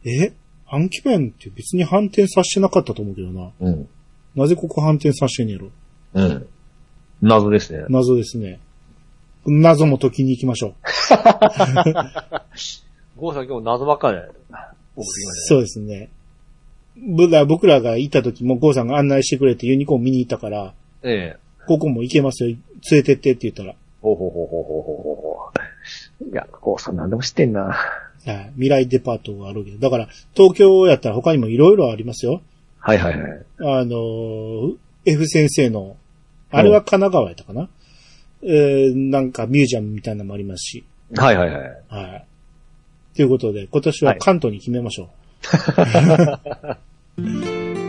Speaker 1: え暗記パンって別に反転させてなかったと思うけどな。
Speaker 2: うん。
Speaker 1: なぜここ反転させてんねやろ
Speaker 2: うん。謎ですね。
Speaker 1: 謎ですね。謎も解きに行きましょう。
Speaker 2: ゴーさん今日謎ばっかり。
Speaker 1: そうですね。僕ら僕らが行った時もゴーさんが案内してくれてユニコーン見に行ったから、
Speaker 2: ええ。
Speaker 1: ここも行けますよ。連れてってって言ったら、
Speaker 2: ほうほうほうほうほうほうほう。いや、ゴーさん何でも知ってんな。
Speaker 1: はい未来デパートがあるわけど。だから、東京やったら他にもいろいろありますよ。
Speaker 2: はいはいはい。
Speaker 1: あのー、F 先生の、あれは神奈川やったかな、えー、なんかミュージアムみたいなのもありますし。
Speaker 2: はいはいはい。
Speaker 1: はい。ということで、今年は関東に決めましょう。